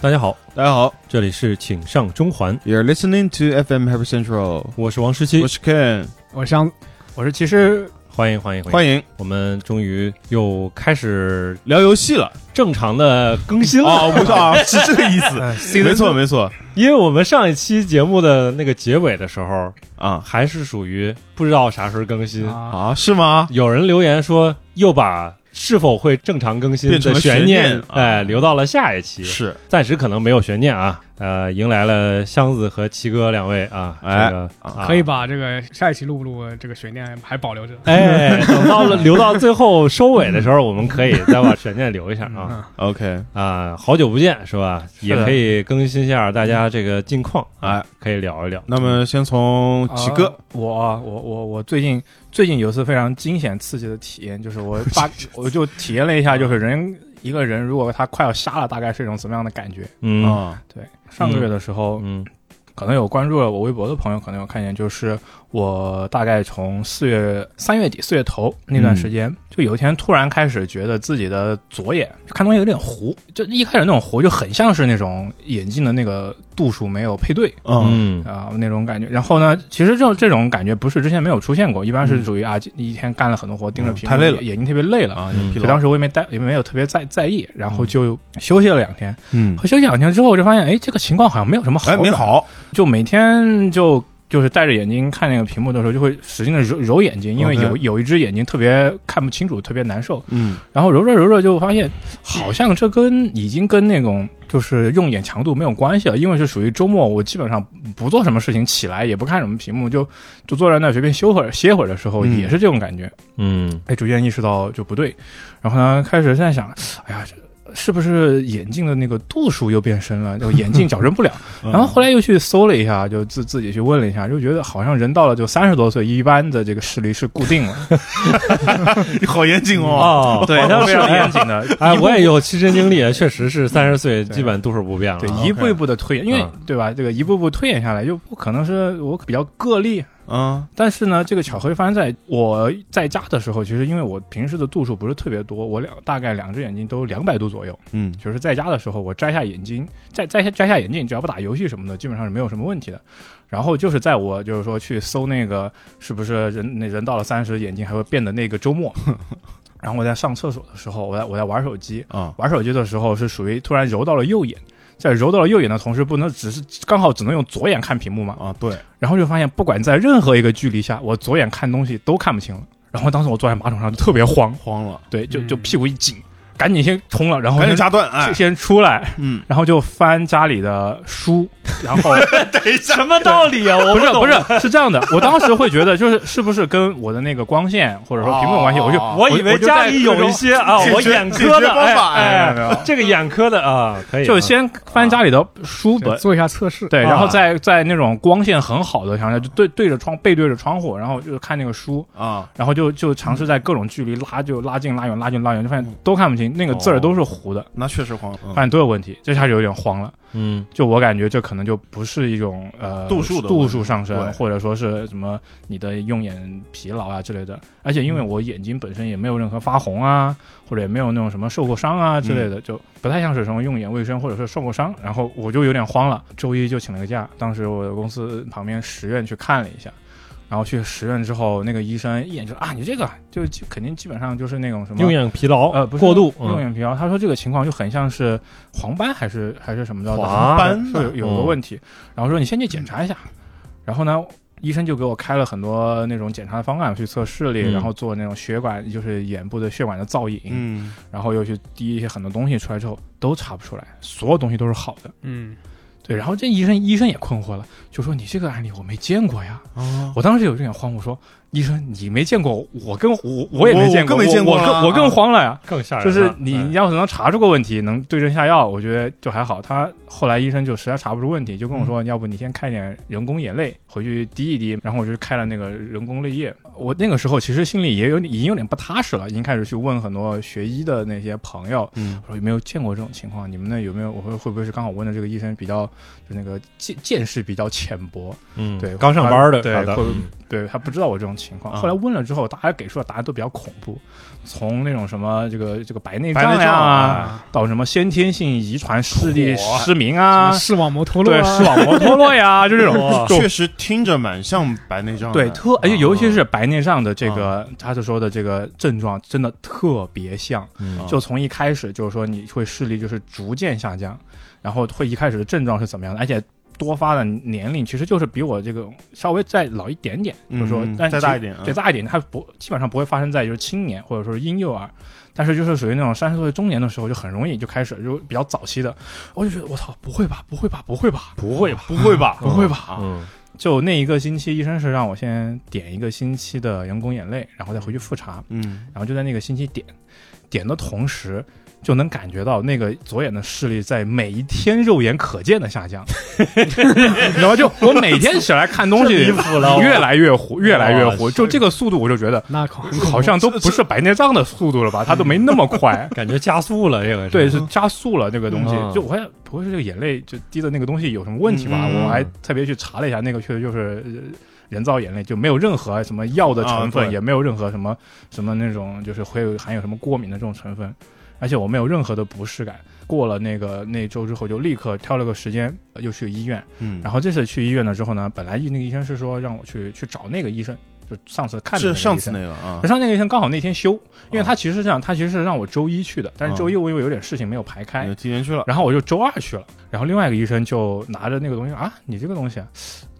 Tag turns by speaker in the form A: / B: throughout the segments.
A: 大家好，
B: 大家好
A: 这里是请上中环，
B: ，You're listening to FM Hyper Central，
A: 我是王十七
B: 我，是 Ken，
C: 我上，我是其实
A: 欢迎欢迎欢迎！
B: 欢迎
A: 我们终于又开始
B: 聊游戏了
A: 正常的更新了，
B: 哦，不是 啊，是这个意思，
D: 哎
B: 没错没错
A: 因为我们上一期节目的那个结尾的时候，
B: 啊
A: 还是属于不知道啥时候更新。
D: 嗯
C: 啊，
B: 啊，是吗？
A: 有人留言说，又把是否会正常更新
B: 变成
A: 的
B: 了
A: 悬
B: 悬念啊
A: 哎、留到了下一期。
B: 是，
A: 暂时可能没有悬念啊，呃，迎来了箱子和七哥两位啊，
B: 哎
A: 这个啊
C: 可以把这个下一期录不录这个悬念还保留着。
A: 哎，等到了留到最后收尾的时候，我们可以再把悬念留一下啊
C: 嗯，
B: OK，
A: 啊！好久不见是吧？也
B: 的
A: 可以更新一下大家这
D: 嗯
A: 个近况啊
B: 哎，
A: 可以聊
D: 哦
A: 一聊。
B: 那么先从
C: 嗯
B: 奇
D: 啊
B: 哥，
D: 我啊我我我最近最近有次非常惊险刺激的体验，就是我发我就体验了一下，就是人一个人如果他快要瞎了，大概是一种什么样的感觉？
A: 嗯
B: 啊
D: 对，上个月的时候，
A: 嗯
D: 可能有关注了我微博的朋友，可能有看见，就是我大概从四月三月底四月头那段时间，就有一天突然开始觉得自己的左眼就看东西有点糊，就一开始那种糊就很像是那种眼镜的那个度数没有配对，
B: 嗯
A: 嗯
D: 啊、那种感觉。然后呢，其实这种这种感觉不是之前没有出现过，一般是属于啊一天干了很多活，盯着
B: 嗯
D: 屏幕、
B: 太累了
D: 眼睛特别累了。
B: 啊，
A: 嗯
B: 疲
D: 就
B: 劳
D: 当时我也没带，也没有特别在在意，然后就休息了两天。
B: 嗯，
D: 休息两天之后，我就发现，哎，这个情况好像没有什么好
B: 哎
D: 转，
B: 没好，
D: 就每天就就是戴着眼睛看那个屏幕的时候，就会使劲的揉揉眼睛，因为
B: OK
D: 有有一只眼睛特别看不清楚，特别难受。
B: 嗯
D: 然后揉着揉着就发现，好像这跟已经跟那种就是用眼强度没有关系了，啊因为是属于周末，我基本上不做什么事情，起来也不看什么屏幕，就就坐在那儿随便休会儿歇会儿的时候，
B: 嗯
D: 也是这种感觉。
A: 嗯
D: 哎，逐渐意识到就不对，然后呢，开始在想，哎呀。这是不是眼镜的那个度数又变深了？就眼镜矫正不了。
B: 嗯
D: 然后后来又去搜了一下，就自自己去问了一下，就觉得好像人到了就三十多岁，一般的这个视力是固定了。
B: 你 好严谨哦，
A: 哦，
B: 对
A: 好像是
D: 非常
A: 哎
D: 严谨的。
A: 哎，
D: 一
A: 我
D: 步
A: 也有亲身经历，确实是三十岁
D: 对啊
A: 基本度数不变了。
D: 对，
A: 啊
D: 一步一步的推演，因为
A: 嗯
D: 对吧？这个一步步推演下来，又不可能是我比较个例。
B: 嗯
D: 但是呢，这个巧合就发生在我在家的时候，其实因为我平时的度数不是特别多，我两大概两只眼睛都两百度左右。
B: 嗯
D: 就是在家的时候，我摘下眼镜，摘摘下摘下眼镜，只要不打游戏什么的，基本上是没有什么问题的。然后就是在我就是说去搜那个是不是人那人到了三十眼睛还会变的那个周 末，然后我在上厕所的时候，我在我在玩手机，
B: 啊
D: 玩手机的时候是属于突然揉到了右眼，在揉到了右眼的同时，不能只是刚好只能用左眼看屏幕嘛，
B: 啊，对，
D: 然后就发现不管在任何一个距离下，我左眼看东西都看不清了。然后当时我坐在马桶上就特别慌，
B: 慌了，
D: 对，就
C: 嗯
D: 就屁股一紧，赶紧先冲了，然后
B: 赶紧
D: 先
B: 加段，哎，
D: 先出来，
B: 嗯，
D: 然后就翻家里的书，然 后
B: 哎
A: 什么道理啊？我
D: 不是不是是这样的，我当时会觉得就是是不是跟我的那个光线或者说屏幕有关系，我就
B: 哦
A: 我以为
D: 我就
A: 家
D: 在
A: 里
D: 各
A: 有一
D: 种
A: 些啊，
B: 解
A: 我
B: 决
A: 眼
B: 解
A: 科
B: 决
A: 的，
B: 方
A: 哎
B: 法
A: 哎，
D: 没有没有
A: 这个眼科的啊，可以
D: 就
A: 啊
D: 先翻家里的书本
C: 就，做一下测试，
D: 对，
A: 啊
D: 然后在在那种光线很好的墙上，就对对着窗背对着窗户，然后就看那个书，
B: 啊，
D: 然后就就尝试在各种距离拉就拉近拉远拉近拉远，就发现都看不清，那个字儿都是糊的，
B: 那确实慌，嗯
D: 发现都有问题，这下就有点慌了。
A: 嗯
D: 就我感觉这可能就不是一种呃
B: 度数的问
D: 度
B: 题
D: 数上
B: 对
D: 升，或者说是什么你的用眼疲劳啊之类
B: 嗯
D: 的。而且因为我眼睛本身也没有任何发红啊，或者也没有那种什么受过伤
B: 嗯
D: 啊之类的，就不太像是什么用眼卫生或者是受过伤。然后我就有点慌了，周一就请了个假，当时我的公司旁边十院去看了一下。然后去十院之后，那个医生一眼就说啊，你这个就就肯定基本上就是那种什么
A: 用眼疲劳
D: 呃不是
A: 过度
D: 用
A: 嗯
D: 眼疲劳，他说这个情况就很像是黄斑还是还是什么的
A: 黄
B: 斑嗯
D: 是有有个
A: 嗯
D: 问题，然后说你先去检查一下，然后呢。医生就给我开了很多那种检查的方案，去测视力，
A: 嗯
D: 然后做那种血管，就是眼部的血管的造影，
B: 嗯
D: 然后又去滴一些很多东西出来之后，都查不出来，所有东西都是好的。
C: 嗯，
D: 对，然后这医生医生也困惑了，就说你这个案例我没见过呀。
B: 啊，
D: 我当时有点慌，我说医生你没见过，我跟我我也没见过，
B: 我我更没见过
D: 我
B: 啊
D: 更我更慌了呀。
A: 更吓人
D: 就
A: 了，
D: 是你你
A: 哎
D: 要是能查出个问题，能对症下药，我觉得就还好。他后来医生就实在查不出问题，
A: 嗯
D: 就跟我说，要不你先开点人工眼泪回去滴一滴。然后我就开了那个人工泪液。我那个时候其实心里也有已经有点不踏实了，已经开始去问很多学医的那些朋友，
B: 嗯
D: 我说有没有见过这种情况？你们那有没有？我会会不会是刚好问的这个医生比较就那个见见识比较浅薄？
A: 嗯
D: 对
A: 刚上班的
D: 对
A: 啥的
D: 会
A: 嗯
D: 对他不知道我这种情况。
B: 啊
D: 后来问了之后，大家给出的答案都比较恐怖，从那种什么这个这个白内
B: 白内
D: 障
B: 障
D: 啊，
B: 啊，
D: 到什么先天性遗传视力
B: 嚯
D: 失明啊，
C: 视网膜脱落
D: 对，
C: 啊，
D: 视网膜脱落呀，就这种
A: 哇
D: 这种
B: 确实听着蛮像白内障的。
D: 啊嗯对，特而且
B: 啊
D: 尤其是白内障的这个，他就说的这个症状真的特别像，
B: 啊
D: 就从一开始就是说你会视力就是逐渐下降，然后会一开始的症状是怎么样的，而且多发的年龄其实就是比我这个稍微再老一点点，
B: 嗯
D: 就是说
B: 嗯
D: 但
B: 再
D: 其
B: 大一点啊
D: 对大一点，它不基本上不会发生在就是青年或者说是婴幼儿。但是就是属于那种三十岁中年的时候，就很容易就开始就比较早期的，我就觉得我操，不会吧，不会吧，不会吧，
A: 不会吧？
B: 不 会吧？
D: 不会吧，
A: 嗯，
D: 就那一个星期，医生是让我先点一个星期的人工眼泪，然后再回去复查。
B: 嗯，
D: 然后就在那个星期点，点的同时，就能感觉到那个左眼的视力在每一天肉眼可见的下降。 然后就我每天起来看东西，
A: 这离谱了
D: 越来越糊，越来越糊。
A: 哇。
D: 就这个速度，我就觉得
C: 那恐
D: 好像都不是白内障的速度了吧？它都没那么快
A: 感觉加速了，这个是
D: 对，是加速了这个东西，
A: 嗯
D: 就我还不会是这个眼泪就滴的那个东西有什么问题吧？
B: 嗯
D: 我还特别去查了一下，那个确实就是呃人造眼泪，就没有任何什么药的成分，
B: 啊对
D: 也没有任何什么什么那种就是会有含有什么过敏的这种成分，而且我没有任何的不适感。过了那个那周之后，就立刻挑了个时间呃又去医院，
B: 嗯，
D: 然后这次去医院了之后呢，本来那个医生是说让我去去找那个医生，就上次看的
B: 是
D: 那个
B: 上
D: 医
B: 次
D: 生
B: 那个啊
D: 可，上那个医生刚好那天休，因为
B: 哦
D: 他其实是这样，他其实是让我周一去的，但是周一我因为有点事情没有排
B: 你
D: 开
B: 就，提前去了。
D: 然后我就周二去了。然后另外一个医生就拿着那个东西啊，你这个东西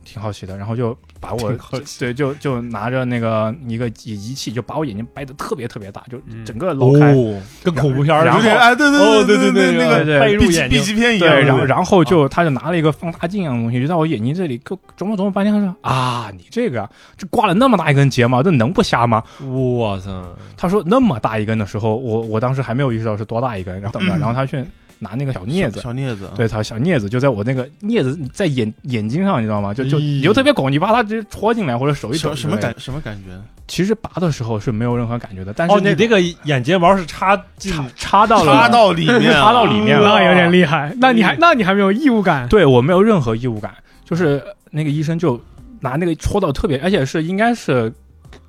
D: 挺好奇的，然后就把我
B: 挺好
D: 对就就拿着那个一个仪器就把我眼睛掰得特别特别大，就
C: 嗯
D: 整个
A: 哦
D: 搂开。，
A: 跟恐怖片儿
D: 然
B: 有
D: 后
A: 似的
B: 点哎，对
A: 哦
B: 对
A: 对
B: 对
A: 对
B: 那个
D: 对
A: 背入
B: B 级
A: 眼
B: B
A: 睛，
B: 级片一样，
D: 对，然后
B: 对嗯
D: 然后就他就拿了一个放大镜一样的东西，就在我眼睛这里给我琢磨琢磨半天，他说啊，你这个这刮了那么大一根睫毛，这能不瞎吗？
A: 我操！
D: 他说那么大一根的时候，我我当时还没有意识到是多大一根，然后怎么着，然后他去拿那个小镊子，
B: 小镊子，
D: 对，他小镊子就在我那个镊子在眼眼睛上，你知道吗？就就
A: 咦
D: 你就特别拱，你把它直接戳进来或者手一抖
B: 什什么
D: 之类的
B: 感？什么感觉？
D: 其实拔的时候是没有任何感觉的，但是
A: 哦，你
D: 那
A: 这个眼睫毛是插进
D: 插插到了
B: 插到里面，啊
D: 插到里面了啊嗯
C: 那有点厉害，那你还那你还没有异物 感，
D: 对我没有任何异物感，就是那个医生就拿那个戳到特别，而且是应该是呃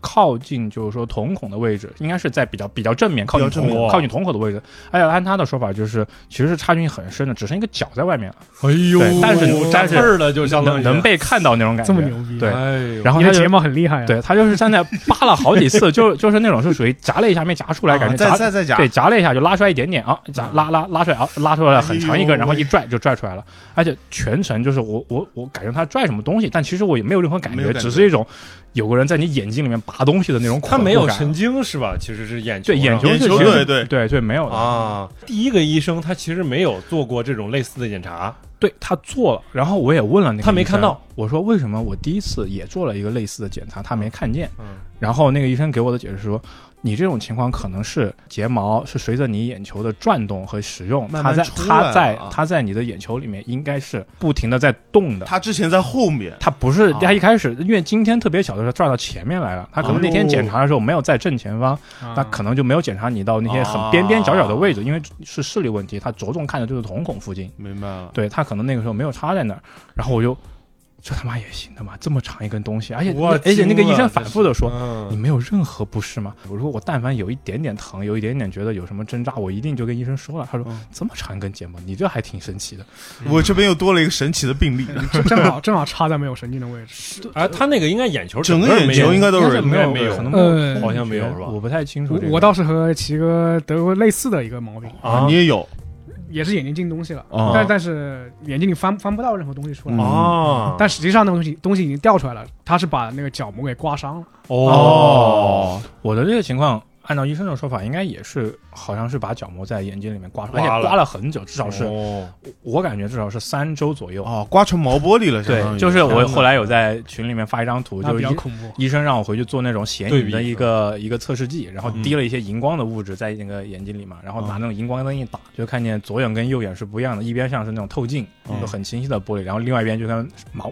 D: 靠近，就是说瞳孔的位置，应该是在比较比较正面，靠近
B: 比较
D: 瞳
B: 正
D: 孔
A: 面
D: 靠近瞳孔的位置。而且按他的说法，就是其实是差距很深的，只剩一个角在外面了，
A: 哎呦
D: 对但是但是
A: 事儿了，就相当
D: 能
A: 于啊
D: 能被看到那种感觉。
C: 这么牛逼，啊
D: 对
A: 哎呦，
D: 然后
C: 你
D: 他
C: 的
D: 就
C: 睫毛很厉害啊，
D: 对他就是站在扒了好几次，就就是那种是属于夹了一下没夹出来，感
B: 啊
D: 觉
B: 再
D: 夹
B: 再再夹，嗯
D: 对，夹了一下就拉出来一点点啊，夹拉拉拉出来啊，拉出来了很长一
B: 哎
D: 根，
B: 呦
D: 然后一拽就拽出来了，而且全程就是我我我感觉他拽什么东西，但其实我也没有任何感
B: 没有
D: 觉，
B: 感觉
D: 只是一种有个人在你眼睛里面拔东西的那种恐
A: 他没
D: 怖
A: 有
D: 感
A: 神经是吧？其实是眼球
D: 对
A: 上
D: 眼球
B: 眼
D: 是
B: 球
D: 其实
B: 对对
D: 对对没有的，
A: 啊。第一个医生他其实没有做过这种类似的检查，
D: 对他做了，然后我也问了那个
A: 他没
D: 医生
A: 看到，
D: 我说为什么我第一次也做了一个类似的检查，他没看见，
A: 嗯
D: 然后那个医生给我的解释说。你这种情况可能是睫毛是随着你眼球的转动和使用，
B: 慢慢
D: 它在
B: 出来
D: 它在
B: 了啊
D: 它在你的眼球里面应该是不停的在动的，
B: 他之前在后面，
D: 他不是
B: 啊
D: 他一开始，因为今天特别小的时候转到前面来了，他可能
B: 哦
D: 那天检查的时候没有在正前方，
C: 啊，
D: 那可能就没有检查你到那些
B: 啊
D: 很边边角角的位置，因为是视力问题，他着重看的就是瞳孔附近，
B: 明白了，
D: 对他可能那个时候没有插在那儿，然后我就这他妈也行的嘛，这么长一根东西，而且
A: 我
D: 而且那个
A: 惊了
D: 医生反复的说，你
A: 嗯，
D: 没有任何不适吗？我说我但凡有一点点疼，有一点点觉得有什么针扎，我一定就跟医生说了。他说
B: 嗯
D: 这么长一根睫毛，你这还挺神奇的。
B: 我这边又多了一个神奇的病例，
D: 嗯
C: 正正好 正好插在没有神经的位置，
A: 而啊他那个应该眼球
B: 整个
A: 个
B: 眼球应该都
A: 是
B: 是
A: 没有
D: 没有
A: 可能
D: 没
A: 没
D: 有
A: 有
C: 呃，
A: 好像没有是吧
D: 我不太清楚
C: 我
D: 这个。哦
C: 我倒是和奇哥得过类似的一个毛病，
A: 啊
B: 你也有
C: 也是眼睛进东西了，
B: 哦
C: 但但是眼睛里翻翻不到任何东西出来。
B: 嗯
D: 哦
A: 啊，
C: 但实际上，那个东西东西已经掉出来了，他是把那个角膜给刮伤了。
A: 哦，，
D: 我的这个情况，按照医生的说法，应该也是好像是把角膜在眼睛里面刮出，而
A: 刮
D: 且
A: 了
D: 刮了很久，至少是、
A: 哦
D: 我感觉至少是三周左右。
B: 哦，刮成毛玻璃了，相
D: 对
B: 当，于
D: 就是我后
B: 来
D: 来有在群里面发一张图，
C: 那
D: 就
C: 比
D: 是
C: 较
D: 医
C: 恐怖。
D: 医生让我回去做那种显
A: 对
D: 影
A: 比
D: 的一个一个测试剂，然后
A: 嗯
D: 滴了一些荧光的物质在那个眼睛里嘛，然后拿那种荧光灯一打，就看见左眼跟右眼是不一样的，一边像是那种透镜，
B: 嗯
D: 就很清晰的玻璃，然后另外一边就跟毛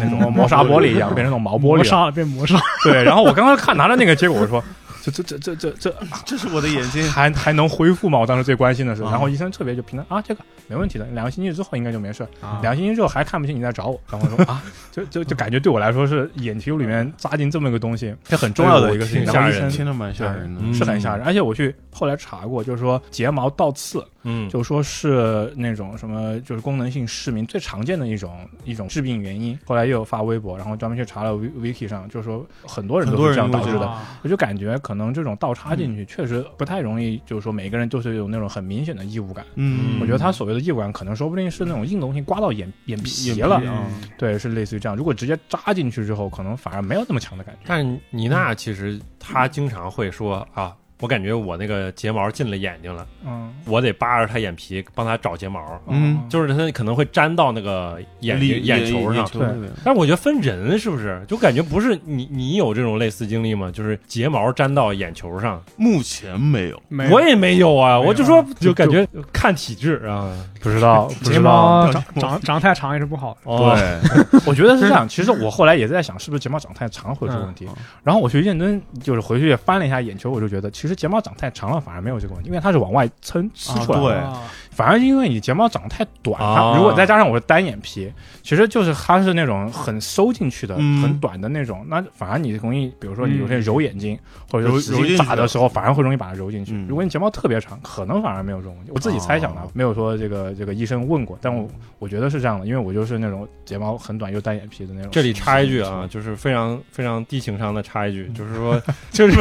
D: 那种磨砂玻璃一样，变成那种毛玻
C: 磨
D: 璃 了。
C: 砂了，被磨砂。
D: 对，然后我刚刚看拿着那个结果，我说。这这这这这这
B: 这是我的眼睛，
D: 还还能恢复吗？我当时最关心的是，
B: 啊
D: 然后医生特别就评论啊，这个没问题的，两个星期之后应该就没事。
B: 啊
D: 两个星期之后还看不清你在找我，然后说啊，就就就感觉对我来说是眼球里面扎进这么一个东西，是很重要的一个事情。
A: 挺
D: 然
A: 吓
D: 后医
A: 人
D: 生
B: 听着蛮吓人的。
A: 嗯
D: 是很吓人，而且我去后来查过，就是说睫毛倒刺，
A: 嗯，
D: 就说是那种什么，就是功能性失明最常见的一种一种致病原因。后来又有发微博，然后专门去查了 Wi- wiki 上，就是说很多人
B: 很
D: 都
B: 多
D: 是这样
B: 人
D: 导
B: 都
D: 致
B: 是
D: 的。
C: 啊
D: 我就感觉可能这种倒插进去确实不太容易，就是说每个人都是有那种很明显的异物感。
B: 嗯，
D: 我觉得他所谓的异物感，可能说不定是那种硬东西刮到眼眼皮啊了，
B: 嗯
D: 对，是类似于这样。如果直接扎进去之后，可能反而没有那么强的感觉。
A: 但妮娜其实她经常会说啊，我感觉我那个睫毛进了眼睛了，
D: 嗯
A: 我得扒着她眼皮帮她找睫毛，
B: 嗯
D: 就
A: 就是她可能会粘到那个眼睛
B: 里
A: 眼球上。
D: 对
B: 那边
A: 但是我觉得分人是不是，就感觉不是你你有这种类似经历吗？就是睫毛粘到眼球上，
B: 目前没有，
C: 没有
A: 我也没有啊，
D: 没有
A: 我就说就感觉看体质啊，
D: 不知 道，不
C: 睫
D: 知道。
C: 毛长长长得太长也是不好的。
A: 哦，
D: 我觉得是这 样。其实我后来也在想，是不是睫毛长太长会有这个问题
B: 嗯。
D: 然后我去认真就是回去也翻了一下眼球，我就觉得其实睫毛长太长了反而没有这个问题，因为它是往外撑呲出来的。
B: 对
C: 啊
D: 反而因为你睫毛长得太短，
A: 啊
D: 它如果再加上我是单眼皮，其实就是它是那种很收进去的、
B: 嗯
D: 很短的那种，那反而你容易，比如说你
C: 嗯
D: 有些揉眼睛、或者
B: 揉
D: 说
B: 揉进去
D: 眨的时候，反而会容易把它揉进去。
B: 嗯
D: 如果你睫毛特别长，可能反而没有这种问题。我自己猜想的，
A: 哦
D: 没有说这个这个医生问过，但我我觉得是这样的，因为我就是那种睫毛很短又单眼皮的那种。
A: 这里插一句啊，，就是非常非常低情商的插一句，就是说，就是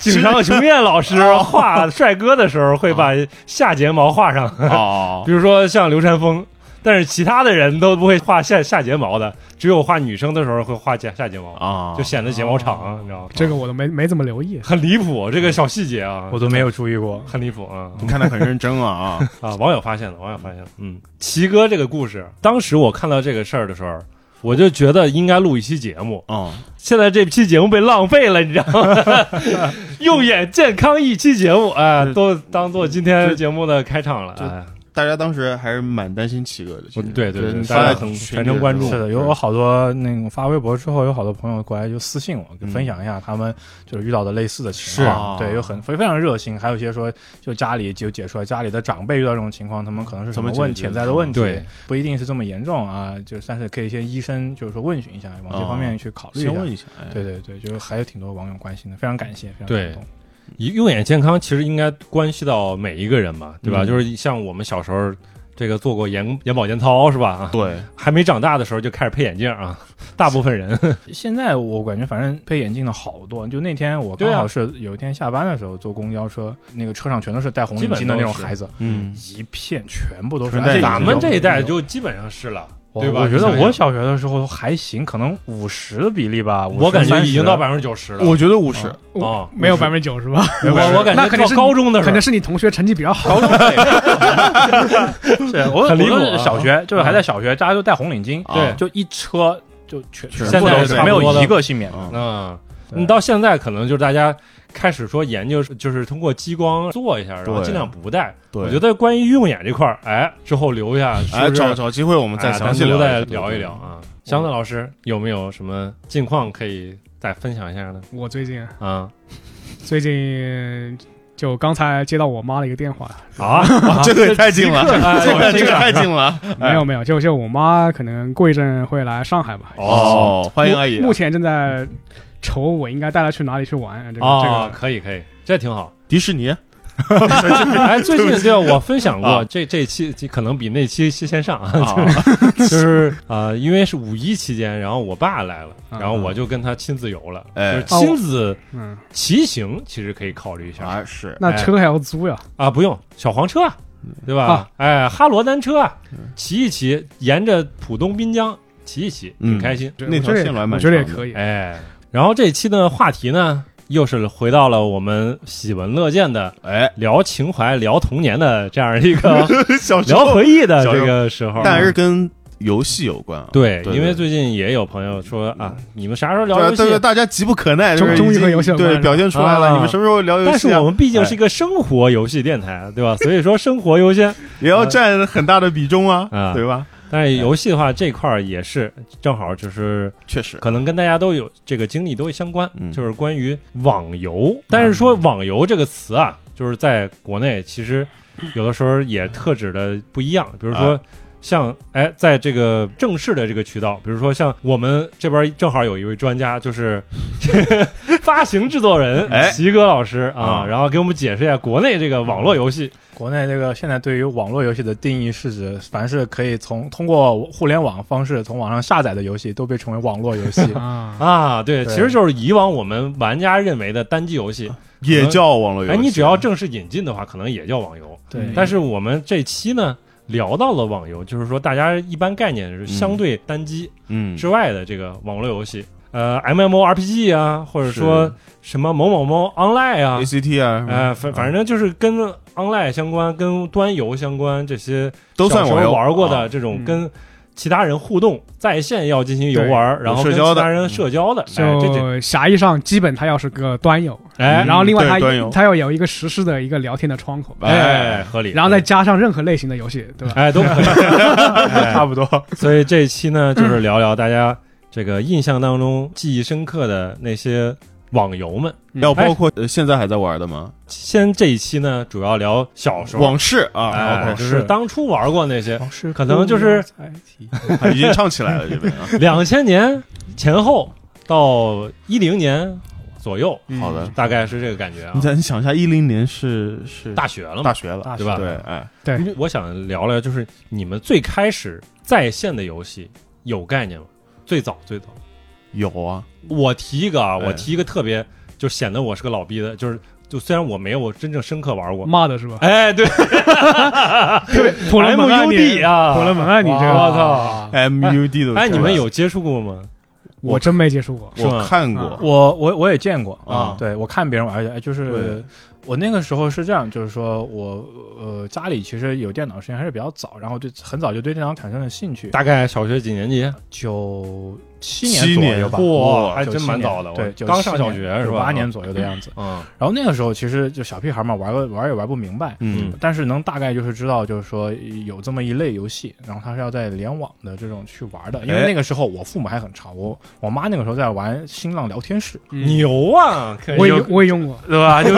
A: 井上雄彦老师画帅哥的时候会把下睫毛画上，
B: 哦，
A: 比如说像刘禅峰，但是其他的人都不会画下下睫毛的，只有画女生的时候会画下下睫毛，
B: 啊，
A: 就显得睫毛长，你知道吗？
C: 这个我都没没怎么留意。
A: 很离谱，这个小细节啊，
D: 我都没有注意过。
A: 很离谱啊
B: 你看的很认真啊啊，
A: 啊！网友发现了，网友发现了，嗯，奇哥这个故事，当时我看到这个事儿的时候，我就觉得应该录一期节目。
B: 哦，
A: 现在这期节目被浪费了，你知道吗？ 用眼健康一期节目，哎，都当做今天节目的开场了。
B: 这
A: 哎，
B: 大家当时还是蛮担心奇哥的，其实
A: 对对对
B: 你
A: 大家
B: 发
A: 很
B: 群
A: 全
B: 里
A: 程关注
B: 时
D: 是
B: 候
D: 的，有有好多那种发微博之后，有好多朋友过来就私信我，
B: 嗯
D: 分享一下他们就是遇到的类似的情况。
B: 是啊
D: 对，有很非非常热心，还有一些说就家里就解说家里的长辈遇到这种情况，他们可能是什么
B: 怎么
D: 问
B: 解决
D: 潜在的问题，
A: 对，
D: 不一定是这么严重啊，就但是可以先医生就是说问询一下，往这方面去考虑一
B: 先
D: 下。
B: 问一下，哎
D: 对对对，就是还有挺多网友关心的，非常感谢，非常
A: 对
D: 感动。
A: 用眼健康其实应该关系到每一个人嘛，对吧？
B: 嗯
A: 就是像我们小时候。这个做过眼眼保健操是吧？啊，
B: 对，
A: 还没长大的时候就开始配眼镜啊，大部分人
D: 现在我感觉反正配眼镜的好多，就那天我刚
A: 对啊
D: 好是有一天下班的时候坐公交车，那个车上全都是戴红
A: 基
D: 领
A: 本
D: 巾的那
A: 都
D: 种
A: 是
D: 孩子，
B: 嗯，
D: 一片全部都是
B: 纯戴
D: 哎
B: 眼 镜
A: 咱 们这一代
D: 种
A: 就基本上是了，
D: 我
A: 对吧？
D: 我觉得
A: 你想
D: 我
A: 想
D: 小学的时候还行，可能五十的比例吧，
A: 我感觉已经到
D: 百
A: 百分之九十了。
B: 我觉得五十，
A: 啊，
C: 没有百分之九十 吧？
A: 我我感
C: 那
A: 觉
C: 肯定是
A: 到高中的时
C: 可
A: 候
C: 能，是你同学成绩比较好，
D: 是我
A: 很离谱
D: 我
A: 啊
D: 是小学就是还在小学，大家都戴红领巾，
B: 啊
A: 对
D: 就一车就全
B: 全
D: 部
A: 现在
D: 都
A: 是
D: 是
A: 差
D: 没
A: 不
D: 有
A: 多的
D: 一个幸免的。
B: 嗯
A: 嗯，
D: 对
A: 你到现在可能就是大家开始说研究，就是通过激光做一下，然后
B: 对
A: 尽量不戴。
B: 对，
A: 我觉得关于用眼这块儿，哎，之后留下，
B: 哎，
A: 是不是
B: 找找机会我们再
A: 哎
B: 详细
A: 单独
B: 聊
A: 再
B: 下
A: 聊一聊。啊。箱子老师有没有什么近况可以再分享一下呢？
C: 我最近
A: 啊
C: 最近就刚才接到我妈的一 个电话，
A: 啊，
B: 对这个也太近了，
A: 哎
B: 这个这
A: 这个
B: 个太近了。
C: 没有没有，就就我妈可能过一阵会来上海吧。
A: 哦
B: 哦，欢迎阿姨
C: 目。目前正在愁我应该带她去哪里去玩，这个、这
A: 哦，
C: 个
A: 可以可以，这挺 好。
B: 迪士尼
A: 哎，最近对我分享过
B: 啊
A: 这这期可能比那期先上 啊，
B: 啊，
A: 就是呃，因为是五一期间，然后我爸来了，然后我就跟他亲自游了，
B: 啊哎
A: 就是亲自
C: 嗯，
A: 骑行，其实可以考虑一下
B: 啊是
C: 那车还要租呀，
A: 啊，不用小黄车啊，
B: 嗯
A: 对吧
C: 啊？
A: 哎，哈罗单车啊，骑一骑，沿着浦东滨江骑一骑，
B: 嗯
A: 挺开心。
B: 那条线路还蛮
C: 我觉得也
B: 长的
C: 可以。
A: 哎，然后这期的话题呢，又是回到了我们喜闻乐见的
B: 哎，
A: 聊情怀、聊童年的这样一个
B: 小时
A: 聊
B: 候，
A: 回忆的这个时候，
B: 但是跟游戏有关啊。
A: 对，
B: 对
A: 因为
B: 对
A: 最近也有朋友说啊，你们啥时候聊游
B: 对，
A: 戏
B: 这？个大家急不可耐，
C: 终
B: 就是已
C: 终于
B: 经
C: 和游戏有关
B: 对
C: 了
B: 表现出来
A: 啊
B: 了。你们什么时候聊游
A: 但是
B: 戏啊
A: 我？们毕竟是一个生活游戏电台，对吧？所以说生活优先。
B: 也要占很大的比重
A: 啊
B: 啊，对吧？
A: 但是游戏的话，这块儿也是正好就是
B: 确实，
A: 可能跟大家都有这个经历都相关，
B: 嗯
A: 就是关于网游。但是说网游这个词啊，就是在国内其实有的时候也特指的不一样，比如说。像哎，在这个正式的这个渠道，比如说像我们这边正好有一位专家，就是 发行制作人
B: 哎
A: 齐哥老师啊，
B: 啊
A: 然后给我们解释一下国内这个网络游戏
D: 国内这个现在对于网络游戏的定义是指，凡是可以从通过互联网方式从网上下载的游戏，都被称为网络游戏。
C: 啊，
A: 啊，对，
D: 对
A: 其实就是以往我们玩家认为的单机游戏，
B: 也叫网络游戏。
A: 哎，你只要正式引进的话，可能也叫网游。
D: 对
B: 嗯
A: 但是我们这期呢，聊到了网游，就是说大家一般概念是相对单机
B: 嗯，
A: 之外的这个网络游戏，呃，MMORPG 啊，或者说什么某某某 Online 啊
B: A，C T 啊，
A: 呃，反反正就是跟 Online 相关、跟端游相关这些
B: 都算
A: 小时候
B: 网游
A: 玩过的
B: 啊
A: 这种
C: 嗯
A: 跟。其他人互动在线要进行游玩，然后
B: 有
A: 跟
B: 社交
A: 其
B: 的嗯
A: 他人社交的，哎，这这
C: 就狭义上基本它要是个端游，
A: 哎，
C: 然后另外
B: 对
C: 它
B: 端游
C: 它要有一个实时的一个聊天的窗口，
A: 哎，合理。
C: 然后再加上任何类型的游戏，对 吧？
A: 哎，都可以。
D: 差不多。
A: 哎 所以这一期呢，就是聊聊大家这个印象当中记忆深刻的那些网游们。
B: 要包括呃现在还在玩的吗？
A: 先这一期呢，主要聊小时候，
B: 往事啊，
A: 哎，
B: 往
A: 就
B: 事
A: 是当初玩过那些
D: 是
A: 可能就是
B: 啊已经唱起来了这边啊。
A: 两千年前后到一零年左右，
B: 好的，
A: 大概是这个感觉啊
B: 你。再你想一下，一零年是是
A: 大学了嘛
B: 大，学了，
D: 大
A: 对吧？
B: 对，哎，
A: 对，我想聊聊，就是你们最开始在线的游戏有概念吗？最早最早。
B: 有啊，
A: 我提一个啊，
B: 哎
A: 我提一个特别，就显得我是个老逼的，就是就虽然我没有真正深刻玩过，
C: 骂的是吧？
A: 哎， 对哎
C: 特别普罗
A: ，M
C: 门啊
A: U
C: 你，
A: D 啊，
C: 普罗门啊你这
A: 哇我
C: 个，
A: 操！
B: M U D 都
A: 哎，
B: 出
A: 你
B: 来
A: 们
B: 了
A: 有接触过吗？
C: 我真没接触过。
A: 是吗
B: 我看
C: 啊
B: 过，
D: 我我我也见过
A: 啊
D: 对我看别人玩儿去，哎就是
B: 对
D: 我那个时候是这样，就是说我呃家里其实有电脑时间还是比较早，然后就很早就对电脑产生了兴趣，
A: 大概小学几年级？
D: 九七
B: 七
D: 年左右
B: 年
D: 吧。
A: 哇，还
D: 97
A: 真蛮
D: 年
A: 早的，我
D: 对，
A: 刚上小学是吧？
D: 八年，左右的 样子。
A: 嗯
D: 然后那个时候其实就小屁孩嘛，玩个玩也玩不明白，
B: 嗯，
D: 但是能大概就是知道，就是说有这么一类游戏，然后它是要在联网的这种去玩的，因为
B: 哎
D: 那个时候我父母还很潮，我我妈那个时候在玩新浪聊天室，
A: 牛啊！可以
C: 我也我也用过，
D: 对吧？就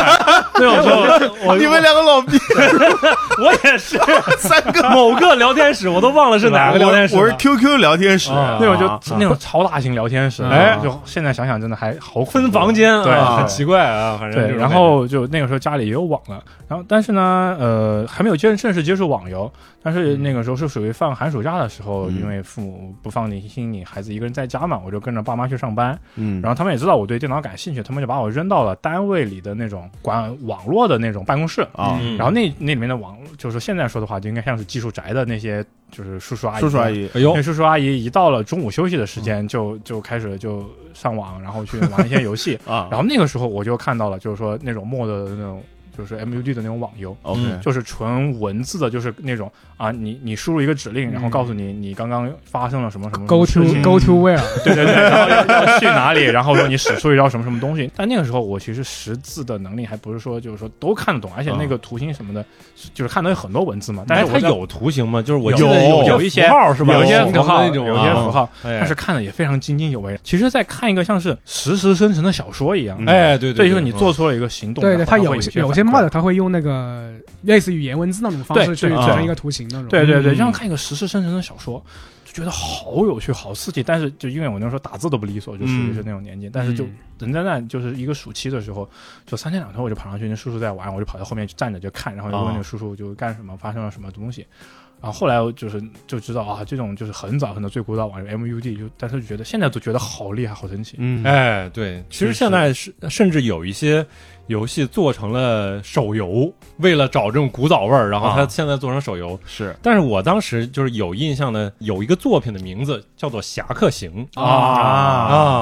A: 对，我说我
B: 啊你们两个老逼，
A: 我也 是
B: 三个
A: 某个聊天室，我都忘了是哪个聊天室了。
B: 我我是 QQ 聊天室，
A: 啊
D: 那种
B: 啊
D: 就那种超大型聊天室，
A: 哎
D: 就现在想想真的还好恐怖
A: 分房。间
D: 对
A: 啊，很奇怪啊，反正这
D: 对，
A: 种
D: 然
A: 感觉
D: 后就那个时候家里也有网了，然后但是呢，呃，还没有正正式接触网游，但是那个时候是属于放寒暑假的时候，
B: 嗯
D: 因为父母不放你心你孩子一个人在家嘛，我就跟着爸妈去上班，
B: 嗯，
D: 然后他们也知道我对电脑感兴趣，他们就把我扔到了单位里的那种管网络的那种办公室，
B: 啊，
A: 嗯
D: 然后那那里面的网，就是现在说的话，就应该像是技术宅的那些，就是叔叔阿姨，
B: 叔叔阿。姨，
A: 哎呦
D: 那，叔叔阿姨一到了中午休息的时间，就就开始就上网，然后去玩一些游戏。
B: 啊，
D: 然后那个时候我就看到了，就是说那种 mod 的那种，就是 MUD 的那种网游，
B: OK，
A: 嗯
D: 就是纯文字的，就是那种啊，你你输入一个指令，然后告诉你你刚刚发生了什么什么什么
C: Go
D: 事
C: to
D: 情
C: Go to where？
D: 对对 对，然后要要去哪里，然后说你使出一招什么什么东西。但那个时候我其实识字的能力还不是说就是说都看得懂，而且那个图形什么的，就是看到有很多文字嘛。但
A: 哎，
D: 是我
A: 它
D: 在
A: 有图形吗？就是我
D: 有
A: 记得
D: 有
A: 一
D: 一
A: 些
D: 些
A: 符号是吧？
D: 有一些
A: 形
D: 符
A: 成
D: 号，
A: 的那
D: 有
A: 种
D: 一些符号，
A: 哎
D: 但是看的也非常津津有味。其实，在看一个像是实时生成的小说一样。
B: 嗯
A: 哎，对
D: 对，
A: 对，
D: 就是你做出了一个行动，
C: 对对，
D: 然后
C: 它
D: 它会
C: 有
D: 些
C: 些有
D: 反
C: 些
D: 馈
C: mod 它会用那个类似于言文字那种方式
D: 对
C: 去
D: 对
C: 组
B: 啊
C: 成一个图形那种。
D: 对对对，
A: 嗯
D: 就像看一个实时生成的小说，就觉得好有趣、好刺激。但是就因为我那时候打字都不利索，就属于
B: 嗯
D: 是那种年纪，但是就
C: 嗯
D: 人在那就是一个暑期的时候，就三天两头我就跑上去，那叔叔在玩，我就跑到后面去站着就看，然后就问那个叔叔就干什么，发生了什么东西。然后后来我就是就知道啊，这种就是很早很早最古早网游 MUD，就但是觉得现在都觉得好厉害、好神奇。
B: 嗯，
A: 哎，对，其实
D: 是
A: 现在是甚至有一些游戏做成了手游，为了找这种古早味儿，然后它
D: 啊
A: 现在做成手游。
B: 是
A: 但是我当时就是有印象的，有一个作品的名字叫做《侠客行》
D: 啊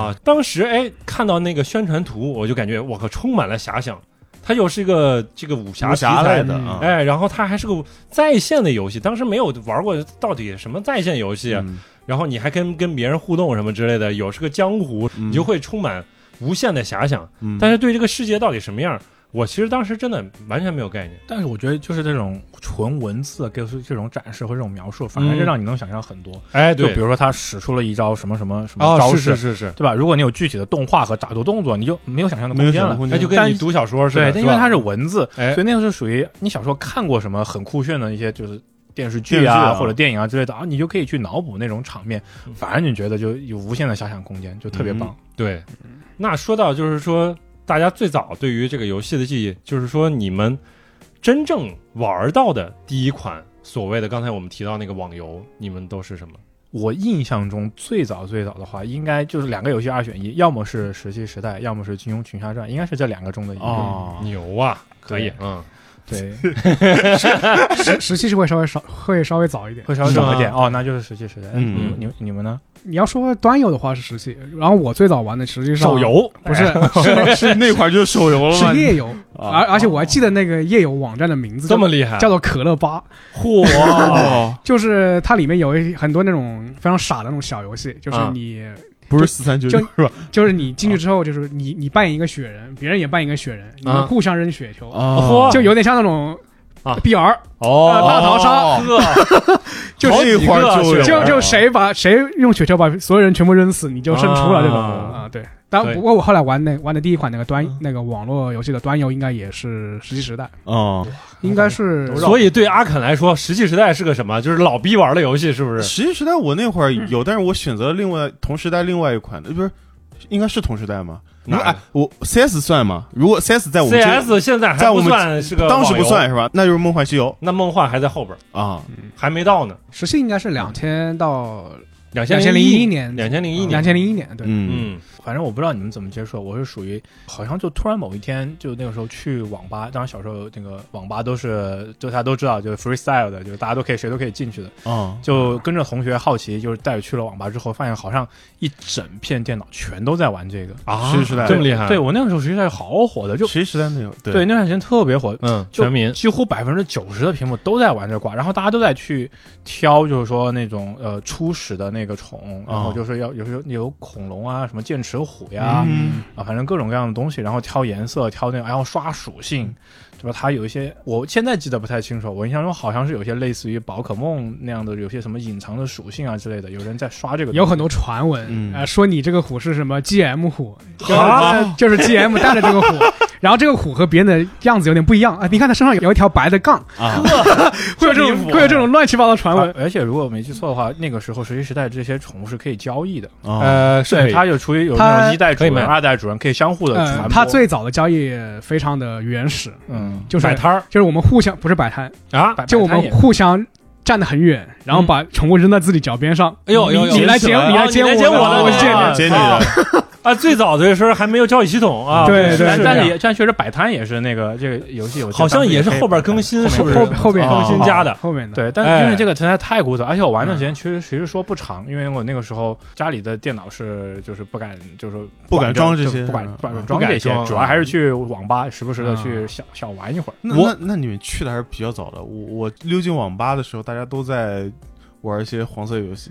A: 啊，当时哎看到那个宣传图，我就感觉我靠，充满了遐想。它又是一个这个武侠
B: 武
A: 题材
B: 侠来的
C: 嗯
B: 啊，
A: 哎，然后它还是个在线的游戏，当时没有玩过到底什么在线游戏，啊
B: 嗯
A: 然后你还跟跟别人互动什么之类的，有是个江湖，
B: 嗯
A: 你就会充满无限的遐想。
B: 嗯
A: 但是对这个世界到底什么样，我其实当时真的完全没有概念。
D: 但是我觉得就是这种纯文字给出这种展示和这种描述，反而是让你能想象很多。
A: 哎，
D: 就
A: 对，
D: 比如说他使出了一招什么什么什么
A: 哦，
D: 招
A: 是
D: 式，
A: 是是是，
D: 对吧？如果你有具体的动画和打斗动作，你就没有想象的
B: 没有
D: 空
B: 什
D: 间
B: 么
D: 了。
B: 空
A: 那
B: 间，
A: 就跟
D: 但
A: 你读小说似
D: 对
A: 的，，
D: 但
A: 是
D: 因为
A: 吧
D: 它是文字，
A: 哎
D: 所以那个是属于你小时候看过什么很酷炫的一些就是电视
B: 电
D: 剧
B: 视剧
D: 啊
B: 啊
D: 或者电影啊之类的啊，你就可以去脑补那种场面
A: 嗯，
D: 反而你觉得就有无限的遐想空间，就特别棒。
A: 对，那说到就是说，大家最早对于这个游戏的记忆，就是说你们真正玩到的第一款所谓的刚才我们提到那个网游，你们都是什么？
D: 我印象中最早最早的话，应该就是两个游戏二选一，要么是《石器时代》，要么是《金庸群侠传》，应该是这两个中的一个。
B: 哦，
A: 牛啊，可以
D: 对，
A: 嗯，
D: 对，
C: 时时期是会稍微少，会稍微早一点。
D: 会稍微少一点哦，那就是《石器时代》。
B: 嗯
D: 你你你们呢？
C: 你要说端游的话是时期，然后我最早玩的实际上
A: 手游
C: 不是
B: 是是那块儿就是手游了吗
C: 是？夜游，
B: 啊
C: 而而且我还记得那个夜游网站的名字
A: 这
C: 叫
A: 么厉害，啊
C: 叫做可乐吧，
A: 嚯，
B: 哦，
C: 就是它里面有一很多那种非常傻的那种小游戏，就是
A: 啊
C: 你、
B: 不是四三九
C: 就是
B: 吧？
C: 就是你进去之后，就是你你扮演一个雪人，别人也扮演一个雪人，你们
A: 啊
C: 互相扔雪球，
A: 哦
C: 就有点像那种
A: 啊
C: B R，、
A: 哦，
C: 大逃杀
A: 杀，
C: 就是
B: 好几
A: 会
B: 块
A: 儿就
B: 儿就
A: 有
B: 有
C: 就
A: 啊
C: 就谁把谁用雪球把所有人全部扔死，你就胜出了这种
A: 啊
C: 啊。对，但
A: 对
C: 不过我后来玩那玩的第一款那个端
B: 嗯
C: 那个网络游戏的端游，应该也是《石器时代》，
B: 哦，
C: 应该是
A: 所以对阿肯来说，《石器时代》是个什么？就是老逼玩的游戏，是不是？
B: 实际时代我那会儿有，但是我选择了另外同时代另外一款的，呃不是应该是同时代吗？如
A: 哪
B: 果
A: 个
B: 哎，我 CS 算吗？如果 CS 哎在我们这
A: CS 现在还
B: 在我
A: 不
B: 们
A: 算是个，
B: 当时不算，是吧？那就是梦幻西游
A: 那梦幻还在后边儿，
B: 啊，
A: 还没到呢，
C: 石器应该是两千到
A: 两千
C: 两千零一年，
A: 两千零一年，
C: 两千零一年，对，
B: 嗯
A: 嗯
D: 反正我不知道你们怎么接触，我是属于好像就突然某一天，就那个时候去网吧，当然小时候那个网吧都是就大家都知道，就是 freestyle 的，就是大家都可以谁都可以进去的，
B: 啊，
D: 就跟着同学好奇，就是带去了网吧之后，发现好像一整片电脑全都在玩这个，
A: 啊，
B: 石器时代
A: 这么厉害，
D: 对我那个时候实际上好火的，就
B: 实际时代那有
D: 对那段时间特别火，
A: 嗯，
D: 就
A: 全民
D: 几乎百分之九十的屏幕都在玩这挂，然后大家都在去挑，就是说那种呃初始的那个虫，然后
A: 哦
D: 就是要有有有恐龙啊，什么剑齿虎呀、
B: 嗯
D: 啊，反正各种各样的东西，然后挑颜色，挑那个，然后刷属
A: 嗯
D: 性，对吧？它有一些我现在记得不太清楚，我印象中好像是有些类似于宝可梦那样的，有些什么隐藏的属性啊之类的，有人在刷这个东西，
C: 有很多传闻
B: 嗯
C: 啊，说你这个虎是什么 GM 虎，
A: 啊
C: 就是 GM 带着这 个虎，然后这个虎和别人的样子有点不一样啊，你看它身上有一条白的 杠，
B: 啊，
C: 会有这
A: 离
C: 种
A: 谱
C: 会有这种乱七八糟的传
D: 啊
C: 闻。
D: 而且如果我没记错的话，那个时候《石器时代》这些宠物是可以交易的，
B: 啊
A: 呃，
D: 对，
A: 是
D: 它有处于有那
C: 它
D: 种一代主
A: 可以买嗯
D: 人、二代主人可以相互的传
C: 呃，
D: 播。
C: 它最早的交易非常的原始，
D: 嗯。
C: 就是
A: 摆摊儿
C: 就是我们互相不是摆摊，
A: 啊，
D: 摆
C: 就我们
D: 摆摊也
C: 互相站得很远，然后把宠物扔在自己脚边上。
A: 嗯哎呦呦呦
C: 你来捡
A: 捡起来，
C: 来
A: 哦你来
C: 捡
A: 捡
C: 我
A: 我
C: 的，
A: 的
C: 我
A: 对
C: 捡
A: 啊
C: 你。
B: 接你的
A: 啊，最早的时候还没有交易系统啊，
C: 对
A: 是
C: 对
A: 是
D: 但但
A: 这
D: 是
A: 样
D: 也但确实摆摊也是那个这个游戏，我记得
A: 好像
D: 当时
A: 也是
D: 可以
A: 后边
D: 摆摊
A: 更新是
D: 后
A: 不是
D: 面
C: 后后面
B: 哦
A: 更新加的
C: 后面的，
D: 对，但
A: 哎
D: 是因为这个实在太古早，而且我玩
B: 嗯
D: 的时间其实其实说不长，因为我那个时候家里的电脑是就是不敢就是
B: 不敢装这
D: 就
B: 些
D: 不敢
B: 嗯
D: 不敢
B: 嗯
A: 不
D: 装
A: 敢
D: 这些
A: 装，
D: 主要还是去网吧时不时的去
C: 嗯
D: 小小玩一会儿。
B: 那
A: 我
B: 那那你们去的还是比较早的，我我溜进网吧的时候，大家都在玩一些黄色游戏，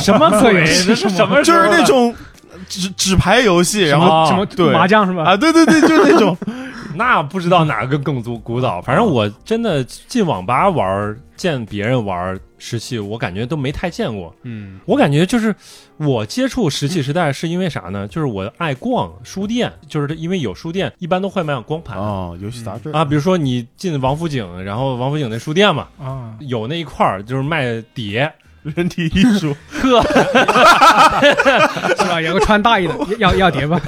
A: 什么
C: 鬼
A: 鬼？这是什么 时
B: 就
A: 候啊
B: 是
A: 了？
B: 那种纸纸牌游戏，然后
A: 啊
C: 什么
B: 对
C: 麻将是吧？
B: 啊，对对对，就是那种
A: 那不知道哪个更古古早，反正我真的进网吧玩儿，见别人玩儿石器，我感觉都没太见过。
C: 嗯，
A: 我感觉就是我接触石器时代是因为啥呢？就是我爱逛书店，就是因为有书店一般都会卖光盘
B: 哦，游戏杂志
A: 啊，比如说你进王府井，然后王府井那书店嘛，
D: 啊，
A: 有那一块儿就是卖 碟，
B: 人体艺术，
A: 呵，
C: 是吧？有个穿大衣的，要要碟吧？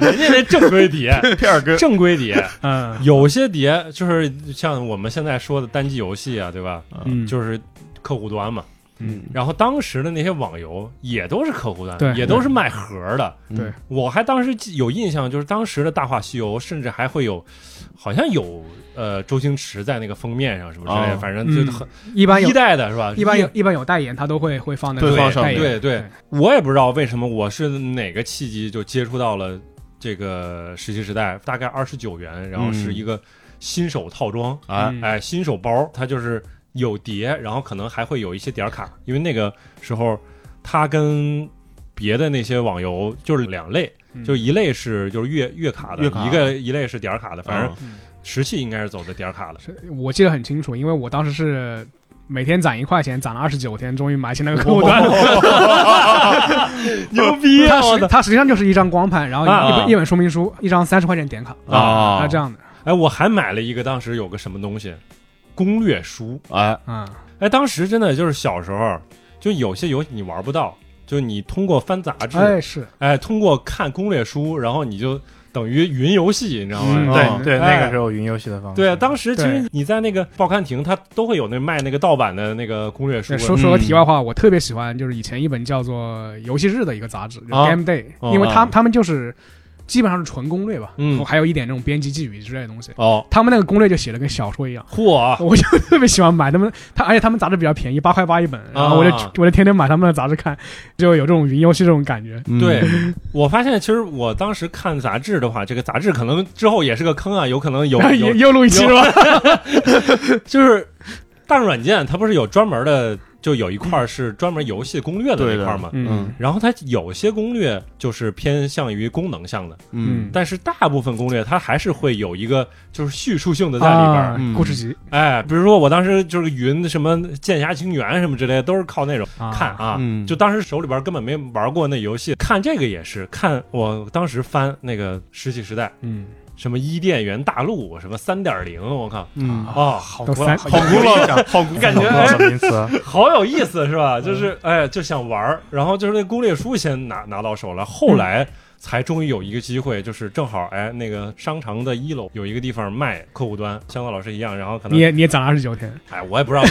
A: 人家那正规 碟，
B: 片儿哥
A: 正规碟，
C: 嗯
A: 有些碟就是像我们现在说的单机游戏啊，对吧？
C: 嗯，
A: 就是客户端嘛。
B: 嗯，
A: 然后当时的那些网游也都是客户端，
C: 对
A: 也都是卖盒的。
B: 嗯
C: 对
A: 我还当时记有印象，就是当时的《大话西游》，甚至还会有，好像有呃周星驰在那个封面上什么之类的，
B: 哦
A: 反正
C: 嗯
A: 就很、
C: 一般有
A: 一代的是吧？
C: 一般有一般有代言，他都会会放那个
B: 对放上
C: 代
B: 面
A: 对
C: 言。
A: 对，我也不知道为什么，我是哪个契机就接触到了这个石器时代，大概二十九元，然后是一个新手套装，
B: 啊，
C: 嗯
A: 哎，新手包，它就是有碟，然后可能还会有一些点儿卡，因为那个时候它跟别的那些网游就是两类，
C: 嗯
A: 就一类是就是月月卡的，
B: 月卡
A: 一个一类是点儿卡的，反正
C: 嗯
A: 石器应该是走的点儿卡的。
C: 是我记得很清楚，因为我当时是每天攒一块钱，攒了二十九天，终于买起那个客户端。
A: 牛逼
C: 它
A: 啊！哦我
C: 实
A: 的
C: 它实际上就是一张光盘，然后一
A: 啊
C: 本
A: 啊
C: 一本说明书，一张三十块钱点卡
B: 啊
C: 它这样的
A: 哎，我还买了一个，当时有个什么东西，攻略书。
B: 哎，
C: 啊，
A: 哎，当时真的就是小时候，就有些游戏你玩不到，就你通过翻杂志，哎
C: 哎是，
A: 通过看攻略书，然后你就等于云游戏，你知道吗？
C: 嗯
D: 对对，
A: 哎
D: 那个时候云游戏的方式，
A: 对，啊当时其实
C: 对
A: 你在那个报刊亭，它都会有那卖那个盗版的那个攻略书
C: 对
A: 的。
C: 说说个题
A: 嗯
C: 外话，我特别喜欢就是以前一本叫做《游戏日》的一个杂志，就是
A: 啊
C: Game Day，
A: 哦
C: 因为他
A: 啊
C: 他们就是基本上是纯攻略吧，
A: 嗯
C: 还有一点那种编辑寄语之类的东西。
A: 哦，
C: 他们那个攻略就写的跟小说一样，
A: 嚯，啊
C: 我就特别喜欢买他们，他而且他们杂志比较便宜，八块八一本，然后我就、
A: 啊
C: 我就天天买他们的杂志看，就有这种云游戏这种感觉。
B: 嗯
A: 对，我发现其实我当时看杂志的话，这个杂志可能之后也是个坑啊，有可能有
C: 然后又
A: 有
C: 又录一期是吧？
A: 就是大软件它不是有专门的，就有一块儿是专门游戏攻略的
B: 对
A: 那
B: 的
A: 块儿吗？
B: 嗯
A: 然后它有些攻略就是偏向于功能向的，
B: 嗯
C: 嗯
A: 但是大部分攻略它还是会有一个就是叙述性的在里边儿。
C: 啊
B: 嗯
C: 故事集
A: 哎，比如说我当时就是云什么剑侠情缘什么之类的，都是靠那种看啊。
B: 嗯
A: 就当时手里边根本没玩过那游戏，看这个也是看我当时翻那个《石器时代》，
C: 嗯，
A: 什么伊甸园大陆，什么三点零，我靠，
B: 嗯
A: 啊，好
C: 都
A: 古
C: 三
A: 好啊古 老，
B: 啊
A: 好古感觉
D: 老
A: 哎
D: 的名词，啊
A: 好有意思是
B: 嗯
A: 吧？就是哎，就想玩儿，然后就是那攻略书先拿拿到手了，后
B: 嗯
A: 来才终于有一个机会，就是正好哎，那个商场的一楼有一个地方卖客户端，像道老师一样，然后可
C: 你
A: 能
C: 也你也攒了二十九天，
A: 哎，我也不知道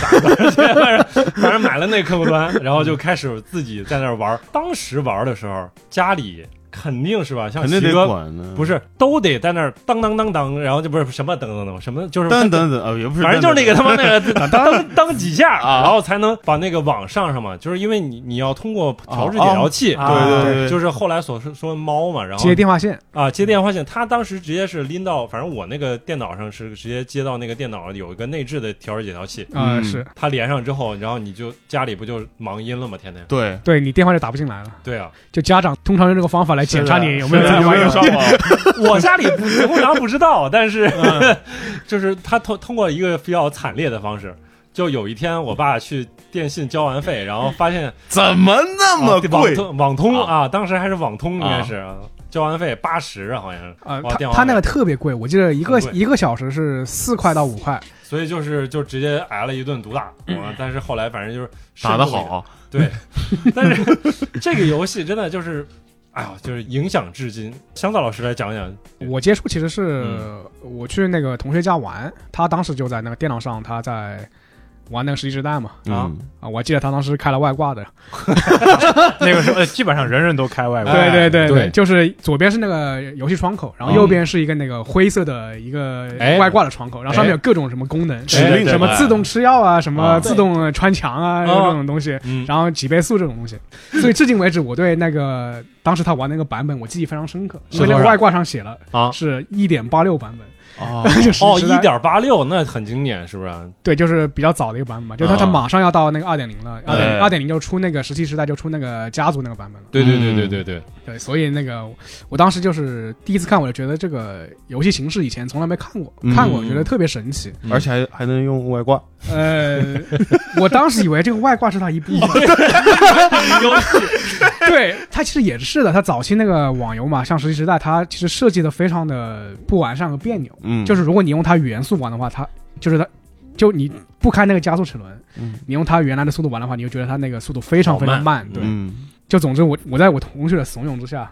A: 咋玩儿，反正反正买了那客户端，然后就开始自己在那儿玩儿。当时玩儿的时候，家里肯定是吧，像
B: 肯
A: 齐
B: 定得
A: 哥。
B: 管呢，
A: 不是，都得在那儿当当当当，然后就不是什么噔噔噔，什么就是
B: 噔噔噔啊，也不是，
A: 反正就是那个他妈那个当当当几下，
B: 啊
A: 然后才能把那个网上上嘛，就是因为你你要通过调制
B: 啊
A: 解调器，
D: 啊对
B: 对对对
A: 就是后来所说说猫嘛，然后
C: 接电话线，
A: 啊接电话线，他当时直接是拎到，反正我那个电脑上是直接接到那个电脑有一个内置的调制解调器，
C: 啊
B: 嗯
C: 是
A: 它连上之后，然后你就家里不就忙音了吗？天天
B: 对，
C: 对你电话就打不进来了，
A: 对啊，
C: 就家长通常用这个方法来检查你有没有在玩游戏。
A: 我家里不平常不知道，但是、 就是他通通过一个比较惨烈的方式，就有一天我爸去电信交完费，然后发现
B: 怎么那么
A: 啊网
B: 贵？
A: 通网通
B: 啊
A: 啊，当时还是网通应该是、啊交完费八十好像是，
C: 啊，
A: 哦
C: 他
A: 电话
C: 他那
A: 费
C: 个特别贵，我记得一个
A: 很贵
C: 一个小时是四块到五块，
A: 所以就是就直接挨了一顿毒打。我但是后来反正就是
B: 嗯打得
A: 深入一个，
B: 好，
A: 对，但是这个游戏真的就是。哎呀，就是影响至今。香皂老师来讲讲，
C: 我接触其实是、
A: 嗯
C: 我去那个同学家玩，他当时就在那个电脑上，他在玩那个《石器时代》嘛。
A: 啊
B: 嗯
C: 啊，我记得他当时开了外挂的，
D: 那个时候呃基本上人人都开外挂，
A: 哎
C: 对对
A: 对嗯
C: 就是左边是那个游戏窗口，然后右边是一个那个灰色的一个
A: 哎
C: 外挂的窗口，然后上面有各种什么功能，
B: 指令
A: 哎
B: 的
C: 什么自动吃药啊，什
B: 啊
C: 么自动穿墙啊，
A: 啊
C: 这种东西，
A: 嗯，
C: 然后几倍速这种东西。所以至今为止，我对那个当时他玩那个版本，我记忆非常深刻，因为
A: 是
C: 那
A: 多
C: 个
A: 少
C: 外挂上写了
A: 啊
C: 是一点八六版本。
B: 啊，
C: 就是
A: 哦，
C: 时
A: 一
C: 代
A: 点八六，那很经典，是不啊是？
C: 对，就是比较早的一个版本嘛，就是它它
B: 啊
C: 马上要到那个二点零了，
B: 哎
C: 二点二点零就出那个石器时代就出那个家族那个版本了。
A: 对对对
B: 嗯
A: 对对对，
C: 对，所以那个我当时就是第一次看，我就觉得这个游戏形式以前从来没看过，
B: 嗯
C: 看过觉得特别神奇。
A: 嗯
B: 而且还还能用外挂，
C: 呃，我当时以为这个外挂是它一部 分，对，它其实也是的。它早期那个网游嘛，像石器时代，它其实设计的非常的不完善和别扭。
B: 嗯，
C: 就是如果你用它元素玩的话，它就是它，就你不开那个加速齿轮，
B: 嗯
C: 你用它原来的速度玩的话，你就觉得它那个速度非常非常
A: 好
C: 慢。对，
B: 嗯
C: 就总之我我在我同学的怂恿之下，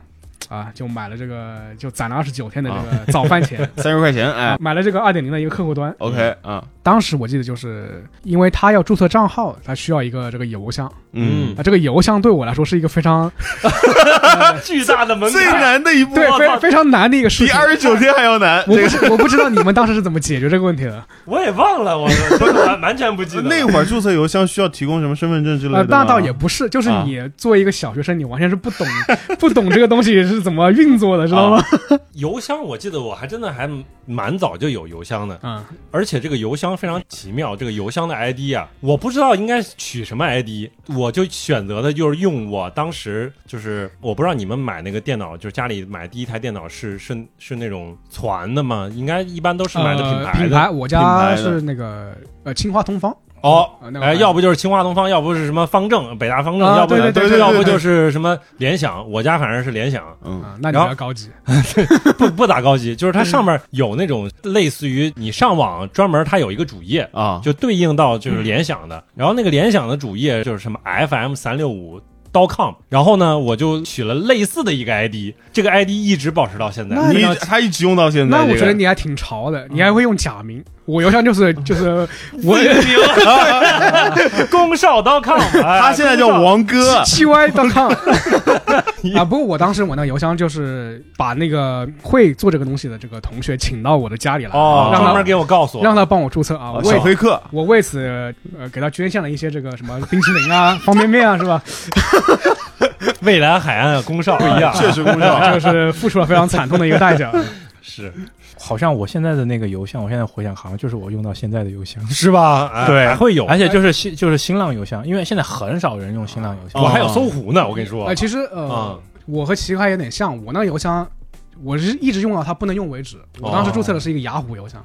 C: 啊，就买了这个，就攒了二十九天的这个早饭钱，
B: 三十块钱，啊 哎
C: 啊买了这个二点零的一个客户端。
B: ，OK 啊，
C: 当时我记得就是因为他要注册账号，他需要一个这个邮箱
A: 嗯
C: 啊，这个邮箱对我来说是一个 非常
A: 巨大的门
B: 最难的一步，
C: 对
B: 我
C: 非
B: 操
C: 非常难的一个事
B: 比
C: 情。
B: 二十九天还要难，
C: 我
B: 这
C: 不
B: 个。
C: 是我不知道你们当时是怎么解决这个问题的，
A: 我也忘了，我我完完全不记得了。
B: 那会儿注册邮箱需要提供什么身份证之类
C: 呃
B: 的，啊吗？
C: 那倒也不是，就是你作为一个小学生，你完全是不懂 不懂这个东西是怎么运作的，知
B: 啊
C: 道吗？
A: 邮箱，我记得我还真的还蛮早就有邮箱的，
C: 嗯，
A: 而且这个邮箱非常奇妙，这个邮箱的 ID 啊，我不知道应该取什么 ID，我就选择的就是用我当时就是我不知道你们买那个电脑，就是家里买第一台电脑是是是那种攒的吗？应该一般都是买的品
C: 呃
A: 牌
C: 品
A: 的。
C: 牌，我家是那个呃清华同方
A: 哦，
C: 呃那个
A: 哎，
C: 牌子
A: 要不就是清华东方，要不是什么方正、北大方正，
C: 啊
A: 要不
C: 对对对对
A: 要不
B: 对对
A: 就是什么联想，我家反正是联想，
B: 嗯，
C: 啊，那你
A: 然后
C: 要高级，
A: 不不咋高级，就是它上面有那种类似于你上网专门它有一个主页，
B: 啊，
A: 就对应到就是联想的，然后那个联想的主页就是什么 FM 三六五。.com，然后呢，我就取了类似的一个 ID，这个 ID 一直保持到现在。
C: 那
A: 非
B: 你
A: 常
B: 他一直用到现在，
C: 那我
B: 这个
C: 觉得你还挺潮的，你还会用假名。我邮箱就是就是 我
A: 宫少 .com，哎
B: 他现在叫
A: 宫少
B: 王哥
C: T Y com 啊，不过我当时我那个邮箱就是把那个会做这个东西的这个同学请到我的家里来，
A: 哦，
C: 让
A: 专
C: 他
A: 门给我告诉我，
C: 让他帮我注册啊，我
B: 啊
C: 为
B: 小黑客，
C: 我为此呃给他捐献了一些这个什么冰淇淋啊、方便面啊，是吧？
A: 蔚蓝海岸的宫少不哎一样，
B: 确实功效。
C: 就是付出了非常惨痛的一个代价，
A: 是
D: 好像我现在的那个邮箱，我现在回想，好像就是我用到现在的邮箱。
A: 是吧？哎
D: 对
A: 还会有，
D: 而且就是新就是新浪邮箱，因为现在很少人用新浪邮箱。
A: 我还有搜狐呢，我跟你说
C: 呃，，其实
A: 嗯
C: 呃，我和奇怪有点像，我那个邮箱。我是一直用到它不能用为止。我当时注册的是一个雅虎邮箱，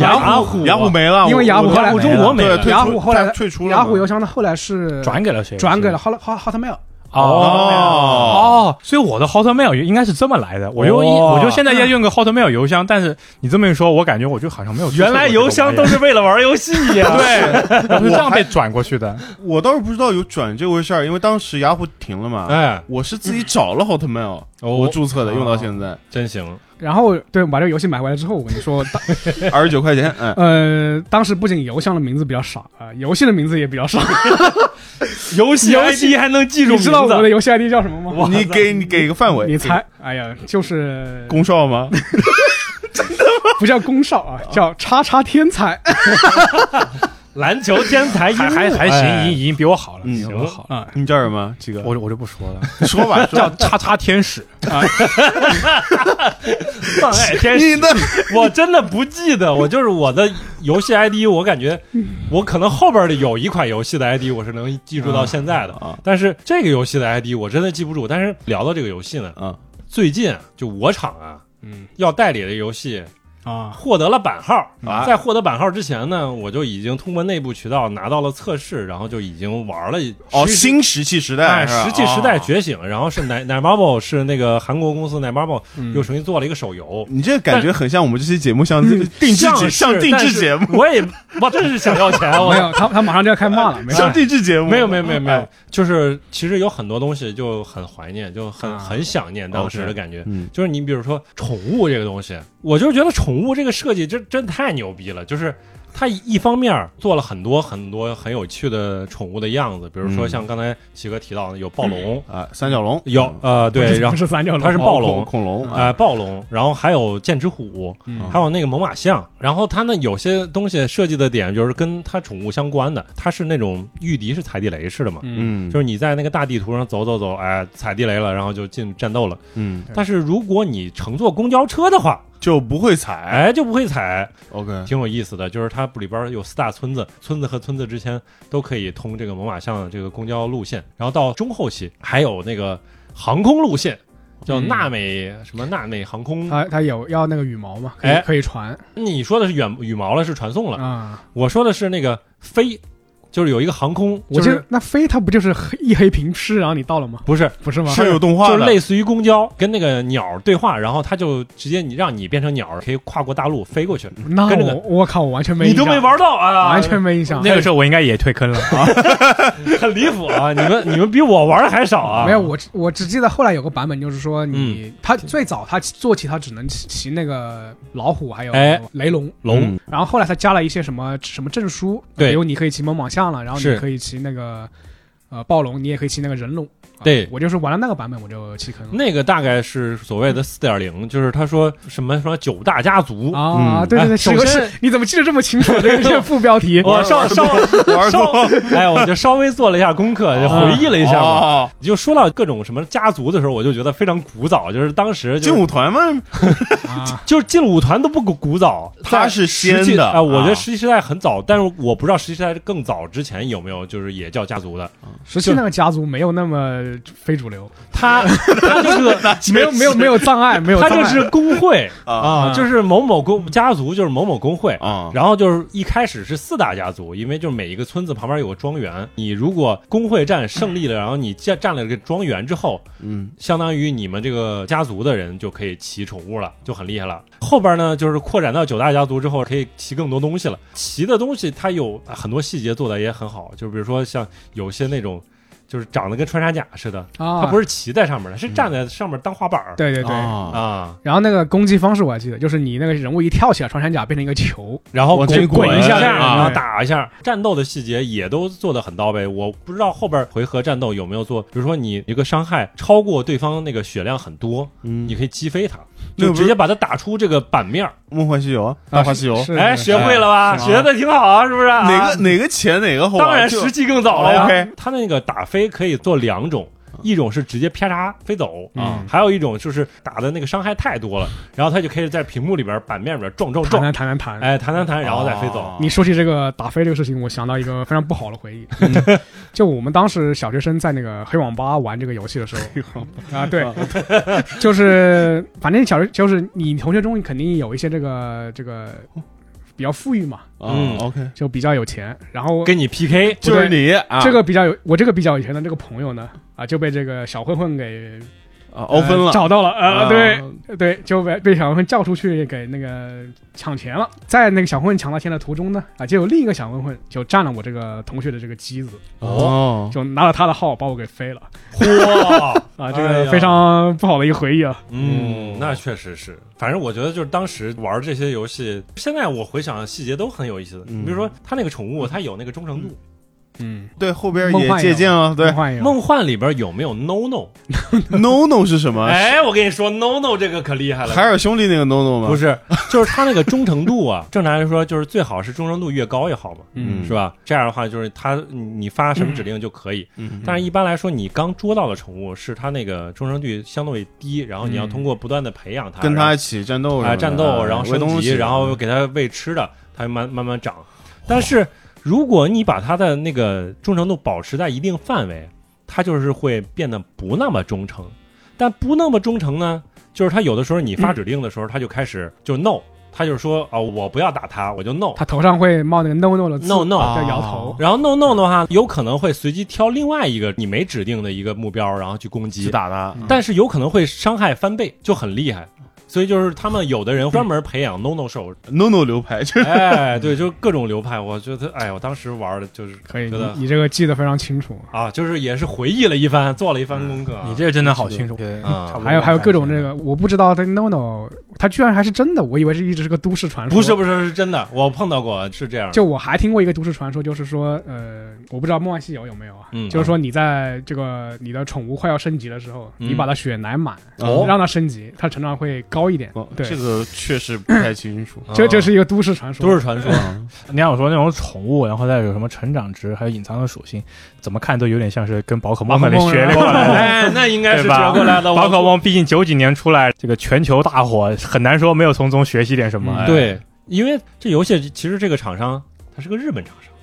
A: 雅啊 虎
B: 雅虎没了，
C: 因为
B: 我
C: 雅虎
B: 我
C: 后来
A: 中国没了
B: 对退出
C: 雅虎后来
B: 它退出了嘛，
C: 雅虎邮箱的后来是
D: 转给了谁？
C: 转给了 Hot Hot Hotmail，
B: 哦
D: 哦，所以我的 Hotmail 应该是这么来的。我用一，
A: 哦
D: 我就现在要用个 Hotmail 邮箱，但是你这么一说，我感觉我就好像没有注册过
A: 原来邮箱都是为了玩游戏呀、
D: 这个玩意儿对，我是这
B: 我
D: 样
B: 还
D: 被转过去的。
B: 我倒是不知道有转这回事儿，因为当时雅虎停了嘛。
A: 哎，
B: 我是自己找了 Hotmail，我
A: 我
B: 注册的，
A: 哦
B: 用到现在，
A: 真行，
C: 然后对我把这个游戏买回来之后，我跟你说，当，
B: 二十九块钱，哎
C: 呃，当时不仅邮箱的名字比较傻啊、游戏的名字也 比较傻。
A: 游戏
C: 游
A: ID 还能记住
C: 你
A: 名字啊
C: 知道我的游戏 ID 叫什么吗？
A: 哇塞
B: 你给你给个范围，
C: 你猜？哎呀，就是
B: 宫少吗？
C: 不叫宫少啊， 叫叉叉天才
A: 篮球天才一
D: 还还还
A: 哎
D: 行，已已经比我好了，
B: 嗯
D: 已经比我好了。
C: 啊
B: 你叫什么？这个
D: 我我就不说了，
B: 说 吧，说
D: 叫
B: 吧
D: 叉叉天使。哎
A: 放爱天使，
B: 你的
A: 我真的不记得，我就是我的游 戏 ID，我感觉我可能后边的有一款游戏的 ID 我是能记住到现在的，
B: 啊
A: 但是这个游戏的 ID 我真的记不住。但是聊到这个游戏呢，
B: 啊
A: 最近啊就我厂啊，
C: 嗯
A: 要代理的游戏
C: 啊，
A: 获得了版号，
B: 啊！
A: 在获得版号之前呢，我就已经通过内部渠道拿到了测试，然后就已经玩了
B: 哦，
A: 实际
B: 新石器时代
A: 哎，
B: 是吧，
A: 石器时代
B: 哦
A: 觉醒，然后是奶奶 marble 是那个韩国公司奶 marble
B: 嗯
A: 又
C: 是
A: 重新做了一个手游。
B: 你这感觉很像我们这期节目，像定制
A: 像
B: 节，
A: 是
B: 像定制节目，，
A: 但是我也我真是想要钱，
C: 没
A: 我
C: 有他，他马上就要开骂了，没事
B: 像。定制节目，
A: 没有没有没有没有
B: 哎，，
A: 就是其实有很多东西就很怀念，就很
C: 啊
A: 很想念当时的感觉。
B: 嗯，
A: 就是你比如说宠物这个东西，我就是觉得宠物这个设计真真太牛逼了，就是。它一方面做了很多很多很有趣的宠物的样子，比如说
B: 嗯
A: 像刚才奇哥提到的有暴龙，
B: 啊，三角龙
A: 有呃 对，然
C: 不
A: 后
C: 是三角龙，
A: 它是暴龙
B: 恐恐龙，啊
A: 呃暴龙，然后还有剑齿虎，
C: 啊嗯
A: 还有那个猛犸象。然后它呢有些东西设计的点就是跟它宠物相关的，它是那种御敌是踩地雷式的嘛，
C: 嗯，
B: 嗯，
A: 就是你在那个大地图上走走走，哎踩地雷了，然后就进战斗了。
B: 嗯
A: 但是如果你乘坐公交车的话，
B: 就不会踩
A: 哎就不会踩，
B: ，OK，
A: 挺有意思的，就是它里边儿有四大村子，村子和村子之间都可以通这个猛犸象的这个公交路线，然后到中后期还有那个航空路线，叫
C: 嗯啊
A: 纳美、什么纳美航空。
C: 他他有要那个羽毛嘛，可
A: 哎
C: 以可以传
A: 你说的是远羽毛了，是传送了，
C: 啊。
A: 我说的是那个飞，就是有一个航空，
C: 我
A: 就
C: 记
A: 是
C: 得那飞它不就是黑一黑屏吃，然后你到了吗？
A: 不是
C: 不是吗？
B: 是有动画
A: 就
B: 的，嗯
A: 是类似于公交跟那个鸟儿对话，然后它就直接你让你变成鸟儿，可以跨过大陆飞过去，
C: 那
A: 跟这个
C: 我我靠，我完嗯全没
A: 你
C: 印
A: 都没
C: 象，
A: 玩到啊，
C: 完全没印象。
D: 那个时候我应该也退坑了。 啊
A: 很离谱 啊！你们你们比我玩的还少啊！嗯
C: 没有，我只我只记得后来有个版本，就是说你、他最早他坐骑他只能骑骑那个老虎还有
A: 哎
C: 雷龙，
A: 龙
B: 嗯
C: 然后后来他加了一些什么什么证书，
A: 对
C: 比如你可以骑猛犸象了，然后你
A: 是
C: 可以骑那个呃暴龙，你也可以骑那个人龙，啊
A: 对
C: 我就是玩了那个版本，我就弃坑了。
A: 那个大概是所谓的四点零，就是他说什么什么九大家族，
C: 啊，
B: 嗯
C: 对对对，
A: 哎
C: 首
A: 首
C: 先
A: 先
C: 你怎么记得这么清楚？这个是副标题，啊
A: 我稍 稍
B: 玩
A: 稍
B: 过，
A: 哎，我就稍微做了一下功课，就回忆了一下
C: 啊
A: 嘛。
B: 哦，
A: 你就说到各种什么家族的时候，我就觉得非常古早，就是当时就
B: 劲舞团嘛，
C: 啊，
A: 就是劲舞团都不古古早，
B: 它是
A: 实际
B: 先的
A: 哎、我觉
B: 啊
A: 得实际时代很早，但是我不知道实际时代更早之前有没有就是也叫家族的。
C: 十七那个家族没有那么非主流，
A: 他他就是
C: 没有没 有没有障碍，没有
A: 他
C: 障碍，
A: 就是工会
B: 啊
A: 啊，
C: 嗯
A: 就是某某工家族就是某某工会。
B: 啊，
A: 然后就是一开始是四大家族，因为就是每一个村子旁边有个庄园。你如果工会战胜利了，然后你占占了这个庄园之后，
B: 嗯，
A: 相当于你们这个家族的人就可以骑宠物了，就很厉害了。后边呢，就是扩展到九大家族之后，可以骑更多东西了。骑的东西它有啊很多细节做的也很好，就比如说像有些那种就是长得跟穿山甲似的，
C: 啊，
A: 它不
C: 是，
A: 是骑在上面的，是站在上面当滑板儿。
C: 对对对。
B: 啊，
A: 啊，
C: 然后那个攻击方式我还记得，就是你那个人物一跳起来，穿山甲变成一个球，
A: 然后
B: 往
A: 滚
B: 前滚
A: 一下，
B: 啊
A: 然后打一下，战斗的细节也都做的很到位。我不知道后边回合战斗有没有做，比如说你一个伤害超过对方那个血量很多，你
B: 嗯，
A: 可以击飞他，
B: 那
A: 就
B: 不是
A: 直接把他打出这个版面儿。
B: 梦幻西游啊，大
C: 啊
B: 话西游，
C: 是
A: 哎，
C: 是
A: 学会了吧？
C: 是啊
A: 学的挺好啊，是不是啊？
B: 哪个哪个前哪个后啊？
A: 当然
B: 就
A: 时机更早了呀。
B: OK 嗯
A: 他那个打飞可以做两种，一种是直接啪嚓飞走
C: 啊
A: 还有一种就是打的那个伤害太多了，然后他就可以在屏幕里边版面里边撞撞
C: 弹
A: 撞，
C: 弹弹弹弹。
A: 哎，弹弹弹，然后再飞走。
B: 啊
C: 你说起这个打飞这个事情，我想到一个非常不好的回忆，
B: 嗯
C: 就我们当时小学生在那个黑网吧玩这个游戏 的时候，啊，对，就是反正小学就是你同学中肯定有一些这个这个比较富裕嘛，
B: 嗯
A: 嗯
B: ，OK，
C: 就比较有钱，然后
A: 跟你 PK，
B: 就是你啊，
C: 这个比较有我这个比较有钱的这个朋友呢，啊，就被这个小混混给
B: 啊欧分
C: 呃
B: 了，
C: 找到了，呃，
B: 啊
C: 对，对，就被被小混混叫出去给那个抢钱了。在那个小混混抢到钱的途中呢，啊，就有另一个小混混就占了我这个同学的这个机子，
B: 哦，
C: 就拿了他的号把我给飞了
A: 嚯，
C: 啊，这
A: 哎
C: 个
A: 呀
C: 非常不好的一个回忆啊。
A: 嗯
B: 嗯，
A: 那确实是。反正我觉得就是当时玩这些游戏，现在我回想细节都很有意思的。
B: 嗯
A: 你比如说他那个宠物，它有那个忠诚度。
C: 嗯，
B: 对，后边
C: 梦
B: 也
C: 幻
B: 借鉴啊， 对
C: 换一个
A: 梦幻里边有没有 No No？
B: ，No No 啊是什么？
A: 哎，我跟你说，No No 这个可厉害了
B: 海。尔兄弟那个 No No 吗？
A: 不，是，就是他那个忠诚度啊， 正常来说就是最好是忠诚度越高越好嘛，
C: 嗯
A: 是吧？这样的话就是他你你发什么指令就可以。
B: 嗯，
A: 但是一般来说，你刚捉到的宠物是它那个忠诚度相对低，然后你要
C: 嗯
A: 通过不断的培养它，
B: 嗯跟
A: 然
B: 他
A: 后
B: 一起战斗什么
A: 啊
B: 的，
A: 战斗，然后
B: 喂
A: 升
B: 东
A: 级，
B: 西，
A: 然后给它喂吃的，它慢慢慢长。但是如果你把它的那个忠诚度保持在一定范围，它就是会变得不那么忠诚。但不那么忠诚呢，就是它有的时候你发指令的时候，它就开始就 no，它就是说啊、我不要打它，我就 no
C: 他头上会冒那个 no no 的字
A: no no，、
B: 啊
C: 在摇头。
A: 然后 no no 的话，有可能会随机挑另外一个你没指定的一个目标，然后去攻
B: 去
A: 击，
B: 打他，
A: 但是有可能会伤害翻倍，就很厉害。所以就是他们有的人专门培养 no no 手，
B: no no 流 派，就是
A: 哎，对，就各种流派，我觉得，哎，我当时玩的就是
C: 可以，
A: 觉得
C: 你你这个记得非常清楚。
A: 啊，就是也是回忆了一番，做了一番功课啊。
D: 嗯你这个真的好清楚，嗯对
A: 啊
D: 差不多
C: 还有还有各种这
D: 这
C: 个，我不知道他 no no，他居然还是真的，我以为是一直是个都市传
A: 啊
C: 说。
A: 不是不是是真的，我碰到过是这样的。
C: 就我还听过一个都市传说，就是说，呃，我不知道《梦幻西游》有没有啊？
A: 嗯
C: 就是说你在这个你的宠物快要升级的时候，
A: 嗯。
C: 你把它血奶满，
B: 哦
C: 让它升级，它成长会高一点。
B: 哦
C: 对，
B: 这个确实不太清楚
A: 啊
C: 这这是一个都市传说。
A: 都是 传说，
B: 嗯
D: 你要说那种宠物，然后再有什么成长值，还有隐藏的属性，怎么看都有点像是跟宝可梦那里学过来 的。
A: 哎，那应该是
D: 对吧
A: 学过来的。我
D: 宝可梦毕竟九几年出来，这个全球大火，很难说没有从中学习点什么。
C: 嗯
D: 哎
A: 对，因为这游戏其实这个厂商它是个日本厂商，嗯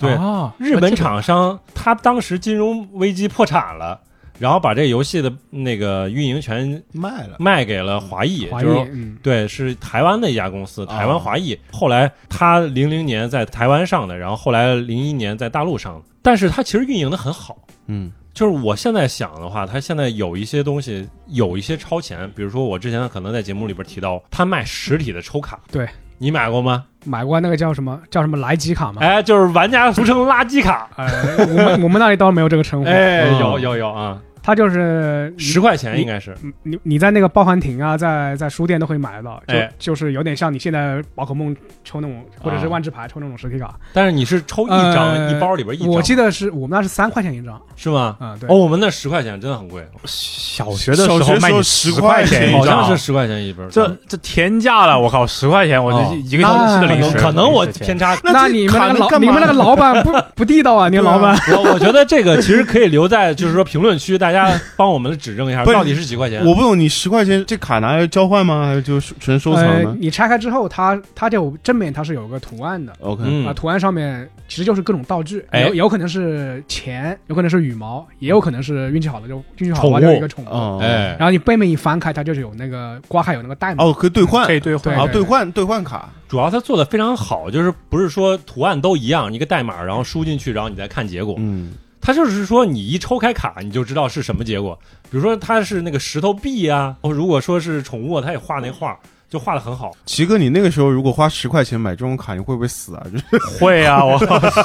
C: 对
A: 对，
D: 啊
A: 日本厂商他当时金融危机破产了，然后把这游戏的那个运营权
B: 卖了，
A: 卖给了华谊，
C: 华
A: 就
C: 裔
A: 是，
C: 嗯，
A: 对，是台湾的一家公司，
B: 啊
A: 台湾华谊。后来他零零年在台湾上的，然后后来零一年在大陆上的，但是他其实运营的很好。
B: 嗯
A: 就是我现在想的话，他现在有一些东西有一些超前，比如说我之前可能在节目里边提到，他卖实体的抽卡，
C: 对
A: 你买过吗？这
C: 买过那个叫什么叫什么莱 吉卡吗？
A: 哎，就是玩家俗称垃圾卡，
C: 呃，我们我们那里倒是没有这个称呼。
A: 哎，
B: 嗯
A: 有有有啊，
C: 它它就是你
A: 十块钱应该是，
C: 嗯你你在那个报刊亭啊，在在书店都可以买得到，就、
A: 哎啊
C: 就是有点像你现在宝可梦抽那种，或者是万智牌抽那种实体卡。
A: 但是你是抽一张，
C: 呃
A: 一包里边一
C: 我
A: 张，
C: 记得是我们那是三块钱一张
A: 是吗？
C: 啊、对。
A: 哦，我们那十块钱真的很贵，
E: 小学的
B: 小
E: 时
B: 学
E: 候卖
B: 时候
E: 你
B: 10
E: 块
B: 块钱
E: 一
B: 一
A: 好
E: 张，
A: 像 是十块钱一本。嗯
E: 这这天价了，我靠，十块钱，我
A: 哦
E: 这一个星期的
A: 可
E: 零
A: 能
E: 食，
A: 可能我
E: 10块钱
A: 偏差
B: 那
C: 那
B: 这
C: 你们
B: 卡
C: 那
B: 那
C: 个老
B: 干
C: 你们那个
B: 嘛
C: 老 板不不地道啊！你
B: 对啊
C: 老板，
A: 我我觉得这个其实可以留在就是说评论区，大家帮我们指正一下
B: 不是
A: 到底是几块钱。
B: 我不懂，你十块钱这卡拿来交换吗？还是就是纯收藏
C: 呃，
B: 呢
C: 你拆开之后，它它就正面它是有个图案的。
B: ？OK，
C: 啊，
A: 嗯，
C: 图案上面其实就是各种道具，
A: 哎
C: 有有可能是钱，有可能是羽毛，也有可能是运气好了就运气好
A: 宠
C: 玩就
A: 物
C: 一个宠物。
B: 哦，
A: 哎，
C: 然后你背面一翻开，它就是有那个刮开有那个代码。
B: 哦，可以兑换
E: 可，以兑换
C: 对
B: 啊，兑换兑换卡，
A: 主要它做的非常好，就是不是说图案都一样，一个代码，然后输进去，然后你再看结果。
B: 嗯，
A: 它就是说你一抽开卡，你就知道是什么结果。比如说它是那个石头币啊，哦，如果说是宠物啊，它也画那画，就画的很好。
B: 奇哥，你那个时候如果花十块钱买这种卡，你会不会死啊？就是
E: 会啊， 我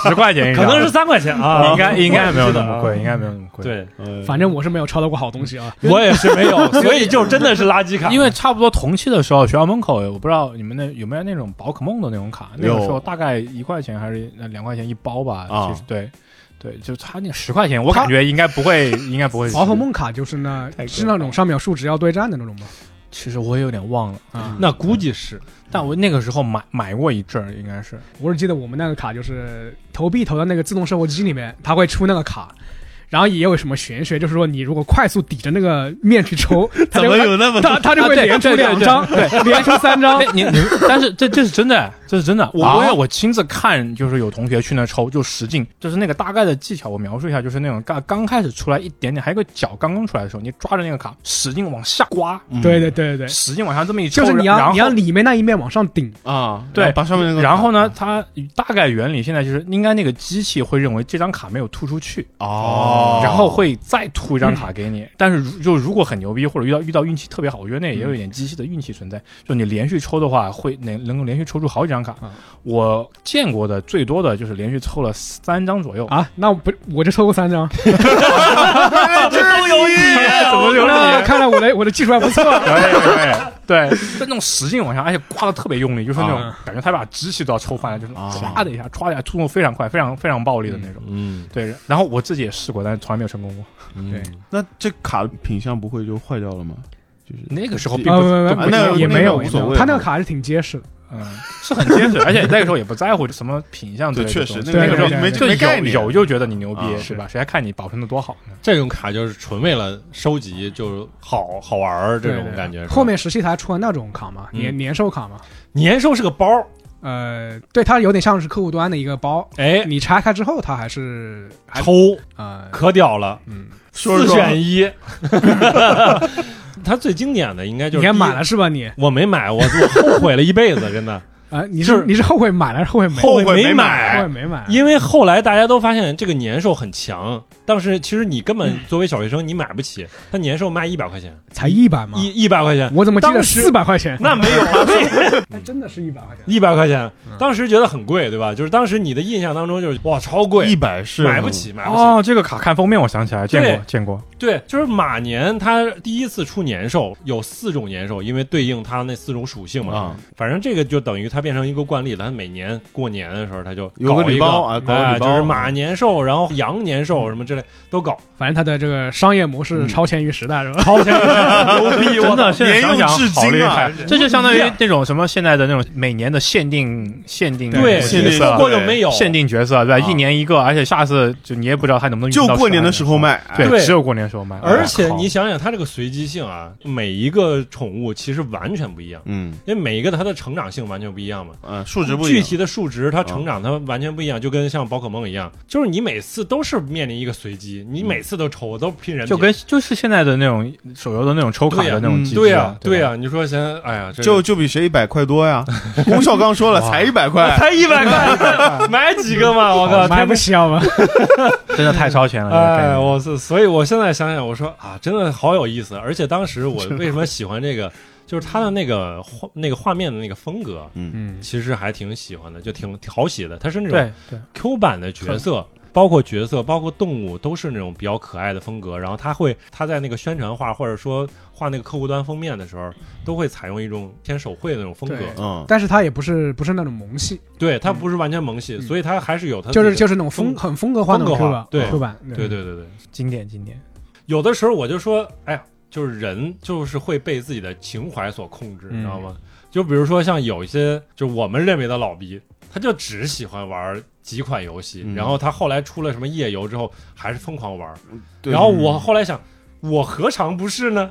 E: 十块钱一
A: 可
E: 张，
A: 能是三块钱啊，
E: 应该应该没有那么 贵，
A: 是
E: 应该没有那么贵。
A: 的。，啊对，
B: 呃
C: 反正我是没有抄到过好东西啊。
A: 我也是没有，所以就真的是垃圾卡。
D: 因为差不多同期的时候，学校门口我不知道你们那有没有那种宝可梦的那种卡，那个
B: 有
D: 时候大概一块钱还是呃两块钱一包吧，
B: 啊
D: 其实对。对，就差那十块钱，我
C: 它
D: 感觉应该 不会，应该不
B: 嗯
D: 会。
C: 宝可，梦卡就是 那
E: 太，
C: 是那种上面有数值要对战的那种吗？
D: 其实我有点忘了，
B: 嗯
C: 啊，
A: 那估计 是
D: 但我那个时候买买过一阵儿，应该是
C: 我只记得我们那个卡就是投币投到那个自动售货机里面，它会出那个卡。然后也有什么玄学，就是说你如果快速抵着那个面去抽，它
B: 怎
C: 就
B: 么
C: 会
B: 有那么
C: 它它就会
D: 啊对
C: 连出
D: 对对
C: 两张，对，连出三张。
D: 哎，你你，但是这这是真的，这是真的。我
E: 啊
D: 我也我亲自看，就是有同学去那抽，就使劲，就是那个大概的技巧，我描述一下，就是那种刚刚开始出来一点点，还有个脚刚刚出来的时候，你抓着那个卡，使劲往下刮，
B: 嗯
C: 对对对对，
D: 使劲往下这么一抽，
C: 就是你
D: 然
C: 要
D: 后
C: 你要里面那一面往上顶，
B: 啊，
D: 对
B: 把上面那个，
D: 然后呢，，它大概原理现在就是应该那个机器会认为这张卡没有吐出去，
B: 哦，嗯
D: 然后会再吐一张卡给你。但是如就如果很牛逼或者遇到遇到运气特别好，我觉得那也有一点机器的运气存
B: 嗯
D: 在。就你连续抽的话，会能能够连续抽出好几张卡。
C: 嗯
D: 我见过的最多的就是连续抽了三张左右。
C: 啊，那我不我就抽过三张，
A: 啊
B: 真有意
D: 怎么留
C: 那看来我的我的技术还不错。啊
D: 哎 对，就那种使劲往下，而且刮的特别用力，就是那种
C: 啊
D: 感觉他把机器都要抽翻了，就是
B: 嗯啊
D: 唰的一下，唰的一下，突动非常快，非常非常暴力的那种。
A: 嗯，
D: 对，然后我自己也试过，但是从来没有成功过。
A: 对，
B: 那这卡的品相不会就坏掉了吗？就是
D: 那个时候并
C: 啊不
D: 不
C: 不
D: 就
C: 不
D: 不
B: 那
D: 也没有
B: 那个无所谓
C: 他那个卡是挺结实的，
D: 嗯，是很结实，而 且那个时候也不在乎什么品相之类的
B: 确
D: 东
B: 实
D: 西。
B: 那
C: 个
D: 那个时候
C: 没
B: 没
D: 就
B: 没
D: 有
B: 概念
D: 有就觉得你牛逼
B: 啊
D: 是吧？谁还看你保存的多好呢？
A: 这种卡就是纯为了收集，就是好好玩儿这
C: 对
A: 种
C: 对
A: 感觉。是吧
C: 后面时期才出了那种卡嘛，年
A: 嗯
C: 年兽卡嘛，
A: 年兽是个包儿，
C: 呃，对，它有点像是客户端的一个包，
A: 哎，
C: 你拆开之后，它还是还
A: 抽
C: 呃，
A: 可屌 了，
C: 嗯，
B: 说
A: 四
B: 着说着
A: 选 一。它最经典的应 该就
C: 你
A: 是
C: 还
A: 第一
C: 买了，是吧？你
A: 我没买，我我后悔了一辈子，真的。
C: 啊，你
A: 就是是
C: 你是后悔买了还是后悔没？
A: 后悔
B: 没
A: 没
C: 后
A: 买
C: 悔，没
B: 哎
C: 买，
A: 因为后来大家都发现这个年兽很强，当时其实你根
B: 嗯
A: 本作为小学生你买不起，它年兽卖一百块钱，
C: 才一百
B: 嗯
C: 嘛，
A: 一一百 块钱，
C: 我怎么记得
A: 当时
C: 四百块 钱？
A: 那没有啊，
C: 那真的是一百块钱。
A: 一百块钱，
B: 嗯
A: 当时觉得很贵，对吧？就是当时你的印象当中就是哇，超
B: 一
A: 贵，
B: 百是
A: 买不，起，买不起。
D: 哦，这个卡看封面，我想起来见过
A: 对
D: 见过。
A: 对，就是马年它第一次出年兽有四种年兽，因为对应它那四种属性嘛。
B: 啊
A: 反正这个就等于它变成一个惯例了，它每年过年的时候它就
B: 有
A: 搞
B: 个
A: 一个
B: 礼包啊搞个
A: 哎
B: 礼包
A: 就是马年兽，然后羊年兽什么之类都 搞。
C: 反正它的这个商业模
A: 嗯
C: 式超前于时代，是吧？
A: 掏钱 牛
B: 哎
A: 逼，
D: 真
A: 我
D: 的，
A: 操！
D: 现在想想
B: 沿用至今
D: 好厉
B: 啊
D: 害，这就相当于那种什么现在的那种每年的限定限定
A: 对，
B: 限
D: 角
B: 定
A: 错
D: 色，
A: 过就没有。
D: 限定角色对吧？
B: 啊
D: 一年一个，而且下次就你也不知道他能不能
B: 就
D: 运到
B: 过年的时候
D: 手上。
B: 卖，哎
D: 对，
A: 对
D: 只有过年的时候卖。
A: 而且
D: 我靠
A: 你想想，它这个随机性啊，每一个宠物其实完全不一样，
B: 嗯
A: 因为每一个它的成长性完全不一样嘛。
B: 嗯，数值不一
A: 具
B: 样
A: 体的数值它成长它完全不一样，就跟像宝可梦一样，就是你每次都是面临一个随机，你每次都抽，都拼人品，
D: 就跟就是现在的那种手游的那种抽卡
A: 对呀
D: 的那种
B: 嗯
D: 机制，
A: 对呀
D: 对
A: 对
D: 吧
A: 呀，你说先，哎呀，这
B: 就就比谁一百块多 呀。龚笑刚说了，才一百块，
A: 才一百块，买几个嘛，我靠，
C: 买不起啊我们。
D: 真的太超
C: 啊
D: 前了。这个概
A: 哎，
D: 念
A: 我是，所以我现在想想，我说啊，真的好有意思。而且当时我为什么喜欢这个，就是它的那个画那个画面的那个风格，
B: 嗯
C: 嗯，
A: 其实还挺喜欢的，就挺挺好写的。它是那种
D: 对对，
A: Q 版的角色，包括角色，包括动物，都是那种比较可爱的风格。然后他会他在那个宣传画或者说画那个客户端封面的时候，都会采用一种偏手绘的那种风格。
C: 对
B: 嗯，
C: 但是它也不是不是那种萌系，
A: 对，它不是完全萌系，
C: 嗯
A: 所以它还是有它
C: 就是
A: 自己的
C: 就是那种风
A: 啊风
C: 很风格化那种
A: 风格
C: Q
A: 化
C: 版
A: 对
C: Q 版，
A: 对对对对。
E: 经典经典，
A: 有的时候我就说，哎呀，就是人就是会被自己的情怀所控制，你
E: 嗯
A: 知道吗？就比如说像有一些就我们认为的老逼，他就只喜欢玩几款游戏，
B: 嗯
A: 然后他后来出了什么夜游之后，还是疯狂玩。
B: 对
A: 然后
E: 嗯
A: 我后来想。我何尝不是呢？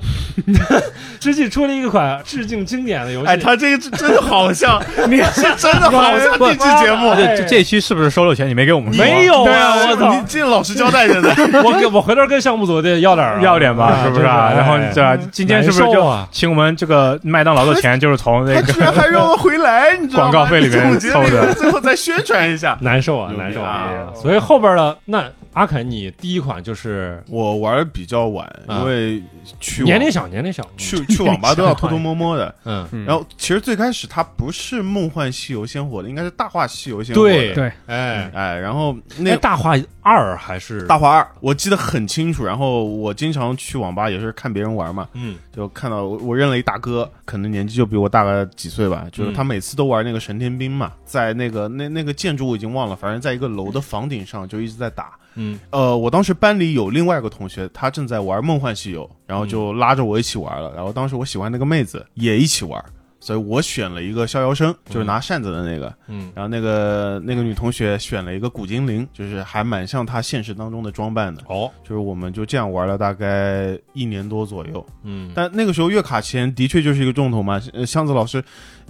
A: 之际出了一款致敬经典的游戏，
B: 哎，他这个真的 好像，你是真的好像这期节目
A: 哎
E: 这这这期是不是收了钱？你没给我们说
A: 没有
B: 对
A: 啊！我操
B: 你！这老实交代现在，
A: 我给我回头跟项目组得要点儿啊
E: 要脸吧？是不是啊？
A: 哎
E: 然后对吧？今天是不是
A: 难受
E: 就
A: 啊
E: 请我们这个麦当劳的钱就是从那
B: 他
E: 个
B: 居然还让我回来，你知道吗？
E: 广告费里面
B: 总结
E: 抽的
B: 最后再宣传一下。
A: 难受啊，
B: 牛逼啊
A: 难受
B: 哎呀
A: 所以后边的那阿肯，你第一款就是
B: 我玩儿比较晚，
A: 啊
B: 因为去网
A: 年龄小，年龄小，
B: 去去网吧都要偷偷摸摸的。
A: 嗯，
E: 嗯
B: 然后其实最开始它不是《梦幻西游》先火的，应该是《大话西游》先火的。
A: 对
C: 对，
A: 哎，
B: 哎，然后
A: 那
B: 那
A: 大话二还是
B: 大，话二我记得很清楚。然后我经常去网吧也是看别人玩嘛，
A: 嗯
B: 就看到我我认了一大哥，可能年纪就比我大个几岁吧，就是
E: 嗯
B: 他每次都玩那个神天兵嘛，在那个那那个建筑我已经忘了，反正在一个楼的房顶上就一直在打。
A: 嗯
B: 呃，我当时班里有另外一个同学，他正在玩《梦幻西游》，然后就拉着我一起玩了。然后当时我喜欢那个妹子也一起玩，所以我选了一个逍遥生，就是拿扇子的那个。
A: 嗯
B: 然后那个那个女同学选了一个古精灵，就是还蛮像她现实当中的装扮的。
A: 哦，
B: 就是我们就这样玩了大概一年多左右。
A: 嗯，
B: 但那个时候月卡钱的确就是一个重头嘛。呃箱子老师，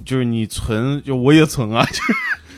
B: 就是你存，就我也存啊，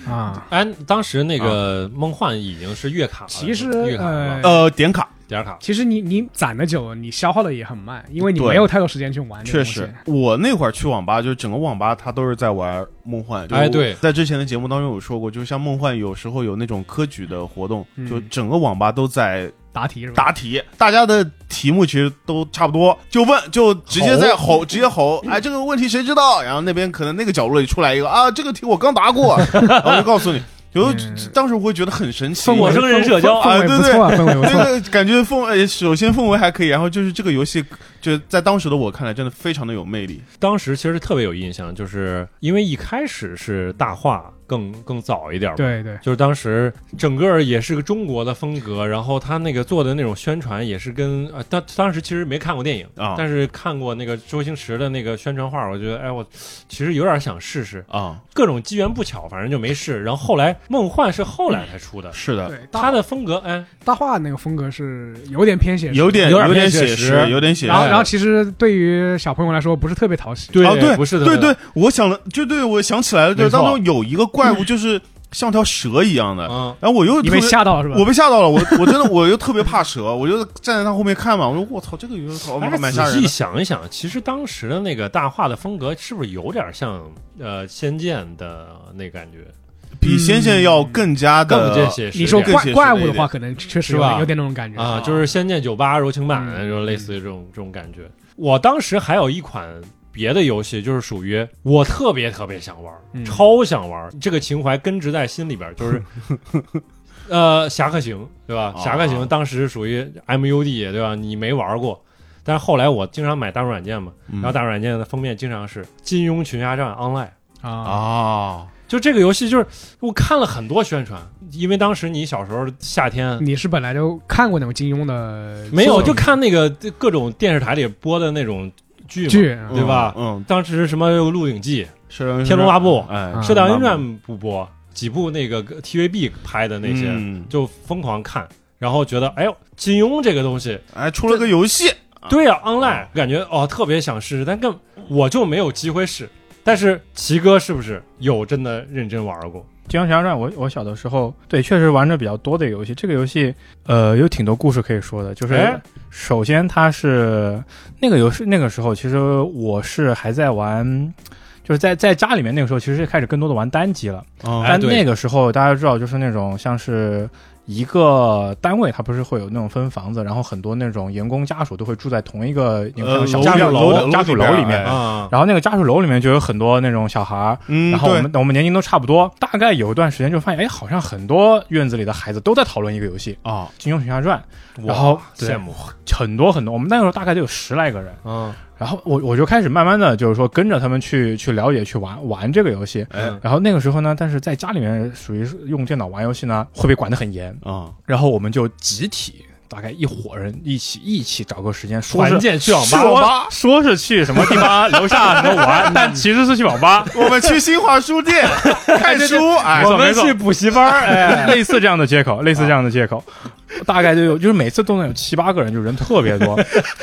C: 啊，
A: 哎，当时那个梦幻已经是月卡了，
C: 其实
A: 月卡是吧
C: 呃
B: 呃，点卡。
A: 点儿卡，
C: 其实你你攒的久，你消耗的也很慢，因为你
B: 对
C: 没有太多时间去玩这个
B: 确
C: 东西。
B: 实，我那会儿去网吧，就是整个网吧它都是在玩梦幻。就是
A: 哎
B: 我
A: 对
B: 在之前的节目当中有说过，就是像梦幻有时候有那种科举的活动，
C: 嗯
B: 就整个网吧都在
C: 答题是吧？
B: 答题，大家的题目其实都差不多，就问就直接在吼，直接吼，哎，这个问题谁知道？然后那边可能那个角落里出来一个啊，这个题我刚答过， 然后就告诉你。就
C: 嗯
B: 当时我会觉得很神奇，
A: 我生人社交
B: 啊
C: 氛围
B: 对
C: 不错，氛围不
B: 这
C: 错。
B: 个感觉氛围，首先氛围还可以，然后就是这个游戏，就在当时的我看来，真的非常的有魅力。
A: 当时其实特别有印象，就是因为一开始是大话更更早一点嘛，
C: 对对，
A: 就是当时整个也是个中国的风格，然后他那个做的那种宣传也是跟呃当当时其实没看过电影
B: 啊
A: 但是看过那个周星驰的那个宣传画，我觉得哎我其实有点想试试，
B: 啊，
A: 各种机缘不巧，反正就没试。然后后来梦幻是后来才 出的，
B: 是的，
C: 对，
A: 他
C: 大
A: 的风格哎
C: 大话那个风格是有点偏写实，
B: 有点
A: 有点
B: 点
A: 偏写
B: 写
A: 实
B: 实，有点写
C: 然后
B: 实。
C: 然后其实对于小朋友来说不是特别讨喜。
B: 哦对
A: 不是的
B: 对对，我想了，就对我想起来了，就
A: 没
B: 是
A: 错
B: 当中有一个怪物，就是像条蛇一样的，
A: 嗯
B: 然后我又
C: 你
B: 特
C: 被
B: 别。
C: 吓到了是吧？
B: 我被吓到了，我我真的 我又特别怕蛇，我就站在他后面看嘛，我说我操，这个有点操
A: 但是
B: 蛮吓
A: 哎仔 细
B: 人的。
A: 想一想，其实当时的那个大话的风格是不是有点像呃《仙剑》的那感觉，
B: 比仙剑要更加的
A: 更见写实一点？
C: 你说
B: 更
C: 怪
B: 写实
C: 怪
B: 了一
C: 物的
B: 点
C: 话，可能确实
A: 是
C: 有
A: 吧
C: 有点那种感觉
A: 啊，就是《仙剑九八》柔情版，
C: 嗯
A: 就类似于这种这种感觉。我当时还有一款别的游戏，就是属于我特别特别想玩，
E: 嗯
A: 超想玩，这个情怀根植在心里边，就是。呃，《侠客行》对吧？
B: 哦
A: 《侠客行》当时属于 MUD 对吧？你没玩过，但是后来我经常买大众软件嘛，
B: 嗯
A: 然后大众软件的封面经常是《金庸群侠传 Online》，
C: 啊，
B: 啊，
A: 就这个游戏就是我看了很多宣传，因为当时你小时候夏天
C: 你是本来就看过那种金庸的
A: 没有，
C: 作品
A: 就看那个各种电视台里播的那种剧嘛。
C: 剧，
A: 对吧
B: 嗯，
A: 当时什么《鹿鼎记
B: 射雕英雄
A: 天龙八部
B: 哎，》
C: 嗯
D: 啊
A: 《射雕英雄传
B: 嗯》
A: 不播，几部那个 TVB 拍的那些、
B: 嗯
A: 就疯狂看，然后觉得哎呦，金庸这个东西，
B: 哎，出了个游戏，
A: 对呀、o n l i n e 感觉哦特别想试试，但更我就没有机会试。但是奇哥是不是有真的认真玩过？
E: 《金庸群侠传》，我我小的时候对确实玩的比较多的游戏，这个游戏呃有挺多故事可以说的。就是
A: 哎
E: 首先它是那个游戏，那个时候其实我是还在玩。就是在在家里面那个时候，其实是开始更多的玩单机了。
B: 嗯
A: 哎
E: 但
A: 对
E: 那个时候大家知道，就是那种像是
D: 一个单位它不是会有那种分房子，然后很多那种员工家属都会住在同一个你
B: 呃
D: 们小
B: 楼
D: 家属
B: 里楼
D: 楼家属楼
B: 里
D: 里
B: 边
D: 面
B: 哎。
A: 啊，
D: 然后那个家属楼里面就有很多那种小孩儿，
B: 嗯，
D: 然后我
B: 对
D: 们我们年龄都差不多，大概有一段时间就发现，哎，好像很多院子里的孩子都在讨论一个游戏《
B: 啊，
D: 金庸群侠传》，
A: 哇
D: 然后对哎
A: 羡慕，
D: 很多很多，我们那个时候大概就有十来个人，
A: 嗯
D: 然后我我就开始慢慢的就是说跟着他们去去了解去玩玩这个游戏，
B: 哎
A: 嗯
D: 然后那个时候呢，但是在家里面属于是用电脑玩游戏呢会被管得很严，
B: 啊，
D: 然后我们就集体。大概一伙人一起一起找个时间，说
A: 团
D: 是
A: 建去网吧，
D: 说说是去什么地方楼 下什么玩，但其实是去网吧，
B: 我们去新华书店看书，哎
D: 没，错
A: 我们
D: 没错
A: 去补习班儿，哎，
D: 类似这样的借口，类似这样的借口， 大概就有就是每次都能有七八个人，就人特别 多。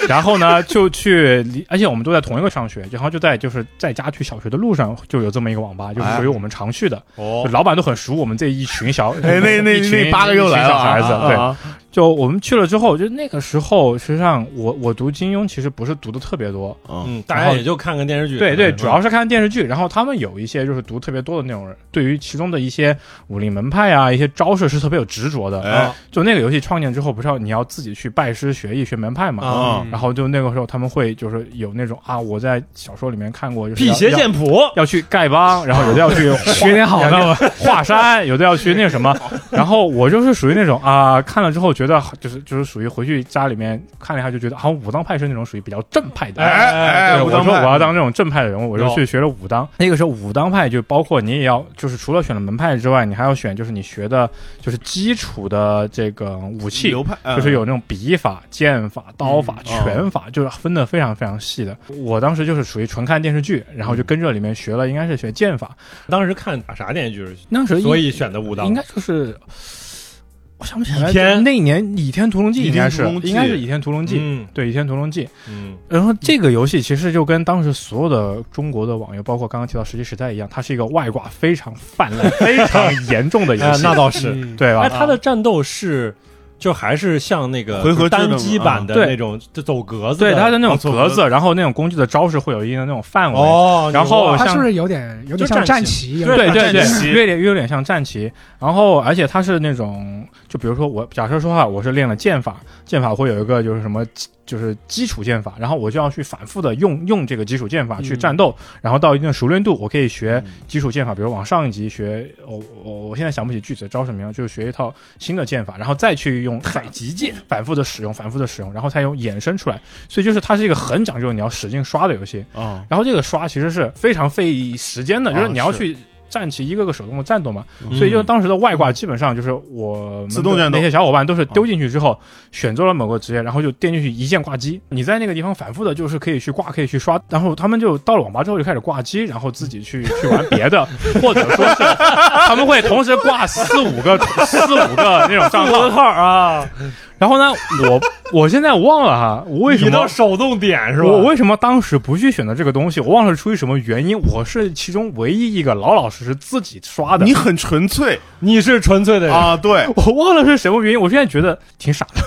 D: 然后呢，就去离，而且我们都在同一个上学，然后就在就是在家去小学的路上就有这么一个网吧，就是属于我们常去的，
A: 哦
D: 就，老板都很熟我们这一群小，
B: 哎 那那
D: 一群
B: 那八个又来了
D: 一群小孩子，
B: 啊
D: 对，
B: 啊
D: 就我们去了之后，就那个时候，实际上我我读金庸其实不是读的特别多，
B: 嗯
A: 嗯，大
D: 然
A: 家
D: 后
A: 也就看看电视剧，
D: 对对，
A: 嗯
D: 主要是看电视剧，然后他们有一些就是读特别多的那种人，对于其中的一些武林门派啊，一些招式是特别有执着的。
B: 哎
D: 就那个游戏创建之后，不是要你要自己去拜师学艺学门派嘛？
A: 啊，
C: 嗯
D: 然后就那个时候他们会就是有那种啊，我在小说里面看过，就是
A: 辟
D: 要
A: 邪
D: 要
A: 剑谱，
D: 要去丐帮，然后有的要去 学点好的华山，有的要去那什么，然后我就是属于那种啊，看了之后觉得就是就是属于回去家里面看了一下就觉得，好像武当派是那种属于比较正派的，
A: 哎
B: 哎，
D: 对，我
B: 当
D: 说我要当这种正派的人物，我就
A: 有
D: 去学了武当。那个时候武当派就包括你也要，就是除了选了门派之外，你还要选就是你学的就是基础的这个武器，
B: 流派，嗯
D: 就是有那种笔法、剑法、刀法、
A: 嗯哦
D: 拳法，就是分的非常非常细的。我当时就是属于纯看电视剧，然后就跟着里面学了，应该是学剑法。
A: 当时看啥电视剧，
D: 那时候
A: 所
D: 以
A: 以选的武当
D: 应，该就是。我想不起来，
A: 倚天
D: 那一年《倚天屠龙记》
B: 倚
D: 应
B: 天
D: 该
B: 屠
D: 是
B: 龙记
D: 应该是《倚天屠龙记》，
A: 嗯
D: 对，《倚天屠龙记》。
A: 嗯，
D: 然后这个游戏其实就跟当时所有的中国的网游，包括刚刚提到《石器时代》一样，它是一个外挂非常泛滥、非常 严重的游
A: 哎
D: 戏，
A: 那倒是，
C: 嗯
D: 对
A: 哎，
D: 吧？
A: 他的战斗是。就还是像那个
B: 回合制的
A: 单机版的
D: 嘛啊
A: 那种，就走格子的，
D: 对它的那
A: 哦
D: 种
A: 走
D: 格子，然后那种攻击的招式会有一定的那种范围，
A: 哦，
D: 然后
C: 它
D: 像
C: 啊是不是有点有点
A: 就
C: 像
A: 战
C: 战
A: 旗
C: 旗一样？
D: 对对
B: 战旗
D: 对，有点有点像战旗。然后，而且它是那种，就比如说我假设说哈，我是练了剑法，剑法会有一个就是什么，就是基础剑法，然后我就要去反复的用用这个基础剑法去战斗，然后到一定的熟练度，我可以学基础剑法，比如往上一级学，我我我现在想不起具体的招什么样，就是学一套新的剑法，然后再去用太极剑反复的使用，反复的使用，然后才有衍生出来。所以就是它是一个很讲究你要使劲刷的游戏。
B: 啊，
D: 然后这个刷其实是非常费时间的，
B: 啊
D: 就是你要
B: 是
D: 去站起一个个手动的战斗嘛，
A: 嗯
D: 所以就当时的外挂基本上就是我们
B: 自动战斗
D: 那些小伙伴都是丢进去之后选择了某个职业，然后就电进去一键挂机。你在那个地方反复的就是可以去挂，可以去刷，然后他们就到了网吧之后就开始挂机，然后自己去去玩别的，或者说是他们会同时挂四五个四五个那种账号号啊。然后呢，我我现在忘了哈，我为什
A: 你
D: 么
A: 到手动点是吧？
D: 我为什么当时不去选择这个东西？我忘了是出于什么原因。我是其中唯一一个老老实实自己刷的
B: 啊你。很纯粹
A: 你是纯粹的人，
B: 啊，对，
D: 我忘了是什么原因，我现在觉得挺傻的，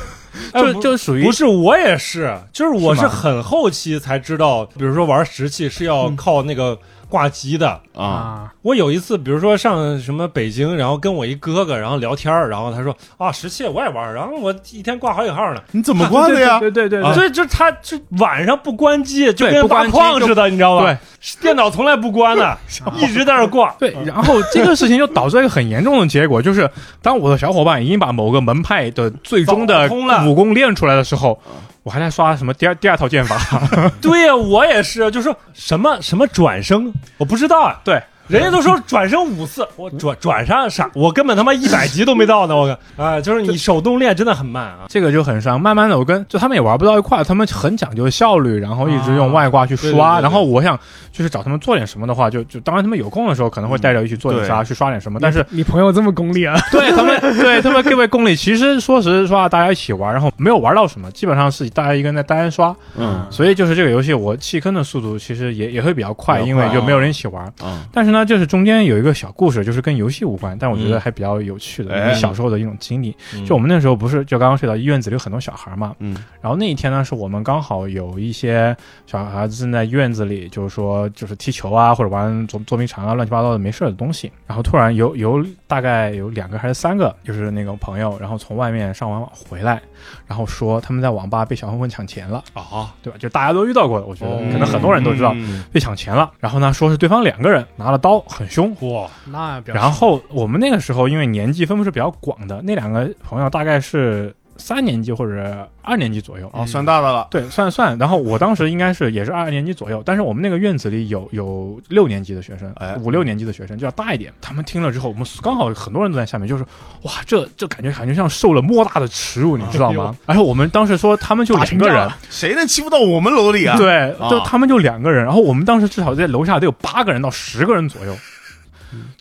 A: 哎
D: 就
A: 不
D: 就属于
A: 不是我也是，就是我
D: 是
A: 是
D: 吗
A: 很后期才知道，比如说玩石器是要靠那个挂机的。
B: 啊，
C: 啊，
A: 我有一次，比如说上什么北京，然后跟我一哥哥，然后聊天儿，然后他说啊石器我也玩儿，然后我一天挂好几号呢。
B: 你怎么挂的呀？
D: 啊对对对对
A: 所以就他就晚上啊不关机，就
D: 对
A: 跟
D: 不
A: 挖
D: 关机
A: 矿似的，你知道吧？
D: 对，
A: 电脑从来不关 的，一直在那儿挂。
D: 对，然后这个事情就导致一个很严重的结果，就是当我的小伙伴已经把某个门派的最终
A: 搞
D: 的
A: 通了
D: 武功练出来的时候，我还在刷什么第二第二套剑法，
A: 对呀，我也是，就说什么什么转生，我不知道啊。
D: 对，
A: 人家都说转生五次，我转转上啥？我根本他妈一百级都没到呢，我啊、就是你手动练真的很慢啊。
D: 这个就很伤。慢慢的，我跟就他们也玩不到一块儿，他们很讲究效率，然后一直用外挂去
A: 对对
D: 刷。
A: 对对
D: 然后我想就是找他们做点什么的话，就就当然他们有空的时候可能会带着一起做点啥，去刷点什
A: 嗯
D: 么。但是
C: 你朋友这么功利啊？
D: 对他们对他们各位功力，其实说实话，大家一起玩，然后没有玩到什么，基本上是大家一个人在单人刷。
B: 嗯
D: 所以就是这个游戏，我弃坑的速度其实也也会比较
B: 比
D: 快，
B: 较快
A: 啊
D: 因为就没有人一起玩。
B: 啊
D: 但是呢，就是中间有一个小故事，就是跟游戏无关，但我觉得
A: 嗯
D: 还比较有趣的，
B: 哎
D: 我小时候的一种经历。
A: 嗯
D: 就我们那时候不是就刚刚说到院子里有很多小孩嘛，
B: 嗯，
D: 然后那一天呢，是我们刚好有一些小孩子正在院子里，就是说就是踢球啊，或者玩捉捉迷藏啊，乱七八糟的没事儿的东西。然后突然有有大概有两个还是三个，就是那个朋友，然后从外面上完网回来，然后说他们在网吧被小混混抢钱了，
A: 啊，
D: 对吧？就大家都遇到过的，我觉得
A: 哦
D: 可能很多人都知道
B: 嗯
D: 被抢钱了。然后呢，说是对方两个人拿了刀，很凶，
A: 哇，
C: 那表示
D: 然后我们那个时候因为年纪分布是比较广的，那两个朋友大概是三年级或者二年级左右。
B: 哦，算大的了，
D: 对，算算，然后我当时应该是也是二年级左右，但是我们那个院子里有有六年级的学生
B: 哎，
D: 五六年级的学生就要大一点。他们听了之后，我们刚好很多人都在下面，就是哇，这这感觉感觉像受了莫大的耻辱，你知道吗？然后我们当时说他们就两个人，
B: 谁能欺负到我们楼里啊？，
D: 对，
B: 啊
D: 就他们就两个人，然后我们当时至少在楼下得有八个人到十个人左右，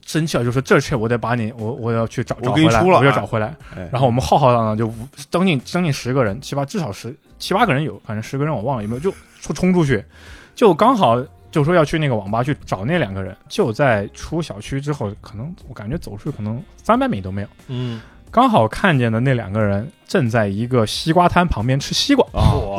D: 生气了就说这事我得把你，我我要去找
B: 我
D: 找
B: 给
D: 回
B: 你
D: 来，
B: 出了
D: 我要
B: 啊
D: 找回来。
B: 哎
D: 然后我们浩浩荡荡就五将近将近十个人，七八至少十七八个人有，反正十个人我忘了有没有，就冲冲出去，就刚好。就说要去那个网吧去找那两个人，就在出小区之后，可能我感觉走出去可能三百米都没有，
A: 嗯，
D: 刚好看见的那两个人正在一个西瓜摊旁边吃西瓜，
A: 哇，
B: 啊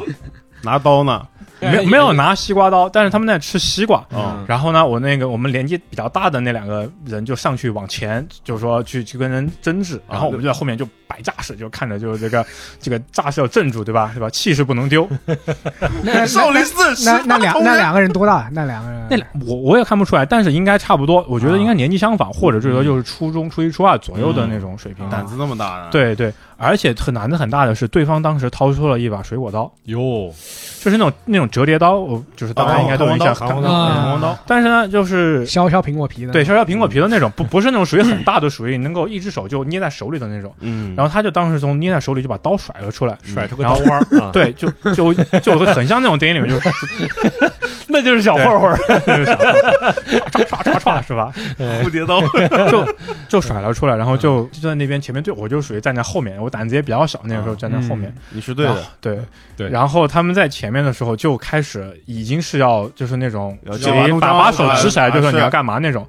B: 拿刀呢，
D: 没没有拿西瓜刀，但是他们在吃西瓜，
B: 啊，
D: 然后呢，我那个我们年纪比较大的那两个人就上去往前，就说去去跟人争执，
B: 啊
D: 然后我们就在后面就摆架势，就看着就是这个这个架势要镇住，对吧？对吧？气势不能丢。
B: 嗯
C: 那
B: 少林寺十
C: 那那
B: 八
C: 两
B: 铜
C: 那
B: 人
C: 两个人多大？那两个人
D: 那俩我我也看不出来，但是应该差不多，我觉得应该年纪相仿，或者最多就是初中、初一、初二左右的那种水平。
B: 胆子那么大呢？，啊
D: 对对，而且很难的很大的是，对方当时掏出了一把水果刀，
A: 哟，
D: 就是那种那种折叠刀，我就是大家应该都有印象。
B: 哦弹簧
A: 弹
B: 刀，
C: 簧刀
B: 弹
D: 嗯
B: 簧刀，
D: 但是呢，就是
C: 削削苹果皮的，啊
D: 对，削削苹果皮的那种，不不是那种属于很大的，属于能够一只手就捏在手里的那种。
B: 嗯
D: 然后他就当时从捏在手里就把刀甩了出来，
A: 甩出个
D: 然
A: 刀
D: 后
A: 弯儿啊，
D: 对，就就就很像那种电影里面就是
A: 那就是小
D: 混
A: 混，
D: 唰唰唰唰是吧？
B: 蝴蝶刀，
D: 就就甩了出来，然后就就在那边前面对我就属于站在后面，我胆子也比较小，那个时候站在后面，
B: 你是对的，
D: 对
A: 对
D: 然后他们在前面的时候就开始已经是要就是那种
B: 要
D: 直
B: 叫完
D: 接
B: 路
D: 把
B: 障
D: 把手
B: 了
D: 指起来，就说
B: 啊
D: 你
B: 是
D: 要干嘛那种。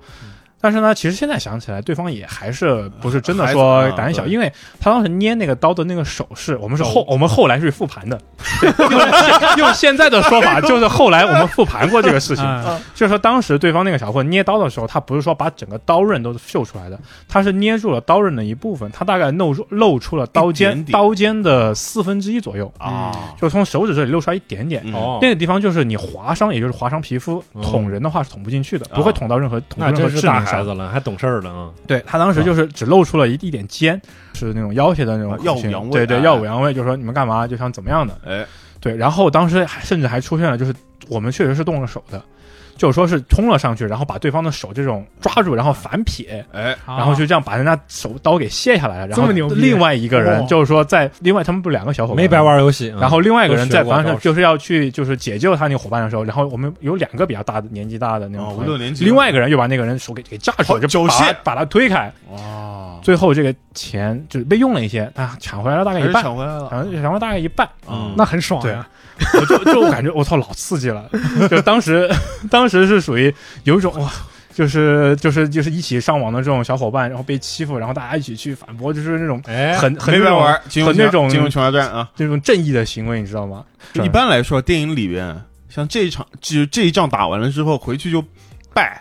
D: 但是呢，其实现在想起来，对方也还是不是真的
B: 孩子
D: 说
B: 啊
D: 胆小，
B: 对
D: 因为他当时捏那个刀的那个手势，我们是
A: 手
D: 后我们后来是复盘的， 对用现在的说法就是后来我们复盘过这个事情，
C: 嗯
D: 就是说当时对方那个小混捏刀的时候，他不是说把整个刀刃都秀出来的，他是捏住了刀刃的一部分，他大概露出露出了刀尖
B: 一点点
D: 刀尖的四分之一左右，
B: 啊，
D: 就从手指这里露出来一点点。
B: 嗯
A: 哦，
D: 那个地方就是你划伤，也就是划伤皮肤，
A: 哦
D: 捅人的话是捅不进去的，
B: 啊
D: 不会捅到任何捅
A: 那
D: 出任
A: 真
D: 何
A: 是
D: 致
A: 大
D: 命
A: 孩
D: 伤。
A: 子了，还懂事儿了啊，
D: 对他当时就是只露出了一一点尖，是那种要挟的那种
B: 啊
D: 口
B: 耀武
D: 气
B: 扬威
D: 对对，
B: 哎
D: 耀武扬威，就说你们干嘛，就想怎么样的。
B: 哎，
D: 对，然后当时还甚至还出现了，就是我们确实是动了手的，就是说是冲了上去，然后把对方的手这种抓住，然后反撇，
B: 哎，
C: 啊，
D: 然后就这样把人家手刀给卸下来了。然
C: 这
D: 后
C: 么牛逼
D: 另外一个人
C: 哇
D: 就是说在另外他们不是两个小伙伴
A: 没白。玩游戏，啊
D: 然后另外一个人在反
A: 都学过招
D: 正
A: 式
D: 就是要去就是解救他那个伙伴的时候，然后我们有两个比较大的年纪大的那
B: 哦
D: 种
B: 五
D: 朋友，
B: 六年级，
D: 另外一个人又把那个人手给给架住
B: 好
D: 了，就
B: 酒
D: 把他
B: 蟹
D: 把他推开。
B: 哇，
D: 最后这个钱就是被用了一些，他抢回来了大概
B: 还
D: 一
B: 是
D: 半，
B: 抢回来了，
D: 抢抢回来大概一半。
A: 嗯
C: 那很爽啊
D: 对
C: 呀，
D: 我就 就我感觉我操老刺激了，就当时当时是属于有一种哇。就是就是就是一起上网的这种小伙伴，然后被欺负，然后大家一起去反驳，就是那种
A: 哎，
D: 很很
B: 没
D: 那
B: 白
D: 种
B: 玩，金融
D: 很那种
B: 金融穷查站啊。
D: 这种正义的行为，你知道吗？
B: 就一般来说，电影里边像这一场，就这一仗打完了之后，回去就拜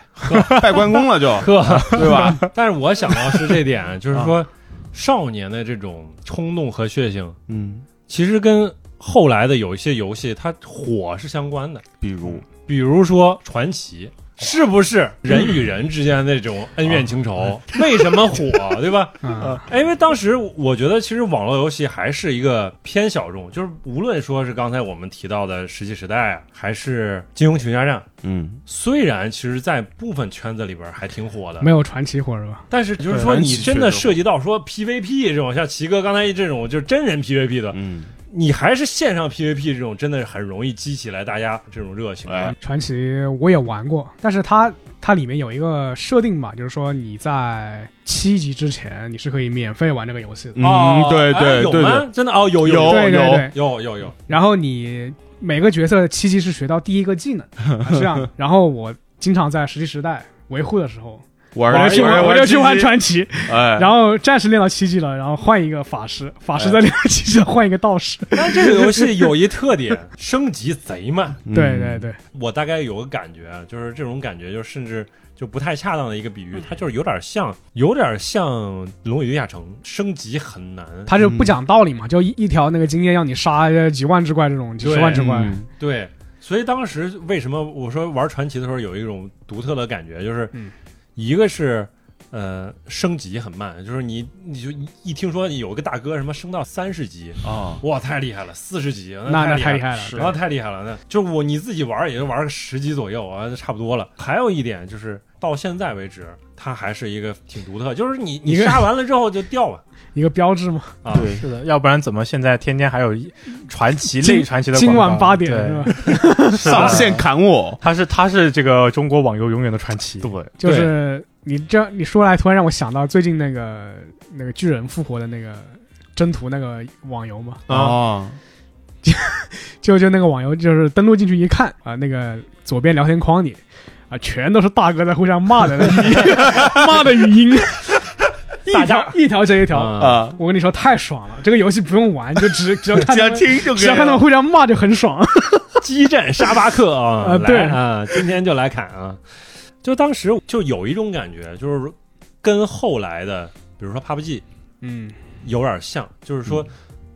B: 拜关公了，就
A: 呵，
B: 对吧？啊
A: 但是我想到是这 点，就是说少年的这种冲动和血性，
B: 嗯，
A: 其实跟后来的有一些游戏它火是相关的，
B: 比如
A: 比如说传奇。是不是人与人之间的这
B: 啊
A: 种恩怨情仇？为什么火，对吧？
C: 嗯，
A: 哎，因为当时我觉得，其实网络游戏还是一个偏小众，就是无论说是刚才我们提到的《石器时代》啊，还是《金庸群侠传》，
B: 嗯，
A: 虽然其实，在部分圈子里边还挺火的
C: 没，有传奇火是吧？
A: 但是就是说，
B: 对
A: 你真的涉及到说 PVP 这种，像奇哥刚才这种就是真人 PVP 的，
B: 嗯，
A: 你还是线上 PVP 这种，真的很容易激起来大家这种热情。
B: 哎
C: 传奇我也玩过，但是它它里面有一个设定嘛，就是说你在七级之前你是可以免费玩这个游戏的，
A: 哦
B: 嗯，对
A: 哎
B: 对
A: 有
B: 对
A: 吗
B: 对，？
A: 真的哦，有
B: 有
A: 有
C: 对对对，
A: 有有 有，
C: 然后你 每个角色七级是学到第一个技能，啊、是这样的。然后我经常在《石器时代》维护的时候，
B: 玩
C: 我
B: 儿
C: 就去
B: 玩
C: 玩
B: 儿
C: 我就去
B: 玩
C: 玩
B: 儿
C: 传奇，
B: 哎，
C: 然后战士练到七级了，然后换一个法师，法师再练到七级了，换一个道士。
A: 但这个游戏有一特点，升级贼慢。
B: 嗯
C: 对对对，
A: 我大概有个感觉啊，就是这种感觉，就甚至就不太恰当的一个比喻，它就是有点像，有点像《龙与地下城》，升级很难。
C: 他就不讲道理嘛，就一一条那个经验让你杀呃几万只怪这种，几十万只怪。
B: 嗯
A: 对，所以当时为什么我说玩传奇的时候有一种独特的感觉，就是
C: 嗯
A: 一个是。呃，升级很慢，就是你，你就一一听说你有一个大哥什么升到三十级，
B: 啊，
A: 哇，太厉害了，四十级，
C: 那那
A: 太厉
C: 太厉
A: 害了。
C: 害了，
B: 是
A: 然后太厉害了，那就是我你自己玩儿也就玩个十级左右啊，就差不多了。还有一点就是到现在为止，它还是一个挺独特，就是你你
C: 一个
A: 杀完了之后就掉了，
C: 一个标志嘛。
A: 啊
B: 对，
D: 是的，要不然怎么现在天天还有一传奇
C: 嗯今
D: 类传奇的
C: 今
D: 广告
C: 晚八点
D: 对
C: 是吧？
B: 上线砍我，
D: 他是他是这个中国网游永远的传奇。
B: 对，
C: 就是你这你说来，突然让我想到最近那个那个巨人复活的那个征途那个网游嘛，
B: 啊，
C: 就就那个网游就是登录进去一看啊、那个左边聊天框里啊、全都是大哥在互相骂的那语音骂的语音，一条一条接一条。
A: 啊
B: 啊，
C: 我跟你说太爽了，这个游戏不用玩，就只只要
B: 只
C: 看他
B: 要
C: 们，
B: 听就可
C: 只
B: 以
C: 要啊看他
B: 了
C: 们。互相骂就很爽。
A: 激战沙巴克啊，
C: 啊对
A: 来啊，今天就来砍啊！就当时就有一种感觉，就是跟后来的，比如说 PUBG
C: 嗯，
A: 有点像，就是说。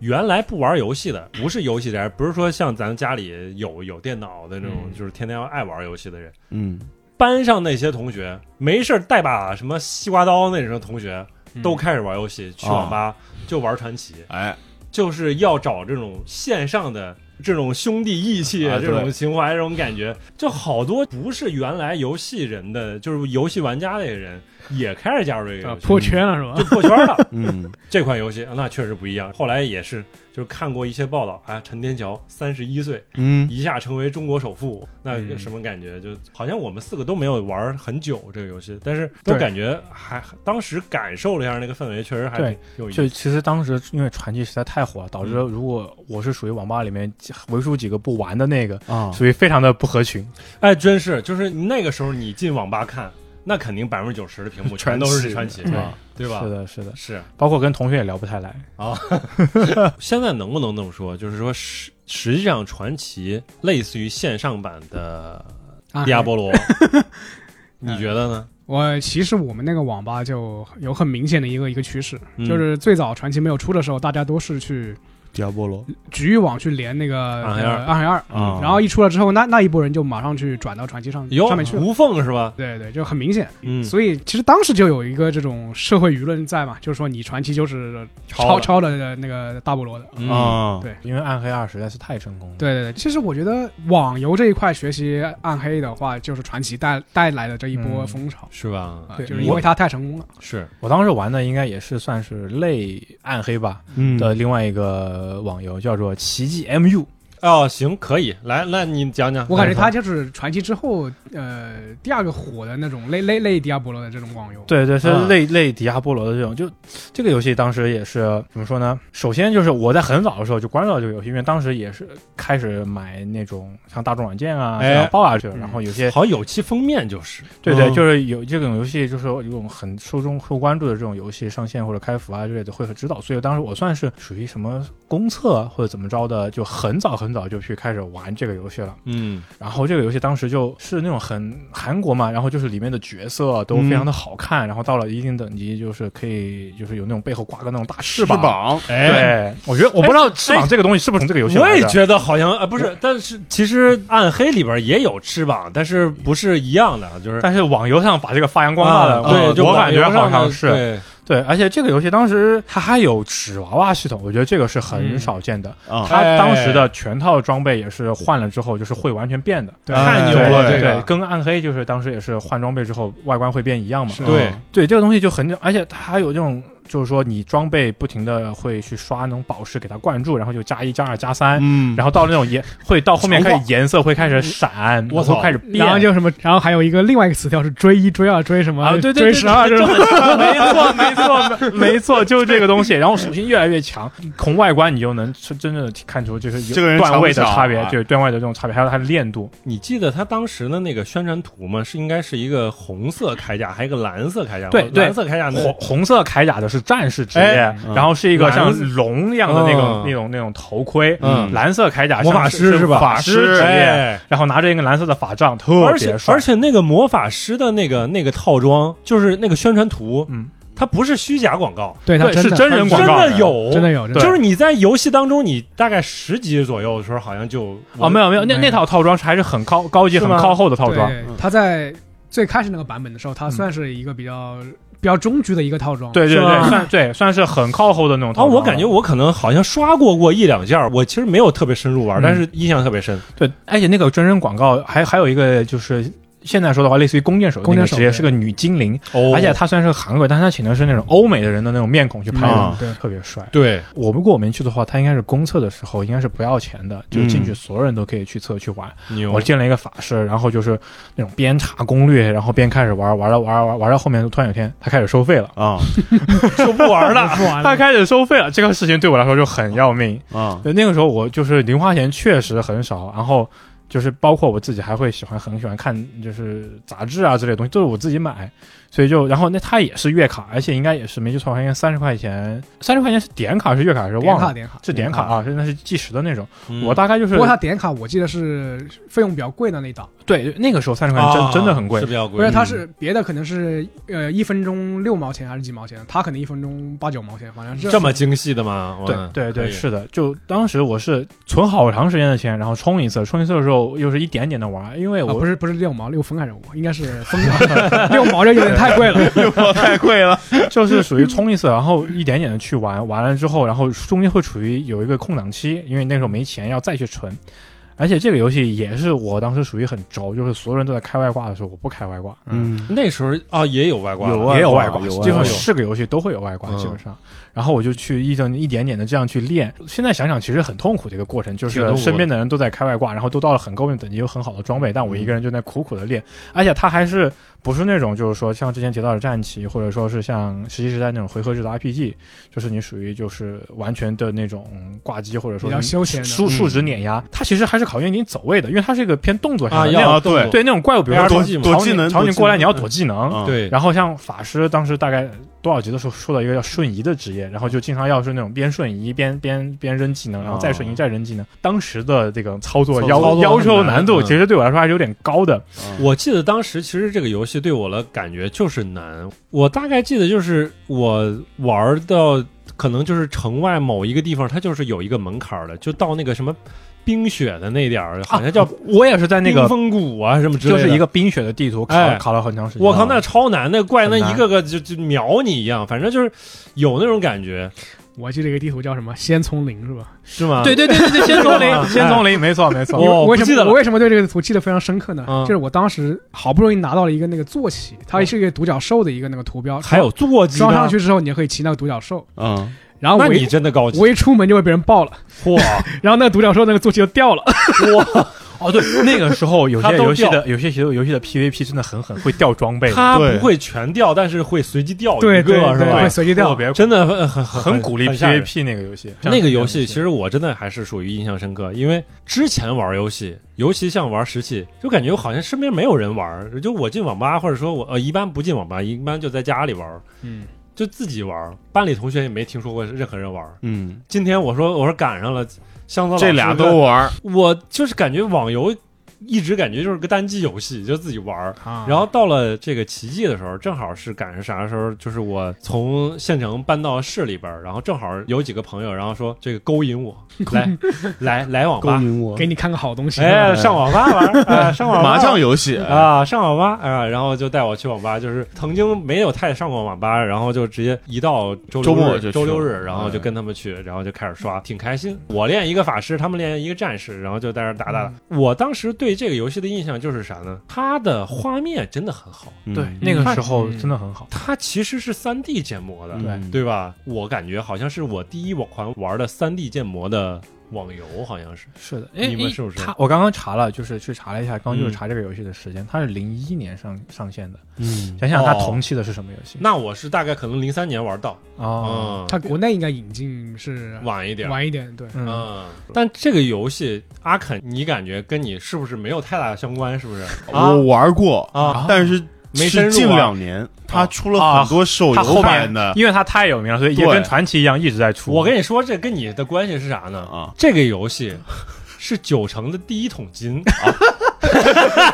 A: 原来不玩游戏的，不是游戏宅，不是说像咱们家里有有电脑的那种，
C: 嗯
A: 就是天天爱玩游戏的人，
B: 嗯，
A: 班上那些同学没事儿带把什么西瓜刀那种同学，
C: 嗯
A: 都开始玩游戏，去网
C: 哦
A: 吧就玩传奇，
B: 哎，
A: 就是要找这种线上的这种兄弟义气、
B: 啊
A: 这种情怀、这种感觉。就好多不是原来游戏人的，就是游戏玩家的人，也开始加入这个
C: 啊
A: 游戏，
C: 破圈了是吧？
A: 就破圈了。
B: 嗯，
A: 这款游戏啊那确实不一样。后来也是，就是看过一些报道啊，陈天桥三十一岁，
B: 嗯，
A: 一下成为中国首富，那
C: 嗯
A: 什么感觉？就好像我们四个都没有玩很久这个游戏，但是都
C: 对
A: 感觉还当时感受了一下那个氛围，确实还
D: 对
A: 挺有意思
D: 就其实当时因为传奇实在太火了，导致
B: 嗯
D: 如果我是属于网吧里面为数几个不玩的那个，
B: 啊，
D: 属于非常的不合群。
A: 哎，真是，就是那个时候你进网吧看，那肯定百分之九十的屏幕全都是传
D: 传
A: 奇，
C: 对
A: 啊对吧
D: 是？的，是的，
A: 是。
D: 包括跟同学也聊不太来。
A: 现在能不能这么说？就是说实实际上传奇类似于线上版的
C: 啊
A: 迪亚波罗，你觉得呢？
C: 我其实我们那个网吧就有很明显的一个一个趋势，
A: 嗯
C: 就是最早传奇没有出的时候，大家都是去
B: 迪亚波罗
C: 局域网去连那个
A: 暗黑二
C: 呃暗黑二，
B: 啊
C: 然后一出了之后，那那一波人就马上去转到传奇上
A: 有
C: 上面去了。
A: 无缝是吧？
C: 对对，就很明显，
A: 嗯，
C: 所以其实当时就有一个这种社会舆论在嘛，就是说你传奇就是
A: 抄
C: 抄
A: 的
C: 抄的那个大菠萝的。
A: 嗯
B: 啊，
C: 对
D: 因为暗黑二实在是太成功了。，
C: 对对对，其实我觉得网游这一块学习暗黑的话，就是传奇带带来的这一波
D: 嗯
C: 风潮，
A: 是吧？
C: 啊
D: 对
C: 就是因为它太成功了。
A: 是，
D: 我当时玩的应该也是算是类暗黑吧
B: 嗯
D: 的另外一个网游，叫做《奇迹 MU》。
A: 哦，行，可以，来，那你讲讲。
C: 我感觉 它就是传奇之后，呃，第二个火的那种类类类迪亚波罗的这种网游。
D: 对对，是
A: 嗯
D: 类类迪亚波罗的这种，就这个游戏当时也是怎么说呢？首先就是我在很早的时候就关注到这个游戏，因为当时也是开始买那种像大众软件啊，
A: 哎
D: 像暴下去，
C: 嗯
D: 然后有些
A: 好像有期封面就是，
D: 对对，
B: 嗯
D: 就是有这种游戏，就是有一种很受众受关注的这种游戏上线或者开服啊之类的会很指导，所以当时我算是属于什么公测啊或者怎么着的，就很早很早就去开始玩这个游戏了。
A: 嗯，
D: 然后这个游戏当时就是那种很韩国嘛，然后就是里面的角色都非常
A: 嗯
D: 的好看，然后到了一定等级就是可以就是有那种背后挂个那种大翅
B: 翅
D: 膀。
B: 膀，
A: 哎，
D: 对，我觉得我不知道翅膀这个东西是不是从这个游戏
A: 我
D: 来
A: 也
D: 的。
A: 觉得好像啊，不是，但是其实暗黑里边也有翅膀，但是不是一样的，啊就是
D: 但是网游上把这个发扬光大了，
A: 啊对，就
D: 我感觉
A: 网游上
D: 好像
A: 的
D: 是
A: 对
D: 对，而且这个游戏当时它还有纸娃娃系统，我觉得这个是很
C: 嗯
D: 少见的。
B: 啊
D: 它
A: 哎
D: 当时的全套装备也是换了之后，就是会完全变的。
C: 对
A: 太牛
D: 对
A: 了，
D: 对
A: 这
D: 对，
A: 个，
D: 跟暗黑就是当时也是换装备之后外观会变一样嘛。
C: 是
A: 对
D: 对这个东西就很，而且它还有这种就是说你装备不停的会去刷那种宝石给它灌注，然后就加一加二加三，
B: 嗯，
D: 然后到那种颜会到后面开始颜色会开始闪，
A: 我
D: 我
A: 操
D: 操，开始变，
C: 然后就什么，然后还有一个另外一个词条是追一、追二、追什么，
A: 哎
D: 啊，对对
C: 追
D: 对，
C: 十二
D: 这
C: 这
D: 种，
C: 种。
D: 没错没错没错，就是这个东西。然后属性越来越强，从外观你就能真真正的看出就是有
B: 这个人
D: 段位的
B: 强不强
D: 差别
B: 啊，
D: 对段位的这种差别，还有它的练度。
A: 你记得他当时的那个宣传图吗？是应该是一个红色铠甲，还有一个蓝色铠甲。
D: 对对
A: 蓝色铠
B: 嗯
A: 甲那
D: 红红色铠甲的是战士职业
A: 哎，
D: 然后是一个像
A: 蓝色
D: 龙一样的那种
A: 嗯
D: 那种那种头盔。
A: 嗯
D: 蓝色铠甲
A: 魔法
D: 像
A: 师
D: 是
A: 吧？
D: 法师职业，
A: 哎
D: 然后拿着一个蓝色的法杖，特
A: 而且
D: 别帅
A: 而。且那个魔法师的那个那个套装，就是那个宣传图，
D: 嗯，
A: 它不是虚假广告，
C: 对，它
D: 对，
C: 真
D: 是
C: 的
D: 真人广告，
A: 真的有，
C: 真的有，真的
A: 就
C: 有
A: 是你在游戏当中，你大概十级左右的时候，好像就
D: 哦，没有没有，那
C: 没
D: 那
C: 有
D: 套套装是还是很高高级、
A: 嗯是
D: 很
A: 吗
D: 靠后的套装。嗯
C: 对，它在最开始那个版本的时候，它算是一个比较比较中局的一个套装。
D: 对
A: 是
D: 对对，
A: 吗
D: 算对算是很靠后的那种
A: 哦，
D: 套装了。
A: 我感觉我可能好像刷过过一两下，我其实没有特别深入玩，
D: 嗯
A: 但是印象特别深。
D: 对，而且那个真人广告还还有一个就是。现在说的话，类似于弓箭手的
C: 弓
D: 那
C: 箭
D: 个
C: 手
D: 职业
C: 对
D: 是个女精灵，
A: 哦
D: 而且她虽然是韩国人，但是她请的是那种欧美的人的那种面孔去拍
B: 嗯
D: 的，
C: 对
D: 特别帅。
A: 对，
D: 我如果我没去的话，他应该是公测的时候应该是不要钱的，就是进去
A: 嗯
D: 所有人都可以去测去玩。
A: 牛
D: 我进了一个法师，然后就是那种边查攻略，然后边开始玩，玩到玩玩玩到后面，突然有一天他开始收费了，
B: 啊
A: 就不 玩了。
C: 不玩
D: 他
C: 了。
D: 开始收费了，这个事情对我来说就很要命。
B: 啊，
D: 对，那个时候我就是零花钱确实很少，然后就是包括我自己还会喜欢很喜欢看就是杂志啊之类的东西，都是我自己买，所以就然后那它也是月卡，而且应该也是没记错，好像应该三十块钱，三十块钱是点卡还是月卡还是
C: 点
D: 忘
C: 卡
D: 了。
C: 点卡，嗯
D: 是点卡啊，是那是计时的那种。
A: 嗯
D: 我大概就是
C: 不过它点卡我记得是费用比较贵的那一档，
D: 对那个时候三十块钱真、
A: 啊
D: 真的很贵
A: 是比。较
C: 而
A: 贵
C: 且。它是别的可能是呃一分钟六毛钱还是几毛钱，它可能一分钟八九毛钱，反正是
A: 这么精细的吗？
D: 对
A: 哇
D: 对
A: 嗯可
D: 对，
A: 以
D: 是的，就当时我是存好长时间的钱，然后充一次，充一次的时候又是一点点的玩，因为
C: 啊
D: 我
C: 不是不是六毛六分还是五，应该是分六毛这有点太贵了。
B: 太贵了，
D: 就是属于冲一次，然后一点点的去玩，玩了之后，然后中间会处于有一个空档期，因为那时候没钱要再去存。而且这个游戏也是我当时属于很轴，就是所有人都在开外挂的时候，我不开外挂，
B: 嗯，
A: 那时候啊也有外挂，
B: 有啊
D: 也有
B: 外
D: 外
B: 挂
D: 挂，
B: 有啊
D: 基本上
A: 有
D: 是个游戏都会有外挂，
A: 嗯
D: 基本上。然后我就去一整一点点的这样去练，现在想想其实很痛苦的一个过程，就
A: 挺痛
D: 是
A: 苦的
D: 身边的人都在开外挂，然后都到了很高的等级，有很好的装备，但
B: 嗯
D: 我一个人就在苦苦的练，而且他还是不是那种就是说像之前提到的战棋，或者说是像石器时代那种回合制的 RPG，就是你属于就是完全的那种挂机，或者说
C: 比较
D: 是
C: 休闲
B: 嗯
C: 的
D: 数数值碾压，它其实还是考验你走位的，因为它是一个偏动作上
A: 啊
D: 的
A: 要
D: 那种
B: 啊对
D: 对那种怪物，比如说
A: 躲
D: 朝
A: 技
D: 你
A: 嘛
D: 朝
B: 躲技
D: 你
B: 能
D: 朝你
B: 躲技
D: 过来，
B: 能
D: 你要躲技能，
B: 啊，
A: 对，
D: 然后像法师当时大概多少级的时候说到一个叫瞬移的职业，然后就经常要是那种边瞬移边边边扔技能，然后再瞬移再扔技能。当时的这个操作
A: 操
D: 要
A: 操作
D: 要
A: 很
D: 求
A: 难
D: 难度
A: 嗯
D: 其实对我来说还是有点高的。
B: 嗯
A: 我记得当时其实这个游戏对我的感觉就是难，我大概记得就是我玩到可能就是城外某一个地方，它就是有一个门槛儿的，就到那个什么冰雪的那点儿，好像叫
D: 我也是在那
A: 啊冰
D: 个
A: 峰谷啊什么之类
D: 就
A: 的，
D: 是一个冰雪的地图
A: 哎
D: 卡卡了很长时间。
A: 我靠，那超难，那怪那
D: 很难
A: 一个个就就秒你一样，反正就是有那种感觉，
C: 我记得一个地图叫什么“先从零”是吧？
A: 是吗？
D: 对对对对对，先 从零，先从零，没错没
A: 哦
D: 错。
C: 我为
A: 不
C: 什
A: 记得
C: 么
A: 了
C: 我为什么对这个图记得非常深刻呢？
A: 嗯
C: 就是我当时好不容易拿到了一个那个坐骑，它是一个独角兽的一个那个图标，
A: 还有坐骑呢
C: 装上，去之后，你就可以骑那个独角兽。
B: 嗯，
C: 然后
A: 那
C: 我
A: 你
C: 一
A: 真的高级，
C: 我一出门就被别人爆了，
A: 嚯，
C: 然后那个独角兽那个坐骑就掉了。
D: 哦对，那个时候有
A: 它
D: 些
A: 都
D: 游戏的有些游戏的 PVP 真的很狠，会掉装备的，
A: 它
B: 对
A: 不会全掉，但是会随机掉一
C: 对
A: 个，
C: 对
A: 是
C: 对，
A: 吧
C: 会？随机掉
D: 特。别
A: 真的很很很
D: 很鼓励
A: 很吓人
D: PVP 那个游戏。
A: 那个游戏其实我真的还是属于印象深刻，因为之前玩游戏，尤其像玩石器，就感觉好像身边没有人玩，就我进网吧，或者说我呃一般不进网吧，一般就在家里玩，
C: 嗯，
A: 就自己玩，班里同学也没听说过任何人玩。
B: 嗯，
A: 今天我说我说赶上了，香子老师
B: 这俩
A: 跟
B: 都玩儿，
A: 我就是感觉网游一直感觉就是个单机游戏，就自己玩儿。
C: 啊
A: 然后到了这个奇迹的时候，正好是赶上啥时候？就是我从县城搬到市里边儿，然后正好有几个朋友，然后说这个勾引 我，来来来网吧，
B: 引我
C: 给你看个好东西。
A: 哎，上网吧玩儿，哎，上网吧
B: 麻将游戏，
A: 啊，上网吧啊，然后就带我去网吧，就是曾经没有太上过网吧，然后就直接一到周六
B: 周末
A: 日
B: 就去
A: 周六
B: 了
A: 日，然后就跟他们去，
B: 嗯
A: 然后就开始刷，挺开心。我练一个法师，他们练一个战士，然后就在那儿打打打。我当时对对这个游戏的印象就是啥呢？它的画面真的很好，
B: 嗯
D: 对，那个
A: 它
D: 时候
F: 嗯
D: 真的很好。
A: 它其实是三 D 建模的，
B: 嗯
A: 对吧？我感觉好像是我第一款玩的三 D 建模的网游，好像是
D: 是的，
A: 你
D: 因
A: 们
D: 为
A: 是不是
D: 它我刚刚查了，就是去查了一下，刚
A: 嗯
D: 就是查这个游戏的时间，它是零一年上上线的。
A: 嗯
D: 想
B: 哦
D: 想它同期的是什么游戏
A: 那我是大概可能零三年玩到，
D: 哦，
A: 嗯，
C: 它国内应该引进是
A: 晚一点，
C: 晚一点，对。
D: 嗯，
A: 嗯，但这个游戏阿肯，你感觉跟你是不是没有太大的相关？是不是？啊
B: 我玩过，
A: 啊，
B: 哦但是
A: 没深
B: 是
A: 入
B: 近
A: 玩
B: 两年他出了
D: 啊
B: 很多手
D: 它
B: 游
D: 后
B: 版
D: 面
B: 的
D: 因为它太有名了，所以也
B: 对
D: 跟传奇一样一直在出。
A: 我跟你说，这跟你的关系是啥呢？
B: 啊，
A: 这个游戏是九成的第一桶金，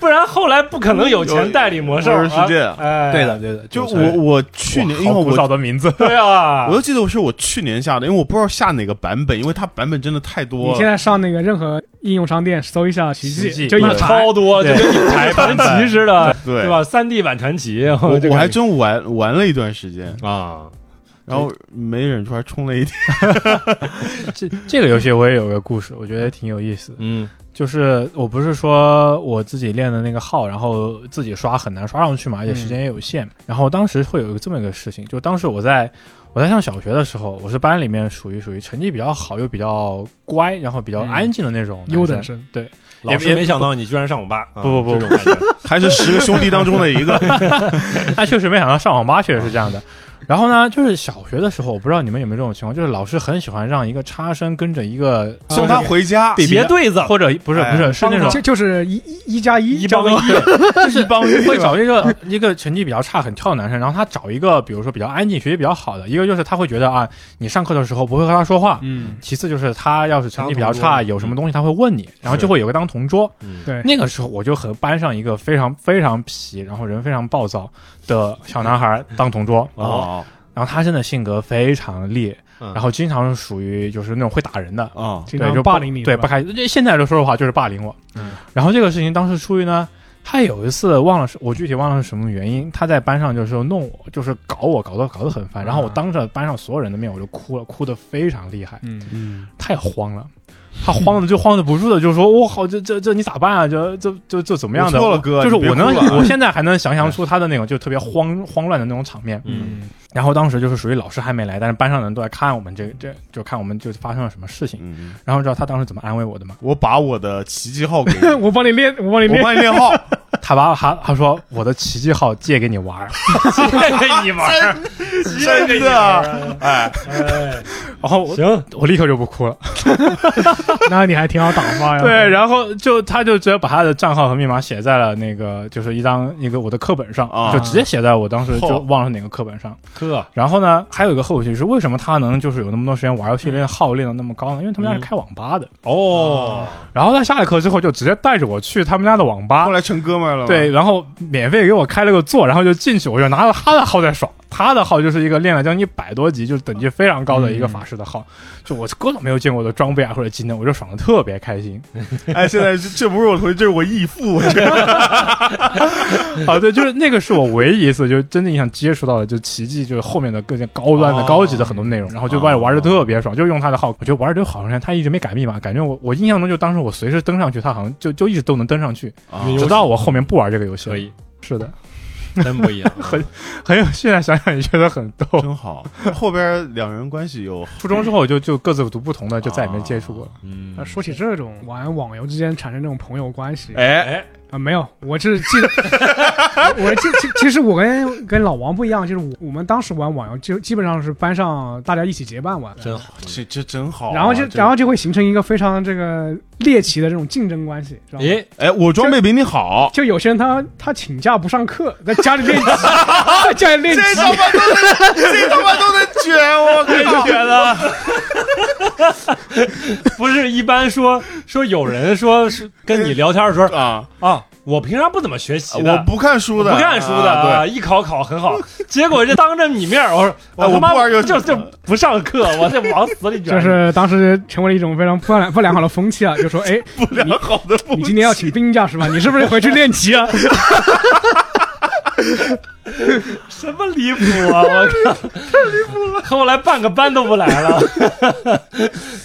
A: 不然后来不可能有钱代理魔兽
B: 有有
A: 啊
B: 世界！
A: 哎，
D: 对的，，对的，
B: 就
D: 就是
B: 我我去年因为
D: 好古
B: 我
D: 早的名字，
A: 对啊，
B: 我就记得我是我去年下的，因为我不知道下哪个版本，因为它版本真的太
C: 你
B: 多
C: 现
B: 了。
C: 在上那个任何应用商店搜一下《奇迹
D: 奇》，迹
C: 就一
A: 那
C: 排
A: 超多，就
D: 对
A: 跟你台传奇似的，
B: 对
A: 对？吧？三 D 版传奇，
B: 我
A: 这个
B: 我还真玩玩了一段时间，
A: 啊，
B: 然后没忍住还充了一 点。
D: 这这个游戏我也有个故事，我觉得挺有意思的。
A: 嗯
D: 就是我不是说我自己练的那个号，然后自己刷很难刷上去嘛，而且时间也有限。然后当时会有一个这么一个事情，就当时我在我在上小学的时候，我是班里面属于属于成绩比较好又比较乖，然后比较安静的那种男
C: 优
D: 生
C: 等。生，
A: 老师
D: 也
A: 没想到你居然上网吧，啊
D: 不不不
A: 这种感 觉
B: 还是十个兄弟当中的一个。
D: 但确实没想到上网吧确实是这样的。然后呢，就是小学的时候，我不知道你们有没有这种情况，就是老师很喜欢让一个插生跟着一个
B: 送他回 家，
A: 结对子，
D: 或者不是不是是那种
C: 就就是一一一加一
A: 一
C: 这
A: 帮
C: 样的
A: 一，
D: 就是帮会找一个一个成绩比较差、很跳的男生，然后他找一个比如说比较安静、学习比较好的，一个就是他会觉得啊，你上课的时候不会和他说话。
C: 嗯，
D: 其次就是他要是成绩比较
A: 当
D: 差，
A: 同桌
D: 有什么东西他会问你，然后就会有个当同桌。
A: 嗯
C: 对，
D: 那个时候我就和班上一个非常非常皮，然后人非常暴躁的小男孩当同桌。
A: 哦，
D: 然后他真的性格非常烈，
A: 嗯
D: 然后经常是属于就是那种会打人的，
B: 啊
C: 经
D: 对，
C: 常
D: 就
C: 霸凌你，
D: 对，
C: 是吧
D: 不开心。这现在来说的话，就是霸凌我。
A: 嗯，
D: 然后这个事情当时出于呢，他有一次忘了是，我具体忘了是什么原因，他在班上就是弄我，就是搞我，搞得搞得很烦。然后我当着班上所有人的面，我就哭了，哭得非常厉害，
C: 嗯，
B: 嗯，
D: 太慌了。他慌的就慌的不住的，就说：“我好，这这这你咋办啊？这这这这怎么样的？”
B: 我错了哥
D: 就是
B: 你别
D: 我能
B: 哭了，
D: 我现在还能想象出他的那种就特别慌慌乱的那种场面。
A: 嗯
D: 然后当时就是属于老师还没来，但是班上的人都在看我们这这，就看我们就发生了什么事情。
B: 嗯，
D: 然后你知道他当时怎么安慰我的吗？
B: 我把我的奇迹号给你，
C: 嗯 我帮你练，我帮你
B: 我
C: 练，
B: 帮你练 号，
D: 他把他他说我的奇迹号借给你玩儿，
A: 这一玩儿，
B: 真的，哎，
A: 哎，
D: 然后我
A: 行，
D: 我立刻就不哭了。
C: 那你还挺好打
A: 哎
C: 发呀。
D: 对，，然后就他就直接把他的账号和密码写在了那个就是一张一个我的课本上，
B: 啊
D: 就直接写在我当时就
B: 嚯
D: 忘了是哪个课本上。
A: 哥，
D: 然后呢，还有一个后续是为什么他能就是有那么多时间玩游戏练号练的那么高呢？因为他们家是开网吧的。
A: 哦，
D: 然后他下了课之后就直接带着我去他们家的网吧
B: 后，来成哥们儿了，
D: 对，，然后免费给我开了个座，然后就进去，我就拿了他的号在爽。他的号就是一个练了将近一百多级，就是等级非常高的一个法师的号，就我各种没有见过的装备啊或者技能，我就爽的特别开心。
B: 哎，现在这这不是我同学，这是我义 父，我觉得
D: 啊，对，就是那个是我唯一一次就真正印象接触到的，就奇迹，就是后面的更加高端的、
B: 哦
D: 高级的很多内容，然后就玩玩的特别爽，就用他的号，我觉得玩的就好长时间，他一直没改密码，感觉我我印象中就当时我随时登上去，他好像就就一直都能登上去，
B: 哦 哎
A: 游戏
D: 直到我后面不玩这个游戏了。
A: 可以，
D: 是的，
A: 真不一样，啊
D: 很很有，现在想想也觉得很逗。
B: 真好。后边两人关系有
D: 初中 之后就就各自读不同的，就再也没接触过了。
A: 嗯
C: 啊，说起这种玩网游之间产生这种朋友关系，
B: 哎，
A: 哎，
C: 啊，没有，我是记得，我记其其实我跟跟老王不一样，就是我我们当时玩网游就基本上是班上大家一起结伴玩，
A: 真好，
B: 这这真好啊。
C: 然后就
B: 这
C: 然后就会形成一个非常这个猎奇的这种竞争关系，知道吗？
A: 哎，
B: 哎，我装备比你好，
C: 就有些人他他请假不上课，在家里练级，在家里练级，
B: 妈都能， 这他妈都能卷，我跟你
A: 太绝了！ 不是一般说说有人说是跟你聊天的时候
B: 说啊，
A: 啊，我平常不怎么学习
B: 我
A: 的，
B: 不看书
A: 不
B: 的，
A: 看书的，
B: 啊对。
A: 啊一考考很好，结果这当着你面儿，我 说
B: 哎
A: 他
B: 我
A: 妈
B: 不玩游戏
A: 就就不上课，我这往死里卷，
C: 就是当时成为了一种非常不良不良好的风气啊，就说哎，
B: 不良好的不，
C: 你今天要请病假是吧？你是不是回去练级啊？
A: 什么离谱啊！我靠，太离谱了！ 后来半个班都不来 了，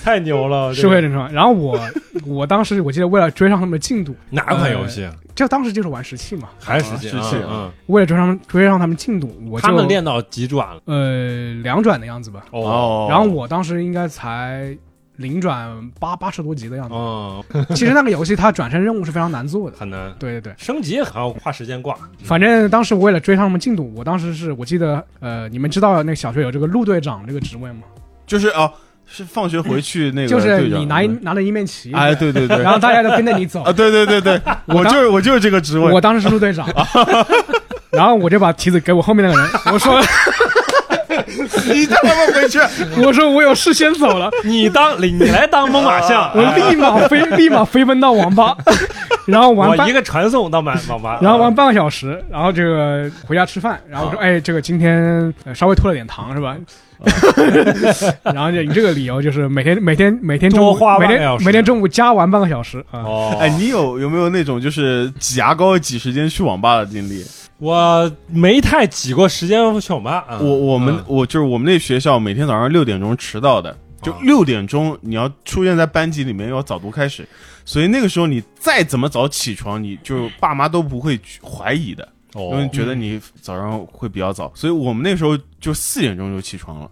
A: 太牛了！这
C: 是会正常。然后我我当时我记得为了追上他们的进度，
A: 哪款游戏？
C: 就当时就是玩石器嘛，
A: 哎还是石器？
B: 石器
A: 嗯，
C: 为了追上追上他们进度，我
A: 嗯
C: 就
A: 他们练到几转了？
C: 呃两转的样子吧。
A: 哦，
C: 然后我当时应该才零转八八十多级的样子。
A: 嗯，
C: 其实那个游戏它转身任务是非常难做的。
A: 很难
C: 对对对，
A: 升级，好像花时间挂。
C: 反正当时我为了追上他们进度，我当时是我记得，呃，你们知道那个小学有这个陆队长这个职位吗？
B: 就是哦，是放学回去那个
C: 就
B: 队长，
C: 是你拿一拿着一面旗，
B: 哎，对对对，
C: 然后大家都跟着你 走
B: 啊，。对对 对对，我
C: 当
B: 就是我就是这个职位
C: 我，当时是陆队长，然后我就把旗子给我后面那个人，我说
B: 你再他妈回去，
C: 我说我有事先走了，
A: 你当你来当猛犸象， 啊
C: 我立马飞立马飞奔到 网吧，然后玩
A: 我
C: 半
A: 一个传送到满啊网吧，
C: 然后玩半个小时，然后这个回家吃饭，然后我
A: 啊
C: 说，哎，这个今天呃稍微拖了点糖是吧？ 然后就以这个理由，就是每天每天每天中
A: 多花
C: 午每
A: 半个小
C: 天
A: 时
C: 每天中午加玩半个小时啊。
A: 哦，
B: 哎，你有有没有那种就是挤牙膏挤时间去网吧的经历？
A: 我没太挤过时间去网吧。嗯
B: 我我们
A: 嗯
B: 我就是我们那学校每天早上六点钟迟到的，就
C: 嗯
A: 啊
B: 六点钟你要出现在班级里面要早读开始，所以那个时候你再怎么早起床，你就爸妈都不会怀疑的，因为
A: 哦，
B: 觉得你早上会比较早，所以我们那时候就四点钟就起床了，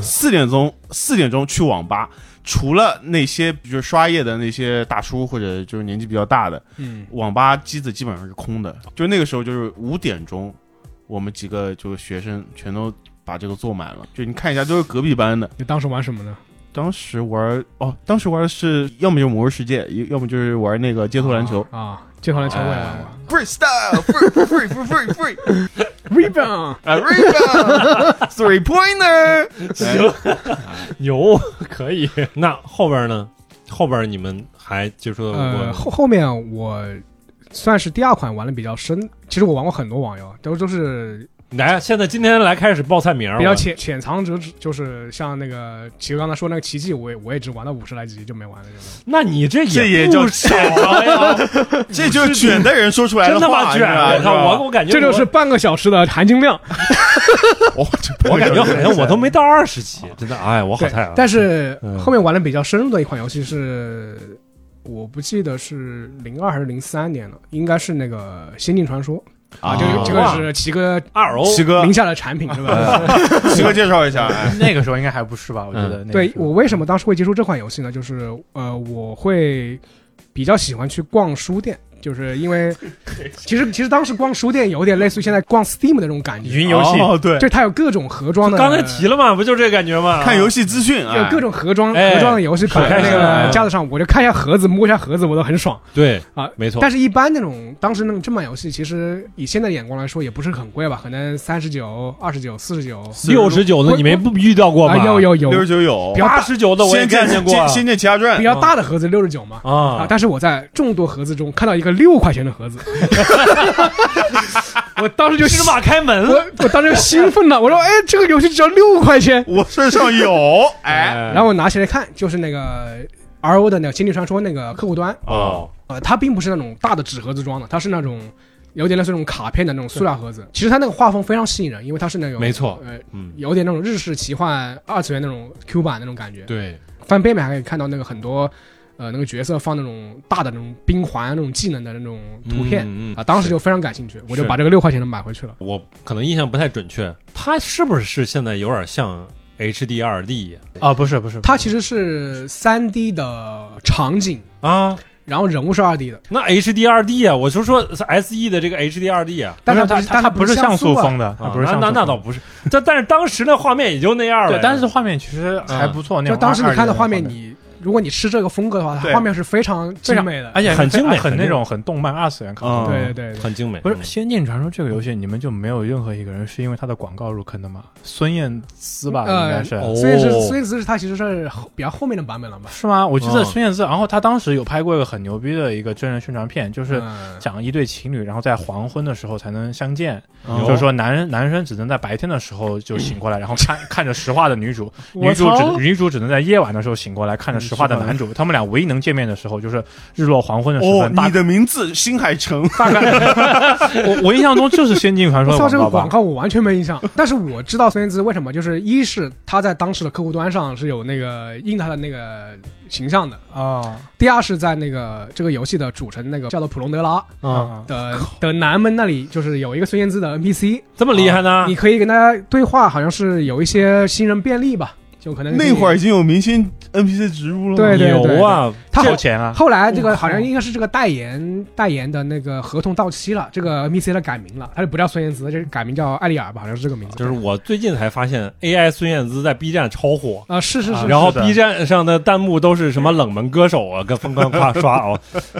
B: 四点钟四点钟去网吧。除了那些就是刷夜的那些大叔或者就是年纪比较大的，
C: 嗯，
B: 网吧机子基本上是空的，就那个时候就是五点钟，我们几个就学生全都把这个坐满了。就你看一下，都是隔壁班的。
C: 你当时玩什么呢？
B: 当时玩哦，当时玩的是要么就是《魔兽世界》，要么就是玩那个街头篮球。
C: 啊，街头篮球我也玩过。
B: Freestyle, free, free, free, free, free,
A: 哎
C: Rebound，
B: 啊 rebound, three pointer。
A: 嗯行， 牛可以。 那后边呢？后边你们还接触到
C: 呃，
A: 过？
C: 后后面我算是第二款玩的比较深。其实我玩过很多网游，都都是
A: 来，现在今天来开始报菜名儿，
C: 比较
A: 我
C: 浅浅藏辄止，就是像那个奇哥刚才说那个奇迹，我也我也只玩到五十来级就没玩了。
A: 那你这
B: 这也叫
A: 不少呀，
B: 这就是卷的人说出来
A: 真他
B: 话，
A: 妈
B: 你
A: 卷！
B: 知道吧
A: 我靠，我我感觉
C: 这就是半个小时的含金量。
A: 啊
B: 我
A: 我感觉好像我都没到二十级，真的，哎，我好
C: 对，
A: 菜啊！
C: 但是
A: 嗯
C: 后面玩的比较深入的一款游戏是，我不记得是零二还是零三年了，应该是那个《仙境传说》
B: 啊，
C: 这个这个
A: 哇
C: 是奇哥
A: 二楼
B: 七哥
C: 名，下的产品
A: 啊
C: 是吧？
B: 七哥介绍一下，哎，
E: 呃 那个时候应该还不是吧？我觉得那个
C: 对
E: 时候
C: 我为什么当时会接触这款游戏呢？就是呃，我会比较喜欢去逛书店。就是 因为，其实其实当时逛书店有点类似于现在逛 Steam 的那种感觉，
E: 云游戏
B: 哦对，
C: 就它有各种盒装的。
A: 刚才提了嘛，不就这感觉吗？
B: 看游戏资讯啊，
C: 有各种盒装
A: 哎
C: 盒装的游戏摆在那
A: 哎
C: 个架子上，我就看一下盒子，摸一下盒子，我都很爽。
A: 对
C: 啊
A: 没错。
C: 但是，一般那种当时那种正版游戏，其实以现在的眼光来说，也不是很贵吧？可能三十九、二十九、四十九，
A: 六十九的你没不遇到过
C: 啊，
A: 吗？
C: 有有
B: 六
C: 有
B: 十，九有
C: 比，较
A: 八
C: 大
A: 十九的我也
B: 仙剑
A: 看见过
B: 仙仙剑奇侠传
C: 比》较大的盒子六十九嘛。啊
A: 啊！！
C: 但是我在众多盒子中看到一个六块钱的盒子， 我当时就
A: 芝麻开门
C: 我
A: 了，
C: 我当时就兴奋了，我 说：“哎，这个游戏只要六块
A: 嗯
C: 钱
B: 我身上有，哎，
C: 然后我拿起来看，就是那个 R O 的那个《星际传说》那个客户端，
A: 哦，
C: 呃，它并不是那种大的纸盒子装的，它是那种有点类似那种卡片的那种塑料盒子。其实它那个画风非常吸引人，因为它是那种
A: 哦没错
C: 呃，
A: 嗯，
C: 有点那种日式奇幻二次元那种 Q 版那种感觉。
A: 对，
C: 翻背面还可以看到那个很多呃那个角色放那种大的那种冰环啊那种技能的那种图片。
A: 嗯嗯
C: 啊，当时就非常感兴趣，我就是把这个六块钱的买回去了。
A: 我可能印象不太准确，它是不是现在有点像 HD 二 D
E: 啊，不是不是，
C: 它其实是三 D 的场景，
A: 啊？
C: 然后人物是二 D 的，
A: 那 HD 二 D 啊，我就说 SE 的这个 HD 二 D 啊，
C: 但是
E: 它
C: 但
E: 它不是像素
C: 啊
E: 风的，它
A: 啊
E: 不是
A: 那
E: 像素
A: 那
E: 风
A: 那倒不是，但但是当时那画面也就那样了
E: 对嗯
A: 呀，，
E: 但是画面其实还不错。那
C: 就
E: 种
C: 当时你看的
E: 22
C: 画面，
E: 的那种
C: 你如果你吃这个风格的话，它
B: 对
C: 画面是非常精美的。
E: 而且
A: 很精美
E: 哎很
A: 很
E: 那
A: 精
E: 种很动漫二次元感。
B: 嗯
C: 对对对对，
A: 很精美，
E: 不是《
A: 嗯
E: 仙境传说》这个游戏，你们就没有任何一个人是因为它的广告入坑的吗？孙燕姿吧，
C: 呃
E: 应该是
A: 哦
C: 所以是所以是它其实是后比较后面的版本了吧？
E: 是吗？我记
A: 嗯
E: 得孙燕姿，然后她当时有拍过一个很牛逼的一个真人宣传片，就是
C: 嗯
E: 讲一对情侣，然后在黄昏的时候才能相见，
A: 哦
E: 就是说男人男生只能在白天的时 候就醒过来，然后看看着石化的女主，
C: 我
E: 女主
C: 操
E: 只女主只能在夜晚的时候醒过来，看着
D: 石化的男主，他们俩唯一能见面的时候就是日落黄昏的时
B: 哦，
D: 分。大
B: 你的名字新海诚，
D: 大概我我印象中就是《仙境传
C: 我
D: 说》
C: 操，这
D: 的
C: 个
D: 广告
C: 广。
D: 吧
C: 告我完全没印象，但是我知道孙燕姿为什么，就是一是她在当时的客户端上是有那个印她的那个形象的，
D: 啊
C: 第二是在那个这个游戏的主城那个叫做普隆德拉
A: 啊，
D: 嗯
C: 的的南门那里，就是有一个孙燕姿的 NPC，
A: 这么厉害呢？
C: 啊你可以跟他对话，好像是有一些新人便利吧，就可能
B: 那会儿已经有明星 NPC 植入了吗，
C: 对对
A: 牛啊！
C: 他
D: 交
C: 好。
D: 钱啊！
C: 后来这个好像应该是这个代言代言的那个合同到期了，这个 NPC 的改名了，他就不叫孙燕姿，就是改名叫艾丽尔吧，好像是这个名字。
A: 就是我最近才发现，AI 孙燕姿在 B 站超火。
C: 啊，是是是，
A: 然后
D: 是的
A: B 站上的弹幕都是什么冷门歌手啊，跟疯狂夸刷哦。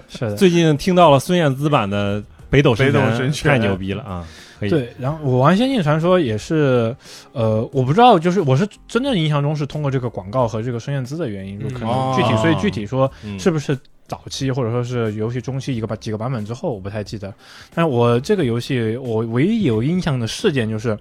D: 是 的，
A: 最近听到了孙燕姿版的《北斗神
B: 北斗神拳
A: 太牛逼了啊！可以，
D: 对。然后我玩《仙境传说》也是，呃，我不知道，就是我是真正印象中是通过这个广告和这个孙燕姿的原因入坑
A: 嗯
D: 的。具体，所以
A: 哦
D: 具体说
A: 嗯
D: 是不是早期或者说是游戏中期一个版几个版本之后，我不太记得。但我这个游戏我唯一有印象的事件就是。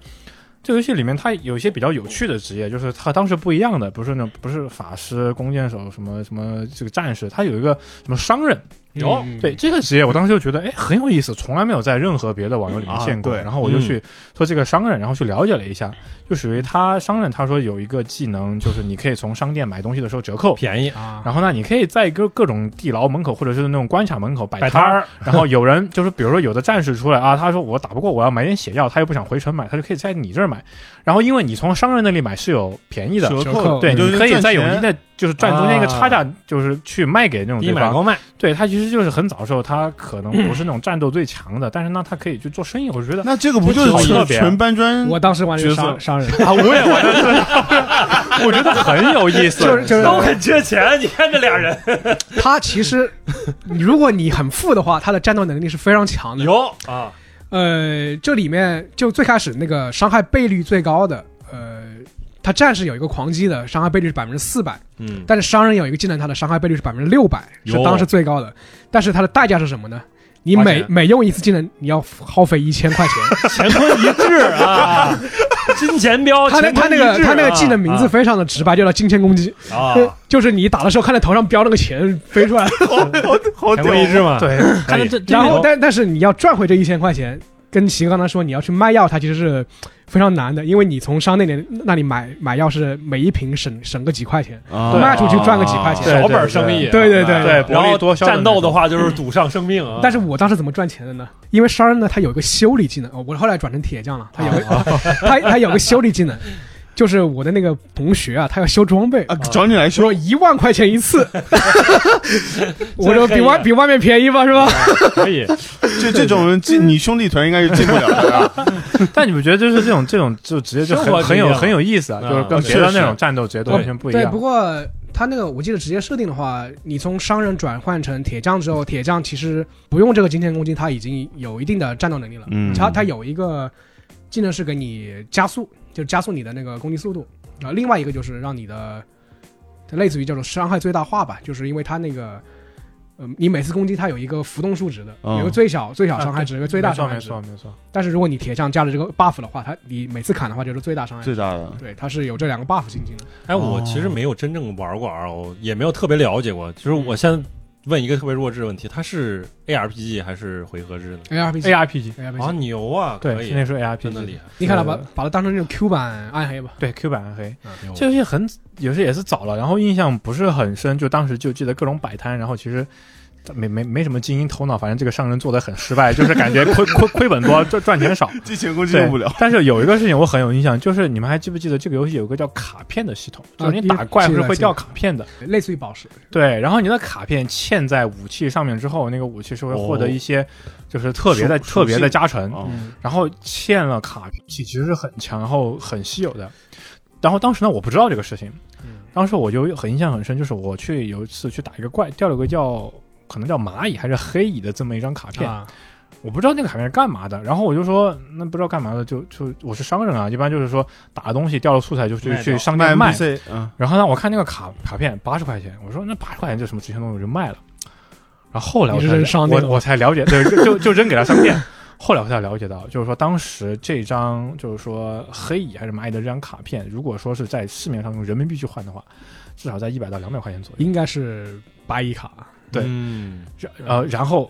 D: 这个游戏里面，它有一些比较有趣的职业，就是它当时不一样的，不是那不是法师、弓箭手什么什么这个战士，它有一个什么商人，
A: 哦
C: 嗯
D: 对，这个职业，我当时就觉得哎很有意思，从来没有在任何别的网游里面
B: 啊
D: 见过。
B: 对
D: 然后我就
A: 嗯
D: 去说这个商人，然后去了解了一下，就属于他商人，他说有一个技能，就是你可以从商店买东西的时候折扣。
A: 便宜，
C: 啊，
D: 然后呢，你可以在各各种地牢门口或者是那种关卡门口摆
A: 摆
D: 摊
A: 摊
D: 儿，
A: 儿
D: 然后有人就是比如说有的战士出来啊，他说我打不过，我要买点血药，他又不想回城买，他就可以在你这儿买。然后因为你从商人那里买是有便宜的，
B: 折
C: 折
B: 扣
C: 扣
D: 对，
B: 就
D: 你
B: 是
D: 可以
B: 赚
D: 在有
B: 钱
D: 一定的就是赚中间一个差
A: 啊
D: 价，就是去卖给那种
A: 低
D: 地
A: 买
D: 方。
A: 高卖，
D: 嗯对他其实就是很早的时候，他可能不是那种战斗最强的，但是呢，他可以去做生意。我觉得
B: 那这个不就是
D: 特
B: 纯
D: 别
B: 纯搬砖？
C: 我当时玩的是
B: 角色
C: 商商人，
D: 啊，我也玩的，我觉得很有意思。
C: 就是就是
A: 都很缺钱。你看这俩人，
C: 他其实，如果你很富的话，他的战斗能力是非常强的。
A: 有啊，
C: 呃，这里面就最开始那个伤害倍率最高的，呃，他战士有一个狂击的伤害倍率是百分之四百，
A: 嗯，
C: 但是商人有一个技能，他的伤害倍率是百分之六百，是
A: 哟
C: 当时最高的。但是它的代价是什么呢？你
A: 花
C: 每
A: 钱
C: 每用一次技能，你要耗费一千块 钱。
A: 乾坤一致啊，金哦钱镖，
C: 他那
A: 乾
C: 他
A: 坤
C: 那
A: 一
C: 个
A: 致
C: 他那个
A: 啊
C: 技能名字非常的直白，就叫金钱攻击，
A: 啊，
C: 就是你打的时候看着头上标那个钱飞出来，
A: 乾
B: 好屌
A: 坤一致嘛，
D: 对，看着这这
C: 然后
D: 种
C: 但但是你要赚回这一千块钱，跟秦刚才说你要去卖药，它其实是非常难的，因为你从商店里那里买买药是每一瓶省省个几块钱，
B: 啊
C: 卖出去赚个几块钱。
D: 对
A: 小本生意，
C: 对对啊对
D: 对，
A: 然
D: 薄
A: 后
D: 利多销
A: 战斗
D: 的
A: 的话就是赌上生命啊，
C: 但是我当时怎么赚钱的呢？因为商人呢，他有一个修理技能，哦我后来转成铁匠了，他有个、 他他有个修理技能，就是我的那个同学啊，他要修装备，
B: 啊，找你来修
C: 说一万块钱一次， 我
A: 真
C: 说比
A: 黑
C: 外
A: 呀
C: 比外面便宜吧，是吧？
A: 啊可以，
B: 这这种人
D: 嗯
B: 进你兄弟团应该是进不了 的。啊
D: 那种但你们觉得就是这种这种就直接就
A: 生活
D: 很
A: 不
D: 很
A: 一
D: 有
A: 样
D: 很有意思啊，
A: 嗯
D: 就是跟
A: 啊
D: 别的
B: 确实
D: 那种战斗节奏完全不一
C: 对，
D: 样
C: 不。过他那个我记得职业设定的话，你从商人转换成铁匠之后，铁匠其实不用这个金钱攻击，他已经有一定的战斗能力了。
B: 嗯
C: 他他有一个技能是给你加速，就加速你的那个攻击速度，然后另外一个就是让你的，类似于叫做伤害最大化吧，就是因为他那个。嗯，你每次攻击它有一个浮动数值的，
B: 嗯
C: 有个最小最小伤害值，有个最大
D: 啊没错
C: 伤害
D: 没
C: 值。
D: 错没错，
C: 但是如果你铁匠加了这个 buff 的话，它你每次砍的话就是最大
A: 嗯
C: 伤害值。
B: 最大 的
C: 对，它是有这两个 buff 进行的。
A: 哎，我其实没有真正玩过 RO，也没有特别了解过。就是我现在问一个特别弱智的问题，它是 ARPG 还是回合制呢？
D: 哎
C: ARPG
D: ARPG，
C: ARPG
A: 啊，牛啊，可
D: 对，
A: 以
D: 现，在是 ARPG，
A: 真的厉害。
C: 你看了
D: 呃
C: 把把它当成那种 Q 版暗黑吧，
D: 对 Q 版暗黑，
A: 牛
D: 这游戏很有时也是早了，然后印象不是很深，就当时就记得各种摆摊，然后其实。没没没什么精英头脑，反正这个商人做的很失败，就是感觉亏亏亏本多，赚赚钱少。
B: 金钱攻击
D: 对
B: 用不了，
D: 但是有一个事情我很有印象，就是你们还记不记得这个游戏有个叫卡片的系统，就是你打怪
C: 啊记得
D: 是会掉
C: 记
D: 卡片的。
C: 类似于宝石，
D: 对，然后你的卡片嵌在武器上面之后，那个武器是会
A: 哦
D: 获得一些就是特别的、
B: 属
D: 特别
B: 属
D: 的
B: 性
D: 加成。
B: 哦
C: 嗯，
D: 然后嵌了卡器其实是很强，然后很稀有的。然后当时呢，我不知道这个事情，
C: 嗯
D: 当时我就很印象很深，就是我去有一次去打一个怪，掉了个叫可能叫蚂蚁还是黑蚁的这么一张卡片，
C: 啊，
D: 我不知道那个卡片是干嘛的。然后我就说，那不知道干嘛的，就就我是商人啊，一般就是说打东西掉了素材就去
A: 卖掉
D: 去商店卖
B: 卖。NPC，嗯，
D: 然后呢，我看那个卡卡片八十块钱，我说那八十块钱这什么值钱东西，我就卖了。然后后来我
C: 你
D: 才
C: 是扔商店
D: 我
C: 了
D: 我才了解，对，就就就扔给了商店。 后来我才了解到，就是说当时这张就是说黑蚁还是蚂蚁的这张卡片，如果说是在市面上用人民币去换的话，至少在一百到两百块钱左右。
C: 应该是白银卡，
D: 对
B: 嗯
D: 然呃，然后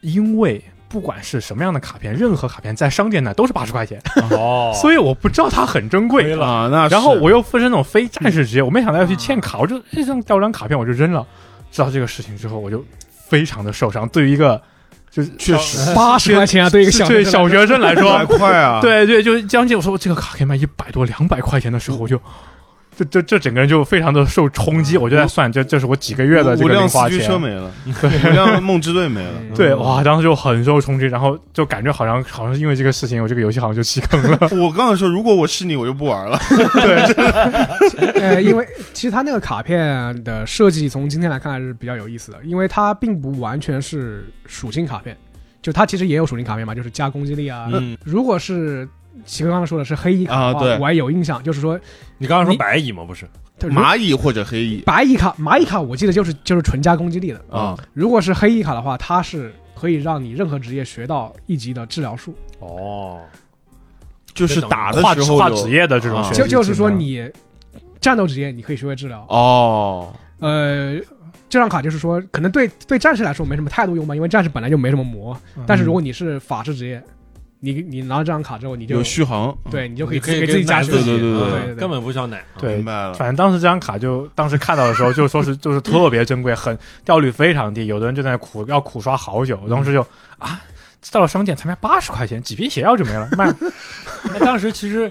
D: 因为不管是什么样的卡片，任何卡片在商店那都是八十块钱，
A: 哦
D: 所以我不知道它很珍
C: 哎
D: 贵。
B: 啊，那
D: 然后
B: 是
D: 我又分身那种非战士职业，我没想到要去欠卡，我就这张掉张卡片我就扔了。知道这个事情之后，我就非常的受伤。对于一个就是
B: 确实
C: 八十块钱啊，对一个小
D: 对小学生来说，
B: 百块啊，，
D: 对对，就是将近我说这个卡可以卖一百多两百块钱的时候，我就这这这整个人就非常的受冲击。我就在算，这这是我几个月的这
B: 无
D: 个零
B: 量
D: 花
B: 四驱车
D: 钱。
B: 没 了，无量梦之队没了，
C: 嗯
D: 对，哇，当时就很受冲击，然后就感觉好像好像是因为这个事情，我这个游戏好像就弃坑了。
B: 我刚才说，如果我是你，我就不玩了。
C: 呃，因为其实它那个卡片的设计，从今天来看还是比较有意思的，因为它并不完全是属性卡片，就它其实也有属性卡片嘛，就是加攻击力啊。
B: 嗯
C: 如果是奇哥刚才说的是黑衣卡
B: 啊
C: 的话，
B: 对
C: 我还有印象，就是说
A: 你刚刚说
C: 你
A: 白蚁吗？不是，
C: 它如
B: 蚂蚁或者黑蚁
C: 白蚁卡，蚂蚁卡我记得就是就是纯加攻击力的。
B: 啊，
C: 如果是黑衣卡的话，它是可以让你任何职业学到一级的治疗术，
A: 哦，
B: 就是打的
D: 跨
B: 时候
D: 跨
B: 有
D: 职业的这种
B: 啊
D: 学习
C: 就就是说
D: 技能
C: 你战斗职业你可以学会治疗，
B: 哦，
C: 呃，这张卡就是说，可能对对战士来说没什么太多用吧，因为战士本来就没什么魔。
D: 嗯
C: 但是如果你是法师职业，你你拿了这张卡之后，你就
B: 有续航，
C: 对你就可
A: 你
C: 以
A: 可以
C: 给自己加
A: 奶
C: 血。啊
A: 自己
B: 对对对
A: 嗯
C: 对对对
A: 根本不需要奶。啊
D: 对
B: 明。白了。
D: 反正当时这张卡就当时看到的时候，就说是就是特别珍贵，很掉率非常低，有的人就在那苦要苦刷好久，当时就啊，到了商店才卖八十块钱，几瓶鞋药就没了，卖
A: 那当时其实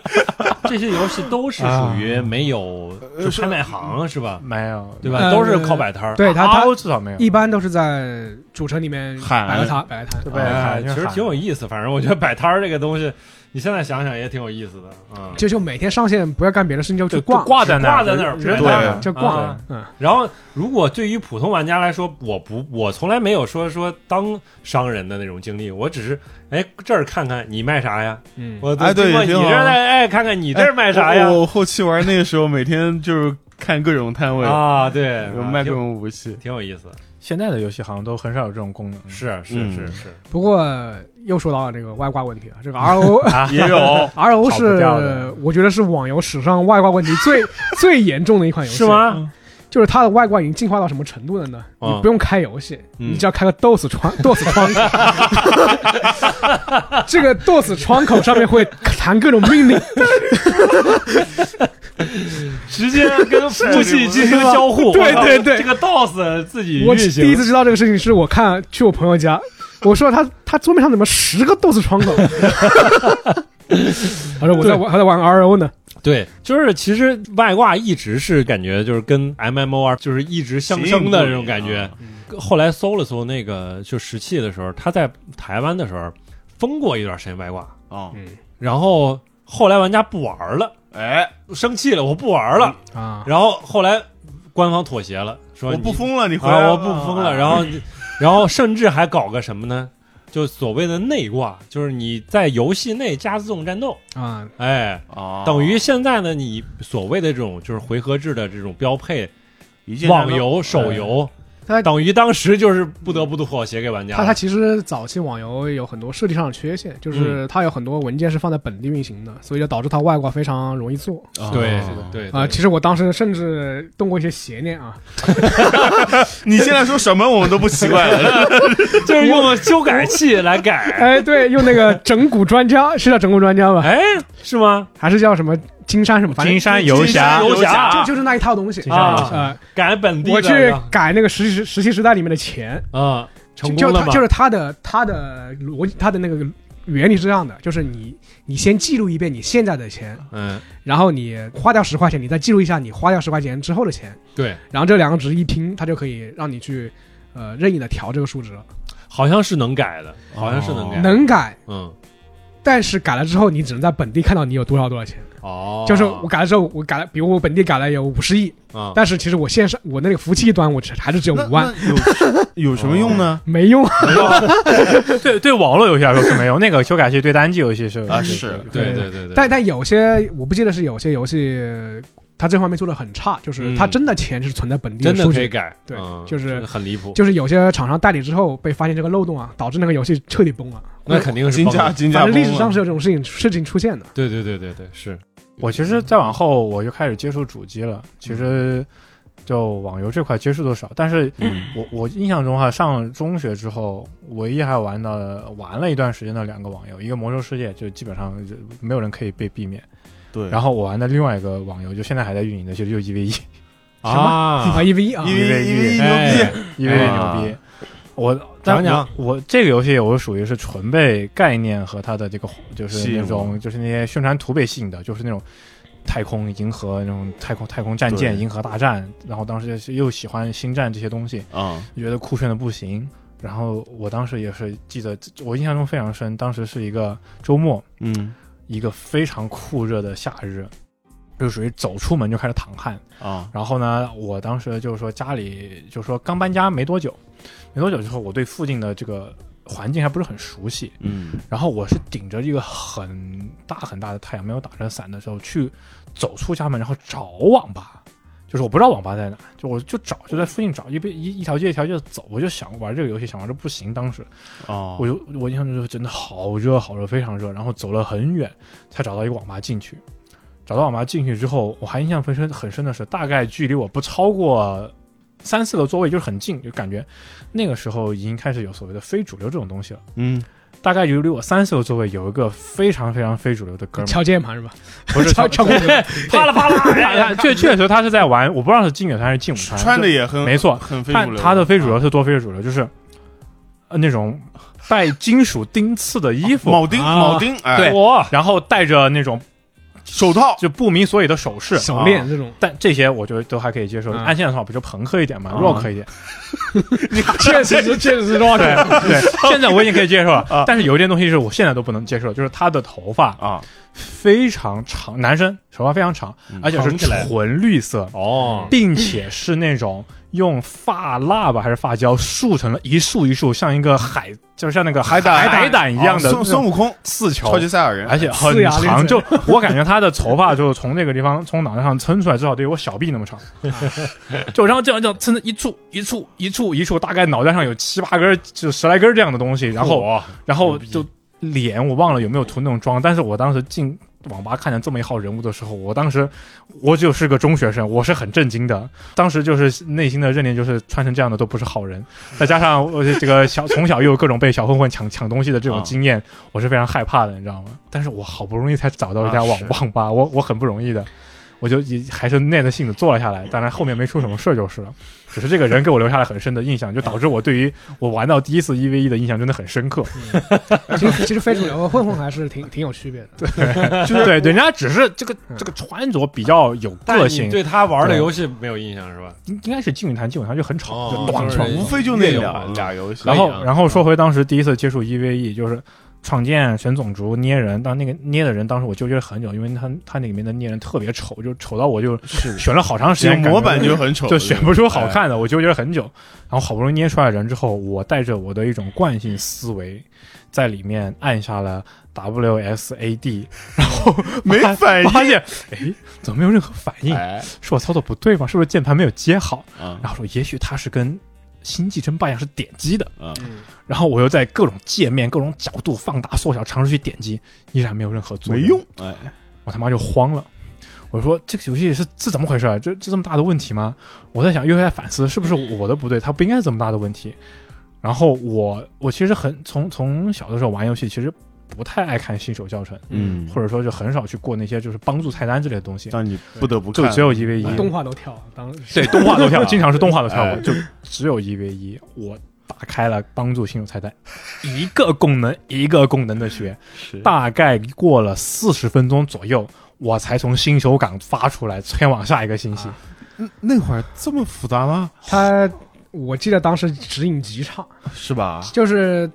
A: 这些游戏都是属于没有就拍卖行是吧？
D: 没有，
A: 对吧？
C: 呃
A: 都是靠摆摊儿。
C: 对他他
D: 凹至少没有，
C: 一般都是在主城里面
B: 喊
C: 摆个摊摆个摊。
D: 对
A: 哎
D: 吧？
A: 其实挺有意思，反正我觉得摆摊儿这个东西，你现在想想也挺有意思的啊。
C: 就就每天上线不要干别的事情，就去
D: 就
C: 逛，
D: 挂在那
A: 挂在那儿
D: 人
B: 对
D: 挂在那儿
C: 就
A: 啊
C: 逛。嗯，
A: 然后，如果对于普通玩家来说，我不，我从来没有说说当商人的那种经历，我只是哎这儿看看你卖啥呀，
C: 嗯，
A: 我
B: 哎对
A: 经过你
B: 也
A: 这
B: 挺好
A: 儿来哎看看你这儿卖啥
B: 哎
A: 呀
B: 我我后期玩那个时候，每天就是看各种摊位，
A: 啊，对，
B: 有
A: 啊
B: 卖各
A: 挺
B: 种武器。
A: 挺有意思，
D: 现在的游戏好像都很少有这种功能，
A: 是是
B: 嗯
A: 是是，
C: 不过又说到这个外挂问题了。啊这个 R O
A: 啊
D: 也有
C: R O
D: 跑不掉
C: 是
D: 的
C: 我觉得是网游史上外挂问题最最严重的一款游戏。
A: 是？吗？
C: 就是它的外挂已经进化到什么程度了呢？
A: 嗯
C: 你不用开游戏，
B: 嗯
C: 你只要开个 DOS 窗 DOS 窗口，这个 DOS 窗口上面会弹各种 命令，
A: 直接跟 服务器进行交互，
C: 对
A: 我靠
C: 对对
A: 这个 DOS 自己
C: 我
A: 运行，
C: 第一次知道这个事情是我看去我朋友家，我说他他桌面上怎么十个 DOS 窗 口？他说我在玩还在玩 RO 呢，
A: 对，就是其实外挂一直是感觉就是跟 MMOR 啊就是一直相生的这种感觉。
B: 啊
A: 后来搜了搜那个就石器的时候，他在台湾的时候封过一段时间外挂，
B: 啊，
D: 嗯
A: 然后后来玩家不玩了，
B: 哎，嗯
A: 生气了，我不玩了，
C: 啊，
A: 然后后来官方妥协了，说
B: 我
A: 你
B: 不封了，你回来
A: 啊，
B: 吧，
A: 我不封了，然后然后甚至还搞个什么呢？就所谓的内挂，就是你在游戏内加自动战斗，
C: 啊，
A: 哎，
B: 啊，
A: 等于现在呢，你所谓的这种就是回合制的这种标配，
B: 一键
A: 网
B: 战斗
A: 游、手游，
C: 它
A: 等于当啊时就是不得不妥协给玩家。
C: 它它其实早期网游有很多设计上的缺陷，就是
A: 嗯
C: 它有很多文件是放在本地运行的，所以就导致它外挂非常容易做。
A: 对
B: 啊
A: 对
C: 哦啊、其实我当时甚至动过一些邪念啊，
B: 你现在说什么我们都不奇怪了。
A: 就是用修改器来 改，
C: 哎，对，用那个整蛊专家，是叫整蛊专家吧？
A: 哎，是吗？
C: 还是叫什么金山什么？反正
D: 金山
B: 游
D: 游
B: 侠
D: 侠，
A: 游
C: 就
A: 侠
C: 就是那一套东西
D: 金山游侠
A: 啊，
C: 呃，
A: 改本地的
C: 我去改那个石器石器时代里面的钱，
A: 啊，成
C: 就
A: 功
C: 就
A: 了
C: 它
A: 吗？
C: 就是它的它的逻辑，它的那个原理是这样的，就是你你先记录一遍你现在的钱，
A: 嗯，
C: 然后你花掉十块钱，你再记录一下你花掉十块钱之后的钱，
A: 对，
C: 然后这两个值一拼，它就可以让你去呃任意的调这个数值了，
A: 好像是能改
B: 哦
A: 的，好像是能改，
C: 能改。
A: 嗯，
C: 但是改了之后，你只能在本地看到你有多少多少钱。
A: 哦，
C: 就是我改了之后，我改了，比如我本地改了有五十亿，
A: 啊，
C: 但是其实我线上我那个服务器端我只还是只有
B: 那
C: 五万，
B: 那有有什么用呢？
C: 没用。
D: 对对，网络游戏来说是没有，那个修改器对单机游戏是
B: 啊是
A: 对对对对，
C: 但但有些我不记得是有些游戏，它这方面做的很差，就是
A: 嗯
C: 它真的钱是存在本地
A: 真的
C: 数
A: 可以
C: 据。
A: 改，
C: 对
A: 嗯
C: 就是
A: 真的很离谱，
C: 就是有些厂商代理之后被发现这个漏洞啊，导致那个游戏彻底崩了。
A: 那肯
D: 哦
A: 定是
B: 金
A: 崩
B: 价
A: 了，
B: 金价
C: 反
B: 崩
C: 正
B: 了，
C: 历史上是有这种事情事情出现的。
A: 对对对对对，是
D: 我其实再往后我就开始接触主机了，其实就网游这块接触的少，但是我我印象中哈、上中学之后，唯一还玩的玩了一段时间的两个网游，一个《魔兽世界》，就基本上就没有人可以被避免。
B: 对，
D: 然后我玩的另外一个网游，就现在还在运营的，其实就 EVE，EVE
C: 啊
A: 啊，
C: 一 v 一啊
B: 因，为因为
A: 哎
B: 牛逼，
D: 牛
B: 啊
D: 逼。我但
A: 讲讲
D: 我我这个游戏我属于是纯被概念和它的这个就是
B: 吸引
D: 那种就是那些宣传图被吸引的，就是那种太空银河那种太空太空战舰、
B: 对
D: 银河大战，然后当时就是又喜欢星战这些东西，
B: 啊，
D: 觉得酷炫的不行。然后我当时也是记得，我印象中非常深，当时是一个周末，
B: 嗯
D: 一个非常酷热的夏日，就属于走出门就开始淌汗。
B: 啊，
D: 然后呢，我当时就是说家里就是说刚搬家没多久，没多久之后，我对附近的这个环境还不是很熟悉。
B: 嗯
D: 然后我是顶着一个很大很大的太阳，没有打着伞的时候去走出家门，然后找网吧。就是我不知道网吧在哪，就我就找，就在附近找，一边一一条街一条街地走，我就想玩这个游戏，想玩这不行，当时
B: 哦，
D: 我就我印象中就是真的好热好热，非常热，然后走了很远才找到一个网吧进去。找到网吧进去之后，我还印象很深很深的是，大概距离我不超过三四个座位，就是很近，就感觉那个时候已经开始有所谓的非主流这种东西了。
B: 嗯
D: 大概距离我三四个座位有一个非常非常非主流的哥们儿，
C: 敲键盘是吧？
D: 不是
C: 敲敲键盘，
D: 啪啦哎啪啦， 确确实他是在玩，我不知道是进远滩还是进午滩，
B: 穿的也很
D: 没错
B: 很非主
D: 但
B: 流，啊
D: 他的非主流是多非主流，就是呃那种带金属钉刺的衣服，
B: 铆钉
C: 啊
B: 铆钉，哎，
D: 对
A: 哇，
D: 然后戴着那种
B: 手套，
D: 就不明所以的首饰，
C: 手链这种，
D: 但这些我觉得都还可以接受。
C: 嗯
D: 按现在的话，不就朋克一点嘛
B: 啊
D: ，rock 一 点。啊
C: 确实是确实啊是 rock，
D: 对对，现在我已经可以接受
B: 啊
D: 了，但是有一件东西是我现在都不能接受，就是他的头发
B: 啊，
D: 非常长，男生头发非常长
B: 嗯，
D: 而且是
A: 长起来
D: 纯绿色，
A: 哦，
D: 并且是那种用发蜡吧还是发胶束成了一束一束，像一个海，就像那个
B: 海胆
D: 海胆一哦样的
B: 啊孙孙悟空，
D: 刺球，
B: 超级赛亚人，
D: 而且很
C: 呲牙咧
D: 长，
C: 嘴
D: 就我感觉他的头发就是从那个地方从脑袋上撑出来，至少得有我小臂那 么长，就然后这样这样撑的一处一处一处一处，大概脑袋上有七八根儿，就十来根儿这样的东西，然后
A: 我
D: 然后就脸我忘了有没有涂那种妆，但是我当时进网吧看见这么一号人物的时候，我当时我就是个中学生，我是很震惊的。当时就是内心的认定就是穿成这样的都不是好人，再加上我这个小从小又有各种被小混混抢抢东西的这种经验，我是非常害怕的，你知道吗？但是我好不容易才找到一家
B: 啊
D: 网、
B: 是
D: 网吧，我我很不容易的。我就也还是耐着性子坐了下来，当然后面没出什么事儿就是了。只是这个人给我留下了很深的印象，就导致我对于我玩到第一次一 v 一的印象真的很深刻。
C: 其实其实非主流和混混还是挺挺有区别的。对，
D: 就是对，人家只是这个这个穿着比较有
A: 但
D: 个
A: 你
D: 性，
A: 对他玩的
D: 对
A: 游戏没有印象是吧？
D: 应应该是金语坛，金语坛就很吵，
A: 哦
D: 就咣
A: 就是
D: 咣
B: 无
A: 无
B: 非就那俩俩游戏，
D: 然
A: 可以
D: 后
A: 啊
D: 然后说回当时第一次接触 EVE，就是创建神种族捏人，当那个捏的人，当时我纠结了很久，因为他他那里面的捏人特别丑，就丑到我就是 选了好长时
B: 有
D: 间，
B: 模板
D: 感
B: 就
D: 觉
B: 很丑，
D: 就选不出好看的，我纠结了很久。然后好不容易捏出来人之后，我带着我的一种惯性思维，在里面按下了 W S A D，
B: 没反应，
D: 发现哎怎么没有任何反应？
B: 哎
D: 是我操作不对吗？是不是键盘没有接好？
B: 啊
D: 然后说也许它是跟《星际争霸》一样是点击的，
B: 啊
C: 嗯
D: 然后我又在各种界面、各种角度放大、缩小，尝试去点击，依然没有任何作
B: 没
D: 用。
B: 用，哎
D: 我他妈就慌了。我说这个游戏是这怎么回事啊？这这这么大的问题吗？我在想，又在反思是不是我的不对，它不应该是这么大的问题。然后我我其实很从从小的时候玩游戏，其实不太爱看新手教程，
B: 嗯，
D: 或者说就很少去过那些就是帮助菜单之类的东西，
B: 让你不得不
D: 就
B: 看，
D: 只有一 v 一。
B: 嗯
C: 动画都跳，当 时
D: 对，动画都跳，经常是动画都跳
B: 哎
D: 过，就只有一 v 一。我打开了帮助新手 菜单，一个功能一个功能的学，
B: 是
D: 大概过了四十分钟左右，我才从新手港发出来前往下一个信息。
C: 啊
B: 嗯那会儿这么复杂吗？
C: 他，我记得当时指引极差，
B: 是吧？
C: 就是，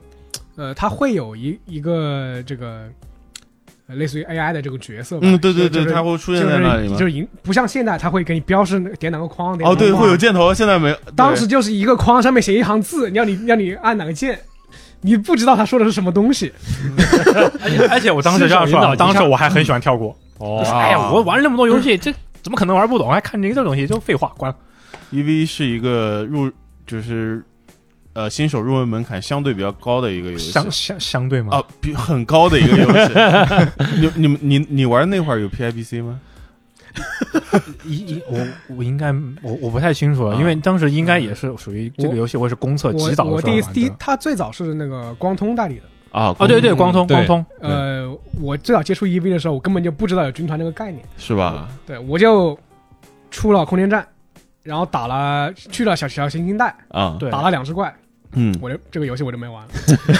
C: 呃，他会有一一个这个。呃类似于 AI 的这个角色吧，
B: 嗯，对对
C: 就
B: 对，
C: 是
B: 它会出
C: 就
B: 现在那里
C: 是
B: 吗
C: 就？是引不像现在，它会给你标示那个点哪个框，点
B: 哦，对，
C: 哪个框
B: 会有箭头，现在没。
C: 当时就是一个框上面写一行字，让你让你按哪个键，你不知道他说的是什么东西。
D: 而且 而且我当时这样
A: 新手引导
D: 说，
A: 一下
D: 当时我还很喜欢跳过。
A: 哦
D: 哎呀，我玩了那么多游戏，这怎么可能玩不懂？还看这个东西，就废话，关了。
B: E V 是一个入就是呃新手入门门槛相对比较高的一个游戏
D: 相相相对吗？
B: 啊，比很 高的一个游戏。你你们你你玩那会儿有 P I B C 吗？
D: 一一我我应该我我不太清楚了，因为当时应该也是属于这个游戏，我也是公测极
C: 我
D: 早的
C: 我
D: 时候
C: 第一
D: 玩
C: 第一
D: 的。，
C: 他最早是那个光通代理的。
B: 啊
D: 哦，对对，光通
A: 对
D: 光通，
C: 呃，我最早接触 EV 的时候，我根本就不知道有军团这个概念。
B: 是吧？
C: 对，我就出了空间站，然后打了去了小小行星带，
B: 啊，
D: 对
C: 打了两只怪，
B: 嗯，
C: 我就这个游戏我就没玩了，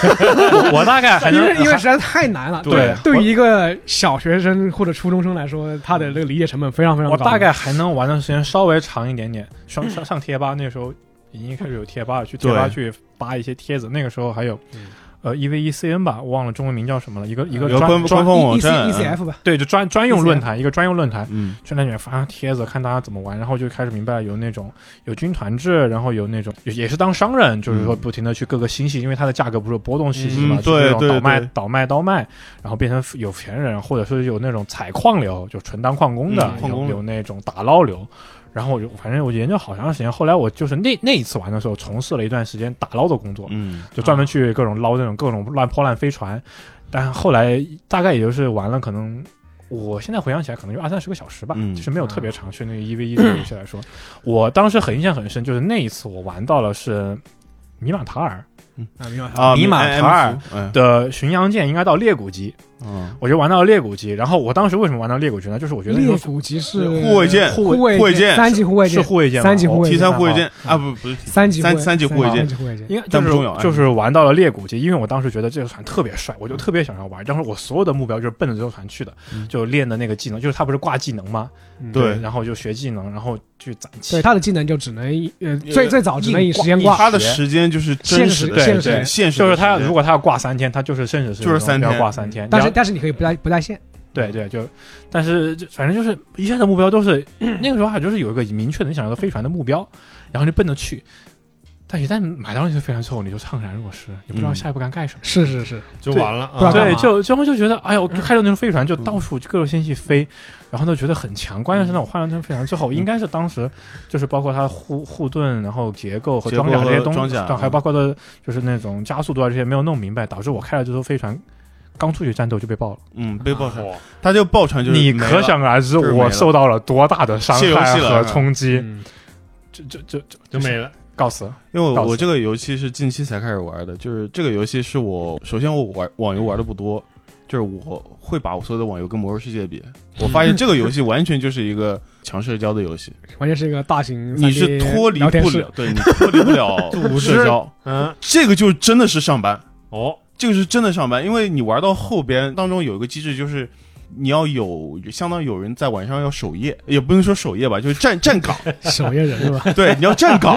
D: 我我大概还
C: 因为
D: 能
C: 因为实在太难了。
B: 对
C: 对于一个小学生或者初中生来说，他的这个理解成本非常非常
D: 我
C: 高。
D: 大概还能玩的时间稍微长一点点，上上上贴吧那时候已经开始有贴吧了，去贴吧
B: 对
D: 去扒一些帖子，那个时候还有
C: 嗯。
D: 呃，E V E C N 吧，我忘了中文名叫什么了，一个一个
B: 有
D: 专
B: 官官
D: 专
B: 方
C: E
B: 网
C: C
B: 站
C: E C，F 吧，
D: 对，就专专用论坛，一个专用论坛，
B: 嗯，
D: 去那里面发帖子，看大家怎么玩，然后就开始明白有那种有军团制，然后有那种也也是当商人，就是说
B: 嗯
D: 不停的去各个星系，因为它的价格不是波动系系嘛，
B: 嗯
D: 就那
B: 对
D: 种
B: 对
D: 倒卖
B: 对
D: 倒卖倒卖，然后变成有钱人，或者是有那种采矿流，就纯当矿工的
B: 嗯，矿工
D: 有有那种打捞流。然后我就反正我研究好长时间，后来我就是那那一次玩的时候，从事了一段时间打捞的工作，
B: 嗯，
D: 就专门去各种捞那种各种乱破烂飞船，但后来大概也就是玩了，可能我现在回想起来，可能就二三十个小时吧，
B: 嗯
D: 就是没有特别长。去那个一 v 一这个 游戏来说，我当时很印象很深，就是那一次我玩到了是尼玛塔尔
C: 啊，明白。
B: 啊，
D: 尼玛塔尔
B: IMF，哎，
D: 的巡洋舰，应该到裂谷级，
B: 嗯，
D: 我就玩到了裂谷级。然后我当时为什么玩到裂谷级呢？就是我觉得那
C: 猎
D: 种
C: 谷即是
B: 护卫舰
C: 护
B: 护卫舰
C: 舰，三级护卫
D: 是
C: 舰，
D: 护卫舰吗，
C: 三级护卫
B: 提
C: 舰
B: 三护卫舰
C: 嗯
B: 啊，不不是提
C: 三级
B: 三
C: 护卫
B: 三级护卫
C: 三
B: 舰，
C: 级护卫舰。
D: 应该就
B: 但不重
D: 是
B: 要
D: 就是玩到了裂谷机，因为我当时觉得这个船特别帅，我就特别想要玩。当时我所有的目标就是奔着这艘船去的，
B: 嗯
D: 就练的那个技能，就是他不是挂技能吗？
C: 嗯
B: 对
D: 然后就学技能，然后去攒
C: 对，
D: 气。
C: 他的技能就只能以呃最
B: 呃
C: 最早只能以时间
D: 硬
C: 挂，
B: 它的时间就是真实的
C: 现
D: 对
C: 实
D: 对，
B: 现实
D: 就
B: 的时间，
D: 是他要如果他要挂三天，他就是甚至是
B: 就是三天
D: 要挂三天。
C: 嗯但是
D: 你要
C: 但是你可以不带不带线，
D: 对对，就但是就反正就是一切的目标都是 那个时候还就是有一个明确的你想要的飞船的目标，然后就奔着去。但一旦买到那些飞船之后，你就怅然若失，你不知道
B: 嗯
D: 下一步该干什么。
C: 是是是，
A: 就完了
C: 不知道
A: 啊。
C: 干
D: 对，
C: 嘛
D: 就就就觉得，哎呀，我开着那种飞船就到处各种星系飞，然后呢觉得很强。关键是呢，我换了那种飞船之后，应该是当时就是包括它护护盾，然后结构和
B: 结构
D: 装甲嗯这些东
B: 装
D: 西，
B: 甲
D: 还有包括的就是那种加速度啊这些没有弄明白，导致我开了这艘飞船。刚出去战斗就被爆了，
B: 嗯被爆船，
A: 哇
B: 他就爆船就是
D: 你
B: 没
D: 可
B: 了
D: 想而知
B: 就是没了
D: 我受到了多大的伤
B: 卸游
D: 害啊
B: 戏了
D: 和冲击，
A: 嗯
D: 就就就
A: 就
D: 就
A: 没了。
D: 告辞。
B: 因为
D: 告
B: 我
D: 诉
B: 我
D: 你
B: 这个游戏是近期才开始玩的，就是这个游戏是我首先我玩网游玩的不多，就是我会把我所有的网游跟《魔兽世界》比，我发现这个游戏完全就是一个强社交的游 戏，
C: 完全是一个大型
B: 你是
C: 3D
B: 脱离
C: 聊天
B: 不
C: 室
B: 了，对你脱离不 了社交，
A: 嗯，
B: 这个就真的是上班，
A: 哦，
B: 这个是真的上班，因为你玩到后边当中有一个机制就是。你要有相当于有人在晚上要守夜，也不能说守夜吧，就是站 站岗，
C: 守夜人 是吧？
B: 对，你要站岗，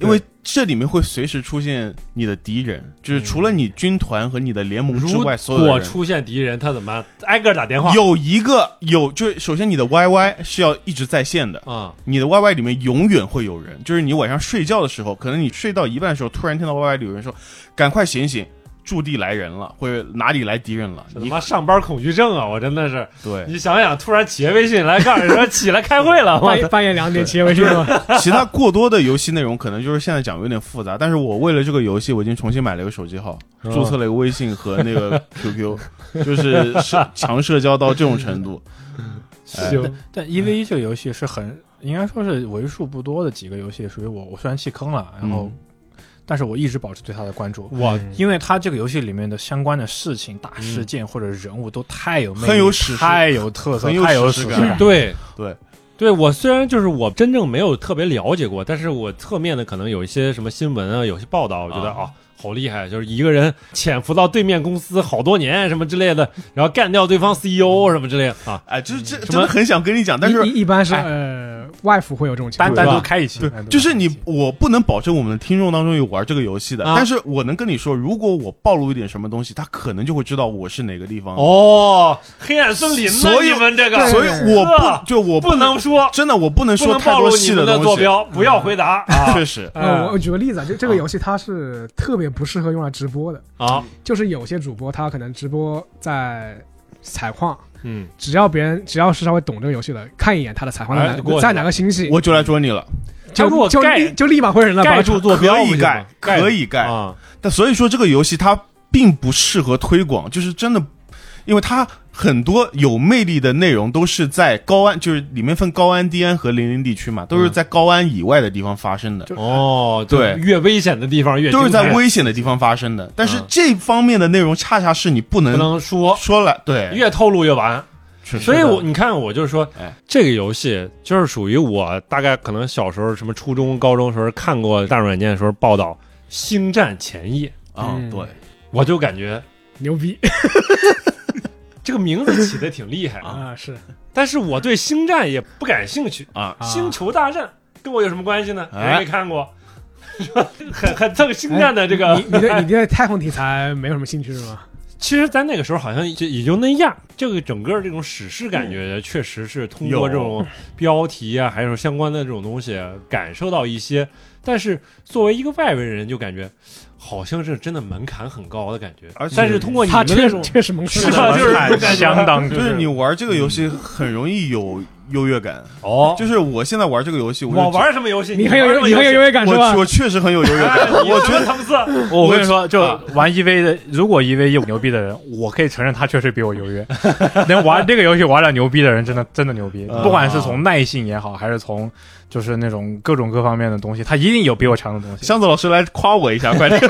B: 因为这里面会随时出现你的敌人，就是除了你军团和你的联盟之
A: 如
B: 外，所有
A: 果
B: 的人。
A: 出现敌人，他怎么办挨个打电话？
B: 有一个有，就是首先你的 YY 是要一直在线的，
A: 啊，
B: 你的 YY 里面永远会有人，就是你晚上睡觉的时候，可能你睡到一半的时候，突然听到 YY 里有人说：“赶快醒醒，驻地来人了，或者哪里来敌人了。
A: 这他
B: 你”
A: 妈上班恐惧症啊！我真的是，
B: 对，
A: 你想想，突然企业微信来告诉你说起来开会了，我
C: 半夜半夜两点接微信吗？
B: 其他过多的游戏内容可能就是现在讲有点复杂，但是我为了这个游戏，我已经重新买了一个手机号，
A: 嗯
B: 注册了一个微信和那 个 QQ，就是社强社交到这种程度。哎
D: 但但 E V 一这个游戏是很应该说是为数不多的几个游戏，属于我我虽然弃坑了，然后、但是我一直保持对它的关注，
A: 我
D: 因为它这个游戏里面的相关的事情、大事件或者人物都太有魅力
B: 很有史诗
D: 太有特色，
B: 很有
D: 太有
B: 史诗
D: 史
B: 感
D: 诗感。
A: 对
B: 对
A: 对，我虽然就是我真正没有特别了解过，但是我侧面的可能有一些什么新闻啊，有些报道，我觉得
B: 啊
A: 啊、好厉害，就是一个人潜伏到对面公司好多年什么之类的，然后干掉对方 CEO 什么之类的啊。
B: 哎，就是这
A: 么
B: 真的很想跟你讲，但是
C: 一一一般是
D: 哎
C: 呃外服会有这种情
D: 单
C: 况，
A: 对
D: 单
A: 吧
D: 独开一期，
B: 对
D: 单，独
B: 就是
D: 开一
B: 你
D: 期，
B: 我不能保证我们的听众当中有玩这个游戏的，
A: 啊
B: 但是我能跟你说，如果我暴露一点什么东西，他可能就会知道我是哪个地方。
A: 哦，黑暗森林呢
B: 所？以
A: 你们这个，
B: 所以我
A: 呵
B: 不就我
A: 不能说，
B: 真的我不能
A: 不
B: 说
A: 能
B: 太
A: 暴
B: 多
A: 露你
B: 细
A: 们的
B: 东
A: 坐
B: 西，嗯
A: 标，不要回答啊
B: 确实
C: 呃，我
A: 嗯
C: 我举个例子啊，就这个游戏它是特别不适合用来直播的，
A: 啊！
C: 就是有些主播他可能直播在采矿，
A: 嗯，
C: 只要别人只要是稍微懂这个游戏的，看一眼他的采矿在
A: 哎就过去
C: 哪
A: 了
C: 在哪个星系，
B: 我就来捉你了，
A: 他如果
C: 就就
A: 盖
C: 立就立马会有人来
A: 盖
C: 帮
A: 住
C: 助。
A: 坐标
B: 可
A: 不
B: 以
A: 行
B: 盖
A: 吗，
B: 可以盖，
A: 啊！
B: 但所以说这个游戏它并不适合推广，就是真的。因为它很多有魅力的内容都是在高安，就是里面分高安、低安和零陵地区嘛，都
A: 嗯
B: 是在高安以外的地方发生的，
A: 哦，就
B: 对
A: 越危险的地方越
B: 都是
A: 精
B: 在
A: 彩
B: 危险的地方发生的。但是
A: 嗯
B: 这方面的内容恰恰是你不
A: 不
B: 能
A: 能说，
B: 说来，对，
A: 越透露越完。所以我你看，我就是说
B: 哎，
A: 这个游戏就是属于我大概可能小时候什么初中、高中时候看过大软件的时候报道《星战前夜》，
B: 啊，
C: 嗯
B: 对，
A: 我就感觉
C: 牛逼
A: 这个名字起的挺厉害，
C: 啊！是
A: 但是我对星战也不感兴趣。
B: 啊，
A: 星球大战跟我有什么关系呢？我
B: 哎
A: 没看过， 很很蹭星战的这
C: 哎你
A: 个。
C: 你对你对太空题材没有什么兴趣是吗？
A: 其实，在那个时候好像就也就那样。这个整个这种史诗感
C: 嗯
A: 觉，确实是通过
B: 有
A: 这种标题啊，还有相关的这种东西，感受到一些。但是作为一个外围人，就感觉好像是真的门槛很高的感觉。
B: 而且
A: 但是通哦过你
C: 他
A: 们
C: 确
A: 这
C: 实
A: 种，
C: 确实萌
A: 是的就是
B: 感觉
D: 相当
B: 就是你玩这个游戏很容易有优越感，
A: 哦，
B: 就是我现在玩这个游戏，我就
A: 我玩什么游戏？
C: 你很有
A: 玩什么
C: 你很有
A: 游
C: 优
A: 戏。
C: 越感是吧
B: 我？我确实很有优越
A: 哎
B: 感，
A: 你
B: 我
A: 什
B: 觉
A: 么
B: 得
A: 层次？
D: 我跟你说，就
A: 啊
D: 玩 EV 的，如果 EV 有牛逼的人，我可以承认他确实比我优越。能玩这个游戏玩的牛逼的人，真的真的牛逼。
B: 啊
D: 不管是从耐性也好，还是从就是那种各种各方面的东西，他一定有比我强的东西。
B: 箱子老师来夸我一下，快点。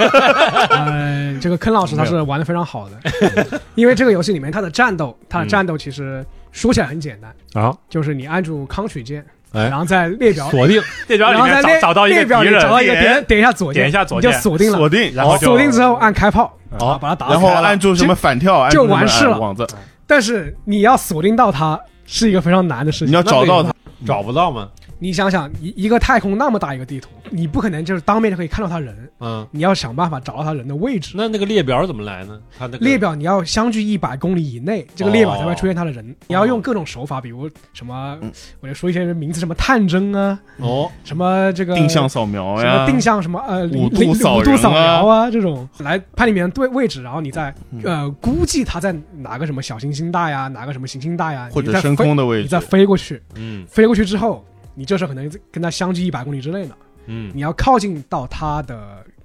C: 嗯，这个坑老师他是玩的非常好的， 因为这个游戏里面它的战斗，它的战斗其实说起来很简单
A: 啊，
C: 就是你按住康曲键，
A: 哎
C: 然后在列表，
A: 锁定
D: 列表
C: 然
D: 里
C: 后
D: 面
C: 在
D: 找
C: 列
D: 找到一个
C: 列表
D: 敌
C: 里
D: 人，
C: 找到一个敌人，点一下左键，
D: 点一下左
C: 你就
D: 键
C: 锁定了，
B: 锁定，
D: 然后就
C: 锁定之后按开炮，
A: 哦
C: 把它打
B: 然后
C: 开了
B: 按住什么反跳，按
C: 就
B: 住什么
C: 完事了
B: 哎网子，
C: 但是你要锁定到它是一个非常难的事
B: 你
C: 情。
B: 要找到它。
A: 找不到吗？
C: 你想想，一一个太空那么大一个地图，你不可能就是当面就可以看到他人，
A: 嗯，
C: 你要想办法找到他人的位置。
A: 那那个列表怎么来呢？它那个
C: 列表你要相距一百公里以内，这个列表才会出现他的人。你要用各种手法，比如什么
B: 哦嗯，
C: 我就说一些名字，什么探针啊，
A: 哦，
C: 什么这个
B: 定向扫描
C: 什
B: 呀，
C: 么定向什么呃
B: 五度
C: 零零
B: 扫
C: 五度
B: 人
C: 扫
B: 啊
C: 描啊这种来判定别人对位置，然后你再
B: 嗯
C: 呃估计他在哪个什么小行星带呀，哪个什么行星带呀，
B: 或
C: 你
B: 者
C: 再
B: 升
C: 飞，
B: 空的位
C: 你
B: 置
C: 再，飞过去，
A: 嗯
C: 飞过去之后，你这时候可能跟他相距一百公里之内呢，
A: 嗯，
C: 你要靠近到他的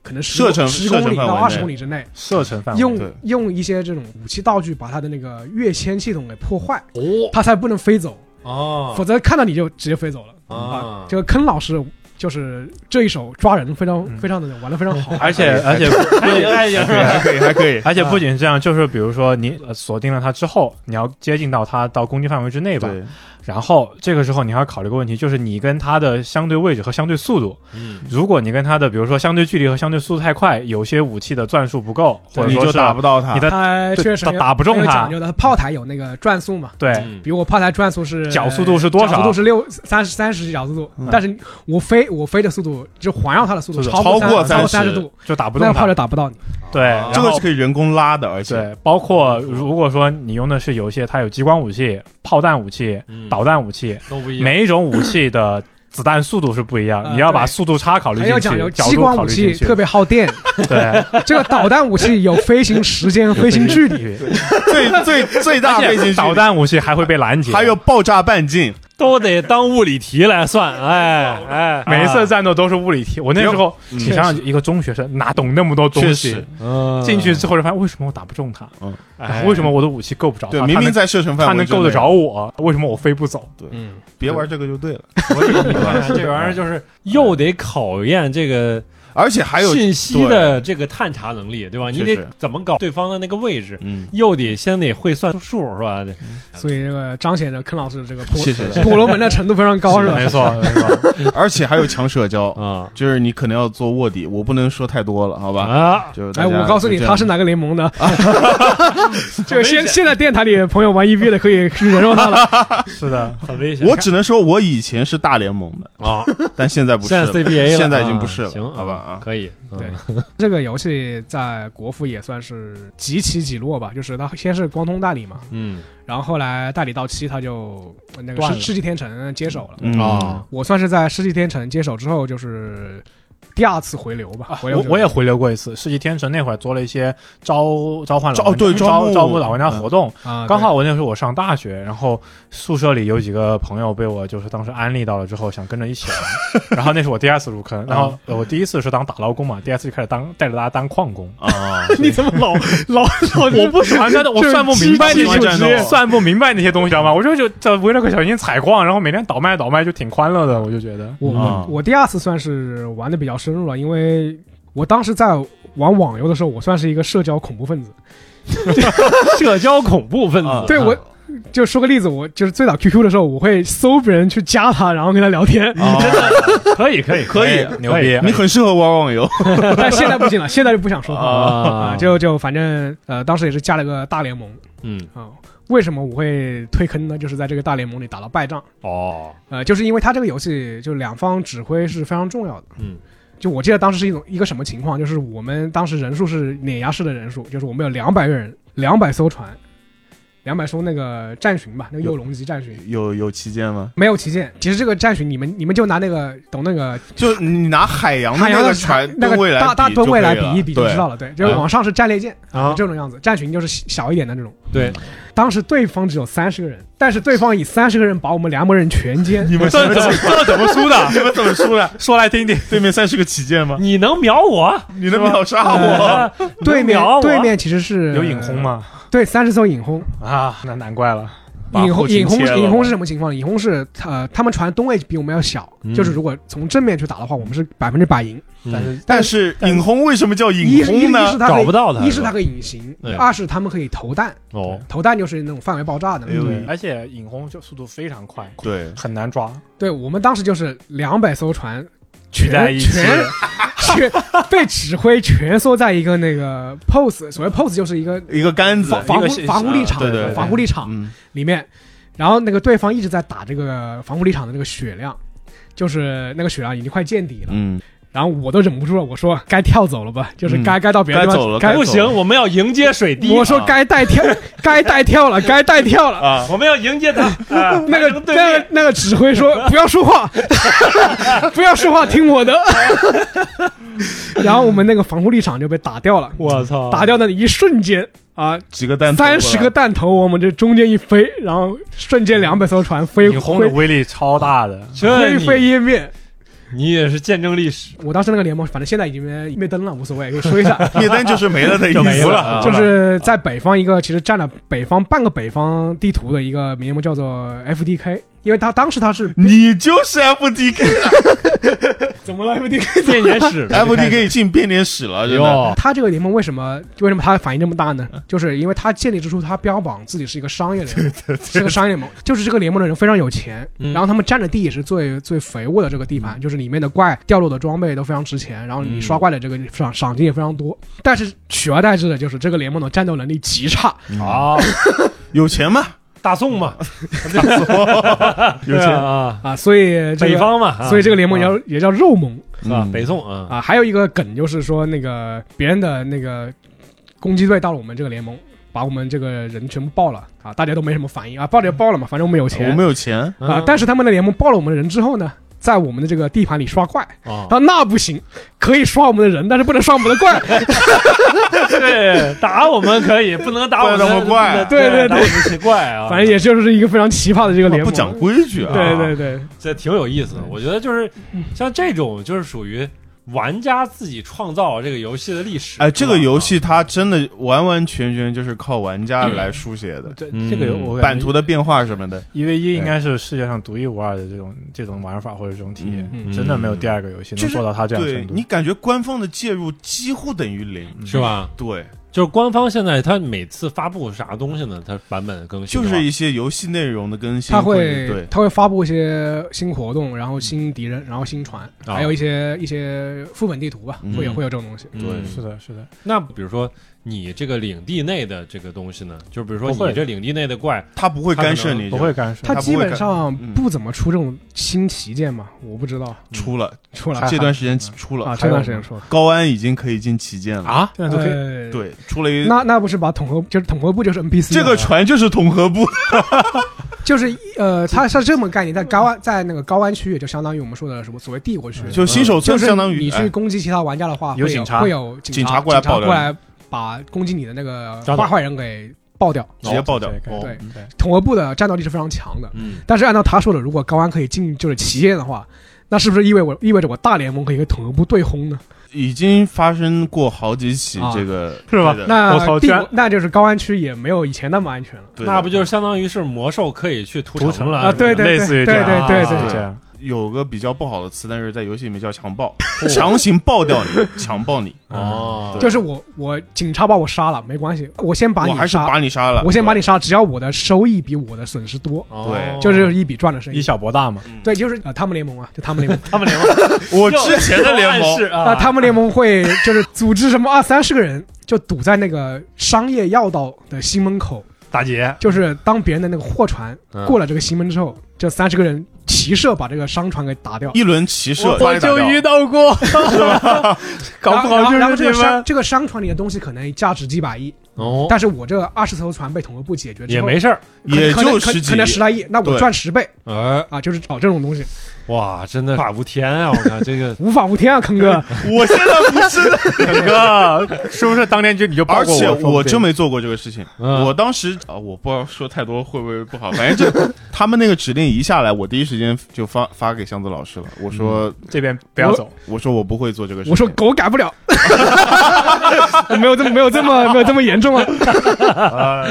C: 可能十
B: 射程
C: 十
B: 射程
C: 公里
B: 范
C: 到
B: 围
C: 二
B: 内
C: 十公里之内，
D: 射程范围。
C: 用
B: 对
C: 用一些这种武器道具把他的那个跃迁系统给破坏，
A: 哦
C: 他才不能飞走，否
A: 哦
C: 则看到你就直接飞走了。
A: 啊，
C: 这个坑老师就是这一手抓人非常非常的玩的非常好，
D: 而且而且
A: 哎呀，
B: 还可以，还可 以。
D: 而且不仅这样，就是比如说你呃锁定了他之后，你要接近到他到攻击范围之内吧。
B: 对，
D: 然后这个时候你还要考虑一个问题，就是你跟他的相对位置和相对速度。
A: 嗯
D: 如果你跟他的比如说相对距离和相对速度太快，有些武器的转速不够，或者
B: 你
D: 说
B: 就是打不到它
D: 你。的
C: 他
D: 对
C: 确实
D: 打打不中
C: 很有
D: 他
C: 讲究的，炮台有那个转速嘛，
D: 对
A: 嗯
C: 比如我炮台转速是
D: 角速度是多少
C: 角速度是六三十三十角速度
B: 嗯，
C: 但是我飞我飞的速度就环绕它的速度
D: 速度
C: 超
B: 超过
C: 过三超
B: 30
C: 十度，
D: 就打不
C: 那
D: 动
C: 个炮
D: 他
C: 就。打不到你。
D: 对，
A: 啊
D: 然
B: 哦这
D: 后
B: 个是可以人工拉的，而且
D: 对，包括如果说你用的是有一些它有激光武器、炮弹武器、
A: 嗯
D: 导弹武器，
A: 都不
B: 嗯
A: 一样，
D: 每一种武器的子弹速度是不一样，
C: 呃
D: 你要把
C: 对
D: 速度差考虑
C: 还
D: 进
C: 要
D: 去
C: 讲究，
D: 角
C: 激
D: 度
C: 光
D: 考
C: 武
D: 虑进
C: 器
D: 去
C: 特，别耗电，
D: 对，
C: 这个导弹武器有飞行时间、飞行距离，
B: 最最最 大飞行
D: 导弹武器还会被拦截，啊
B: 还有爆炸半径，
A: 都得当物理题来 算，哎哎，
D: 每一次战斗都是物理题。我那时候，
B: 嗯
D: 你想想，一个中学生哪懂那么多东
B: 确
D: 西
B: 实？，
A: 嗯
D: 进去之后就发现，为什么我打不中他？
B: 嗯
D: 哎，为什么我的武器够不着他？
B: 对，
C: 啊
D: 他
B: 明明
D: 能
B: 在射程范
D: 他
B: 围，
D: 能够得着，我，为什么我飞不走？
A: 嗯，
B: 别玩这个就对了。
A: 所以你看这玩意儿 就是又得考验这个
B: 而且还有，
A: 信息的这个探查能力，对吧？你
B: 确
A: 得
B: 实
A: 怎么搞对方的那个位置，
B: 嗯，
A: 又得先得会算数，是吧？
C: 所以这个彰显着坑老师这个
B: 谢
C: 婆
B: 谢。
C: 婆罗门的程度非常高，是吧？哎
D: 没错，没错。
C: 嗯
B: 而且还有强社 交，
A: 啊
B: 就是你可能要做卧底，我不能说太多了，好吧？
A: 啊，
B: 就是大
C: 哎，
B: 家
C: 我告诉你，
B: 就这
C: 他
B: 样
C: 是哪个联盟的？这个现现在电台里的朋友玩 EV 的可以去人肉他了。
D: 是的，
A: 很危险
B: 我只能说，我以前是大联盟的，
A: 啊！
B: 但现在不是
A: 现在
B: 了，
A: CBA 了
B: 现在已经不是
A: 啊
B: 了，
A: 行，
B: 好吧啊，
A: 可以，嗯
C: 对这个游戏在国服也算是几起几落吧，就是它先是光通代理嘛，
A: 嗯
C: 然后后来代理到期，它就那个
A: 断了
C: 世世纪天成接手了。
B: 嗯
A: 啊
C: 我算是在世纪天成接手之后，就是第二次回流吧，回流
D: 我
C: 这个
D: 啊我也回流过一次，世纪天成那会儿做了一些召召唤老
B: 招
D: 玩家
B: 对招
D: 招
B: 募
D: 招募老玩家活动，
C: 啊，对
D: 刚好我那时候我上大学，然后宿舍里有几个朋友被我就是当时安利到了之后，想跟着一起玩，然后那是我第二次入坑，然后呃我第一次是当打捞工嘛，第二次就开始当带着大家当矿工，
B: 啊，
C: 你怎么老老老
D: 我不喜欢战斗，我算不明白
B: 这
D: 那
B: 是技术战
D: 些
B: 斗
D: 算不明白那些东西，知道吗？我就就在围了个小心采矿，然后每天倒卖倒卖就挺欢乐的，我就觉得
C: 我
B: 啊
C: 我我第二次算是玩的比较深入了，因为我当时在玩网游的时候，我算是一个社交恐怖分子。
A: 社交恐怖分
B: 啊
A: 子，
C: 对我就说个例子，我就是最早 QQ 的时候，我会搜别人去加他，然后跟他聊天。
B: 啊
A: 可以可以
B: 可以，
D: 牛逼，
C: 哎
B: 你很适合玩网游
C: 但现在不行了，现在就不想说话了
A: 啊
C: 啊，就就反正呃，当时也是加了个大联盟
A: 嗯
C: 啊。为什么我会退坑呢？就是在这个大联盟里打到败仗，
A: 哦
C: 呃，就是因为他这个游戏就两方指挥是非常重要的。
A: 嗯
C: 就我记得当时是一种一个什么情况，就是我们当时人数是碾压式的人数，就是我们有两百个人，两百艘船，两百艘那个战巡吧，那个
B: 有
C: 幼龙级战巡，
B: 有有旗舰吗？
C: 没有旗舰。其实这个战巡，你们你们就拿那个懂那个
B: 就你拿海洋的
C: 海洋
B: 那
C: 的
B: 个船
C: 那
B: 吨位
C: 个
B: 来
C: 大大
B: 比
C: 吨
B: 就
C: 位
B: 可
C: 来
B: 以了
C: 比一比就
B: 对
C: 知道了，对，就是
B: 啊
C: 往上是战列舰，
A: 啊
C: 这种样子，战巡就是小一点的那种。
A: 对，
C: 当时对方只有三十个人，但是对方以三十个人把我们两拨人全歼。
B: 你们
D: 这怎么这怎么输的？
B: 你们怎么输了？
D: 说来听听。
B: 对面算是个旗舰吗？
A: 你能秒我？
B: 你能秒杀我？
A: 我
C: 对面
A: 秒我
C: 对面其实是
D: 有影轰？吗？
C: 对，三十艘影轰，
D: 啊，那难怪了。
B: 把
C: 影
B: 后
C: 轰
B: 勤
C: 影轰
B: 切了
C: 影轰是什么情况？影轰是呃，他们船吨位比我们要小，
A: 嗯
C: 就是如果从正面去打的话，我们是百分之百赢。
D: 但
A: 但是
D: 是
B: 但是影轰为什么叫
C: 一
B: 影
C: 是一
B: 轰
C: 一
B: 呢
C: 是？它可
A: 嗯
C: 以
A: 找不到它
C: 一是
A: 是吧
C: 它可以隐形
A: 对，
C: 二是他们可以投弹，
A: 哦
C: 投弹就是那种范围爆炸的那
B: 哎
C: 种。
B: 呦
D: 对，而且影轰就速度非常快，
B: 对，
D: 很难抓。
C: 对我们当时就是两百艘船
D: 聚在一 起，
C: 全全被指挥蜷缩在一个那个 pose，所谓 pose 就是一个
B: 一个嗯杆子
C: 防，防
D: 一个
C: 护
D: 是
C: 防护力场，
B: 对对对
C: 防护力场
B: 嗯，
C: 里面，然后那个对方一直在打这个防护力场的那个血量，就是那个血量已经快见底了，
B: 嗯，
C: 然后我都忍不住了，我说该跳走了吧，就是
B: 嗯
C: 该该到别的地
B: 该走了
C: 方，该
B: 该
A: 不行，我们要迎接水滴，
C: 我说
B: 啊
C: 该带跳，该带跳了，该带 跳了。
B: 啊，
A: 我们要迎 接他。啊
C: 那个
A: 排成队
C: 那
A: 列
C: 个那个指 挥说不要说话， 不要说话，听我的。然后我们那个防护力场就被打掉了，
A: 我操，
C: 打掉的一瞬间啊，
B: 几个弹头过来，
C: 三十个弹头往我们这中间一飞，然后瞬间两百艘船飞
D: 影轰的
C: 灰
D: 威力超大的。
A: 这
C: 灰
A: 你
C: 飞烟灭。
A: 你也是见证历史，
C: 我当时那个联盟，反正现在已经灭灭灯了，无所谓，可以说 一下。
B: 灭灯就是没了的意思
A: 就没了
B: 啊
C: 就是在北方一个其实占了北方半个北方地图的一个名目叫做 FDK，因为他当时他是
B: 你就是 FDK，FDK
C: 怎么了 FDK？
A: 变年史了
B: 已经变脸史了，哎真的。
A: 哟，
C: 他这个联盟为什么为什么他反应这么大呢？
A: 嗯
C: 就是因为他建立之初，他标榜自己是一个商 业联盟，是个商业联盟，就是这个联盟的人非常有钱，
A: 嗯
C: 然后他们占的地也是最最肥沃的这个地盘，就是里面的怪掉落的装备都非常值钱，然后你
A: 嗯
C: 刷怪的这个赏赏金也非常多。但是取而代之的就是这个联盟的战斗能力极差，
A: 啊，
B: 嗯 有钱吗？
A: 大宋嘛，
B: 有
A: 对
B: 钱
A: 啊，
C: 啊，所以这
A: 北
C: 个。
A: 方嘛，啊
C: 所以这个联盟也叫也叫肉盟
A: 啊，
B: 嗯
A: 北宋啊，
C: 啊，还有一个梗就是说那个别人的那个攻击队到了我们这个联盟，把我们这个人全部爆了啊，大家都没什么反应啊，爆了就爆了嘛，反正我们有钱
B: 我们有钱，
C: 啊。但是他们的联盟爆了我们的人之后呢，在我们的这个地盘里刷怪，
A: 啊，
C: 他那不行，可以刷我们的人，但是不能刷我们的怪。
A: 对，打我们可以，不能打我
B: 不能打我
A: 们
B: 们怪啊
A: 对
C: 对对
A: 打我们奇怪啊，
C: 反正也就是一个非常奇葩的这个联
B: 不
C: 盟。
B: 讲规矩啊！
C: 对对对，
A: 这挺有意思
C: 嗯
A: 的。我觉得就是像这种，就是属于玩家自己创造这个游戏的历史。
B: 哎，这个
A: 是吧
B: 游，戏它真的完完全全就是靠玩家来书写的，
D: 这
A: 嗯
D: 这个有我感
B: 版
D: 觉
B: 图的变化什么的，
D: 一 v 一应该是世界上独一无二的这种这种玩法或者这种体验，
A: 嗯
D: 真的没有第二个游戏
B: 就
D: 能
B: 是
D: 做到它这样的
B: 对
D: 程度。嗯
B: 你感觉官方的介入几乎等于零。
A: 啊是吧？
B: 对，
A: 就是官方现在它每次发布啥东西呢？它版本更新
B: 就
A: 的话
B: 是一些游戏内容的更新，
C: 他
B: 会
C: 会
B: 对
C: 他会发布一些新活动，然后新敌人，然后新船，
A: 啊
C: 还有一些一些副本地图吧，会有
B: 嗯
C: 会有这种东西。
A: 嗯
B: 对
D: 是的，是的，
A: 那比如说你这个领地内的这个东西呢，就比如说
D: 不会
A: 你这领地内的怪，
B: 他不会干涉你，
D: 不会干涉。
C: 他
B: 它
C: 基
B: 不会
C: 本
B: 干
C: 上
B: 嗯
C: 不怎么出这种新旗舰嘛，我不知道
B: 出了，
C: 出来
D: 还
B: 这段时间出
C: 嗯啊，
B: 了，
C: 这段时间出呃来
B: 高安已经可以进旗舰了，
D: 啊，现在都可以。
C: 以。
B: 对，出了一
C: 那那不是把统合就是统合部就是 NPC
B: 这个
C: 了
B: 船就是统合部，
C: 就是呃，它是这么个概念，在高湾在那个高湾区，也就相当于我们说的什么所谓帝国区，
B: 就新手
C: 嗯就
B: 村
C: 是
B: 相当于
C: 你
B: 哎
C: 去攻击其他玩家的话，
D: 有
C: 会
D: 警察
C: 会有
B: 警察
C: 察
B: 过来爆
C: 警察
B: 料
C: 过来把攻击你的那个
A: 抓走
C: 坏坏人给爆掉。
B: 直接爆掉，
D: 对
B: 哦
C: 对，统合部的战斗力是非常强的，
A: 嗯，
C: 但是按照他说的，如果高安可以进就是旗舰的话，那是不是意味我意味着我大联盟可以跟统合部对轰呢？
B: 已经发生过好几起
C: 啊
B: 这个，
D: 是吧
B: 对的
C: 那
D: 我操
C: 帝
D: 居然
C: 国那就是高安区也没有以前那么安全了。
B: 对的
A: 那不就是相当于是魔兽可以去屠
D: 屠城
A: 了
C: 啊对对
D: 类似于这样啊
C: 对对对
A: 对
D: 这样。
B: 有个比较不好的词，但是在游戏里面叫强暴，
C: 哦
B: 强行爆掉你，强暴你，
A: 哦，
C: 就是我我警察把我杀了没关系，我先把
B: 我还是
C: 你杀，
B: 把你杀了，
C: 我先把你杀，只要我的收益比我的损失多，
A: 哦
C: 就是一笔赚的生
D: 以
C: 意。
D: 小博大嘛，
C: 对，就是呃，他们联盟啊，就他们联盟
A: 他们联 盟，
B: 我之前的联盟
A: 是啊
C: 啊，，他们联盟会就是组织什么二三十个人，就堵在那个商业要道的心门口，
A: 打劫，
C: 就是当别人的那个货船
A: 嗯
C: 过了这个西门之后，这三十个人骑射把这个商船给打掉。
B: 一轮骑射，
D: 我就遇到 过，搞不好
C: 然后然后
D: 就
C: 这个
D: 是你
C: 商
D: 们。
C: 这个商船里的东西可能价值几百亿，
A: 哦，
C: 但是我这二十艘船被统合部解决之
A: 也
C: 后，
A: 没事儿，
C: 可能
B: 也
C: 可能
B: 就
C: 可
B: 十
C: 能
B: 几
C: 可能十来亿，那我
B: 对
C: 赚十倍
A: 哎，
C: 啊，就是搞这种东西，
A: 哇，真的法无天啊！我看这 个
C: 无法无天啊，坑 哥。
B: 我现在不是的，
D: 哥，是不是当年就你就报
B: 而
D: 过
B: 且
D: 我说
B: 我
D: 不定
B: 真没做过这个事情。
A: 嗯
B: 我当时啊，我不知道说太多会不会不好，反正就他们那个指令一下来，我第一时间就发发给箱子老师了。我说，
D: 这边不要走，
B: 我说我不会做这个事情。
C: 嗯我说狗改不了， 没有这么没有这么没有这么严重 啊。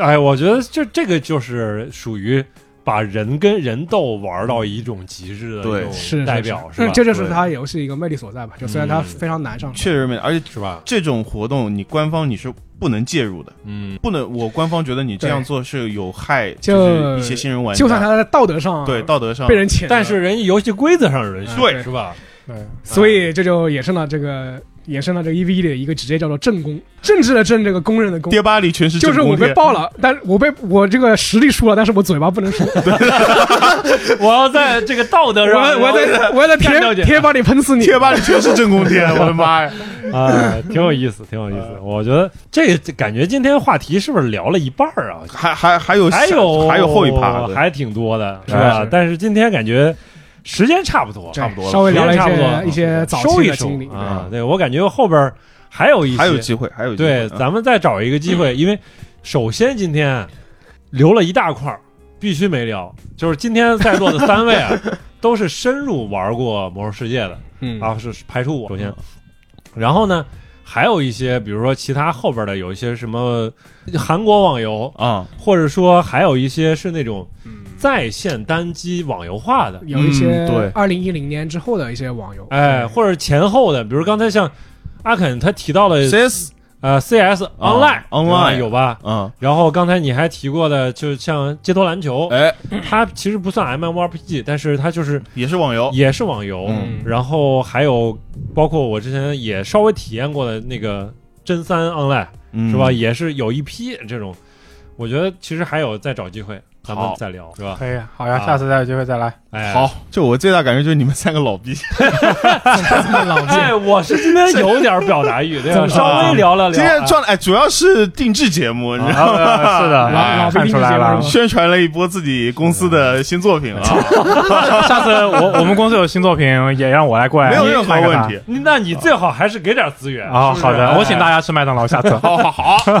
A: 哎，我觉得就这个就是属于把人跟人斗玩到一种极致的
B: 对
A: 一种
C: 是是
A: 代表，
C: 是
A: 吧？
C: 这就是
B: 对
C: 它游戏一个魅力所在吧？就虽然它
A: 嗯
C: 非常难上手，
B: 确实没，而且
A: 是吧？
B: 这种活动你官方你是不能介入的，
A: 嗯，
B: 不能。我官方觉得你这样
C: 对
B: 做是有害，
C: 就是
B: 一些新人玩家，
C: 就算它在道德上
B: 对道德上
C: 被人谴责，
A: 但是人家游戏规则上允许，
C: 对
A: 是吧？
D: 对，
C: 所以这就衍生了这个衍生了这个 E V E 的一个职业叫做正宫，政治的政，这个工人的工
B: 贴。吧里全是
C: 就是
B: 正
C: 我
B: 宫
C: 被
B: 恋
C: 爆了，但是我被我这个实力输了，但是我嘴巴不能输，我
A: 我要在这个道 德上，
C: 要我要
A: 然
C: 在我要在
A: 干掉你
C: 贴贴吧里喷死你。
B: 贴吧里全是正 宫贴，我的妈呀！
A: 后 嗯啊，挺有意思，挺有意思。我觉得这个感觉今天话题是不是聊了一半儿啊？
B: 还还还有
A: 还有
B: 还有后一趴，对
A: 还挺多的，是
D: 是
A: 吧
D: 是？
A: 但是今天感觉时间差不多，
C: 对
B: 差不多了
C: 稍微聊了
A: 时
C: 一
A: 间差不多了
C: 些一些早
A: 收
C: 期
A: 一
C: 的
A: 收
C: 经历，
A: 啊。对我感觉后边儿还有一些
B: 还有机会，还有机
A: 对
B: 会，嗯
A: 咱们再找一个机会，因为首先今天留了一大块儿，必须没聊，就是今天在座的三位啊，都是深入玩过《魔兽世界》的
C: 嗯
A: 啊，是排除我首先，然后呢，还有一些比如说其他后边的有一些什么韩国网游，
B: 啊，
A: 或者说还有一些是那种在线单机网游化的，
C: 有一些
B: 嗯对
C: 二零一零年之后的一些网游，
A: 哎，或者前后的，比如刚才像阿肯他提到了
B: CS
A: 呃 CS Online 对吧
B: online
A: 有吧？
B: 啊，
A: 然后刚才你还提过的，就像街头篮球，
C: 呃
B: 哎，
A: 它其实不算 MMORPG，但是它就是
B: 也是网游，
A: 也是网游。
B: 哦嗯
A: 然后还有包括我之前也稍微体验过的那个真三 Online
B: 嗯
A: 是吧？？也是有一批这种，我觉得其实还有再找机会咱们
B: 好
A: 再聊是吧？
D: 可以，好呀，
A: 啊
D: 下次再有机会再来。
A: 哎，。
B: 好，就我最大感受就是你们三个老逼，
A: 哎，我是今天有点表达 欲，对吧？啊
C: 这
A: 稍微聊了聊，
B: 今天撞哎，主要是定制节目，你知道吗？
D: 啊是的，
B: 哎
C: 老老被
D: 看
C: 定
D: 出
C: 制
D: 来
C: 节目
D: 了
C: 是吗。
B: 宣传了一波自己公司的新作品啊，
D: 下次我我们公司有新作品，哎也让我来过来，
B: 没有任何问题。
A: 哎那你最好还是给点资源
D: 啊。
A: 是不
D: 好
A: 是
D: 的，我
A: 哎
D: 请大家吃麦当劳，下次。
B: 好好 好，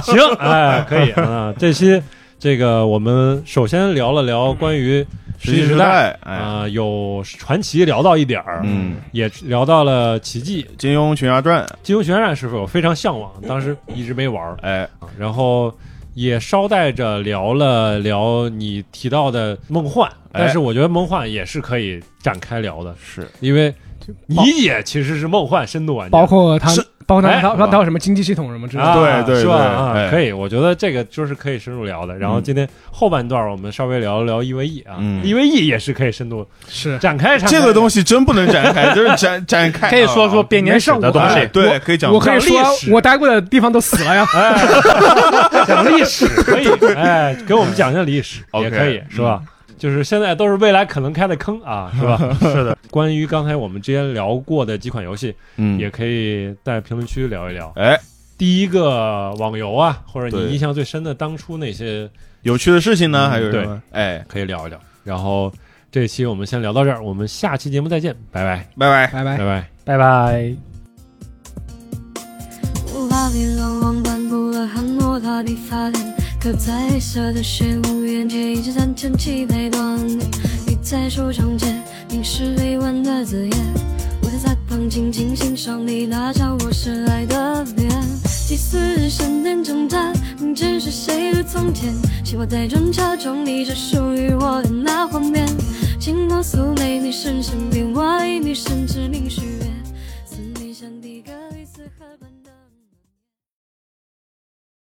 A: 行，哎，可以啊。这期这个我们首先聊了聊关于
B: 嗯实
A: 际
B: 际时
A: 代，
B: 代，哎，
A: 啊、有传奇聊到一点儿，
B: 嗯，
A: 也聊到了奇迹，
B: 金庸《群侠传》，
A: 金庸群战是否我非常向往，当时一直没玩儿，啊
B: 哎，
A: 然后。也捎带着聊了聊你提到的梦幻，
B: 哎
A: 但是我觉得梦幻也是可以展开聊的，
B: 是
A: 因为你也其实是梦幻深度啊玩家，
C: 包括它
B: 是，
C: 包括它
A: 哎
C: 它它它有什么经济系统什么之类的。
A: 啊
B: 对对
A: 是吧？
B: 对
A: 啊，
B: 哎
A: 可以，我觉得这个就是可以深入聊的。然后今天后半段我们稍微聊一聊 EVE 啊
B: 嗯
A: ，EVE 也是可以深度
C: 是
A: 展开展开
B: 这个东
A: 西。
B: 西真不能展开，就是展展开，啊
D: 可以说说编年史的东
B: 哎
D: 西，
B: 对，可以讲
C: 我可以说
A: 讲历史
C: 我待过的地方都死了呀。
A: 哎讲历史可以，哎，给我们讲讲历史
B: OK，嗯
A: 也可以，是吧？就是现在都是未来可能开的坑啊，是 吧？是的。关于刚才我们之前聊过的几款游戏，
B: 嗯
A: 也可以在评论区聊一聊。
B: 哎，
A: 第一个网游啊，或者
B: 对
A: 你印象最深的当初那些，
B: 有趣的事情呢，
A: 嗯
B: 还有什
A: 对
B: 么？哎，
A: 可以聊一聊。然后这期我们先聊到这儿，我们下期节目再见，拜拜，
B: 拜拜。
C: 拜拜
A: 拜。拜。
D: 拜拜。
G: 无法连浪浪漫步了很多大地发点，可在黑色的雪无边界一直三千七百多年。你在书上间凝视未完的字眼，我在在旁静静欣赏你那张我是爱的脸。祭祀神殿征战，明知是谁的从前，希望在转折中你是属于我的那画面。星光素昧你身身边，我爱你，甚至凝许愿。似你像第一个一丝河般的。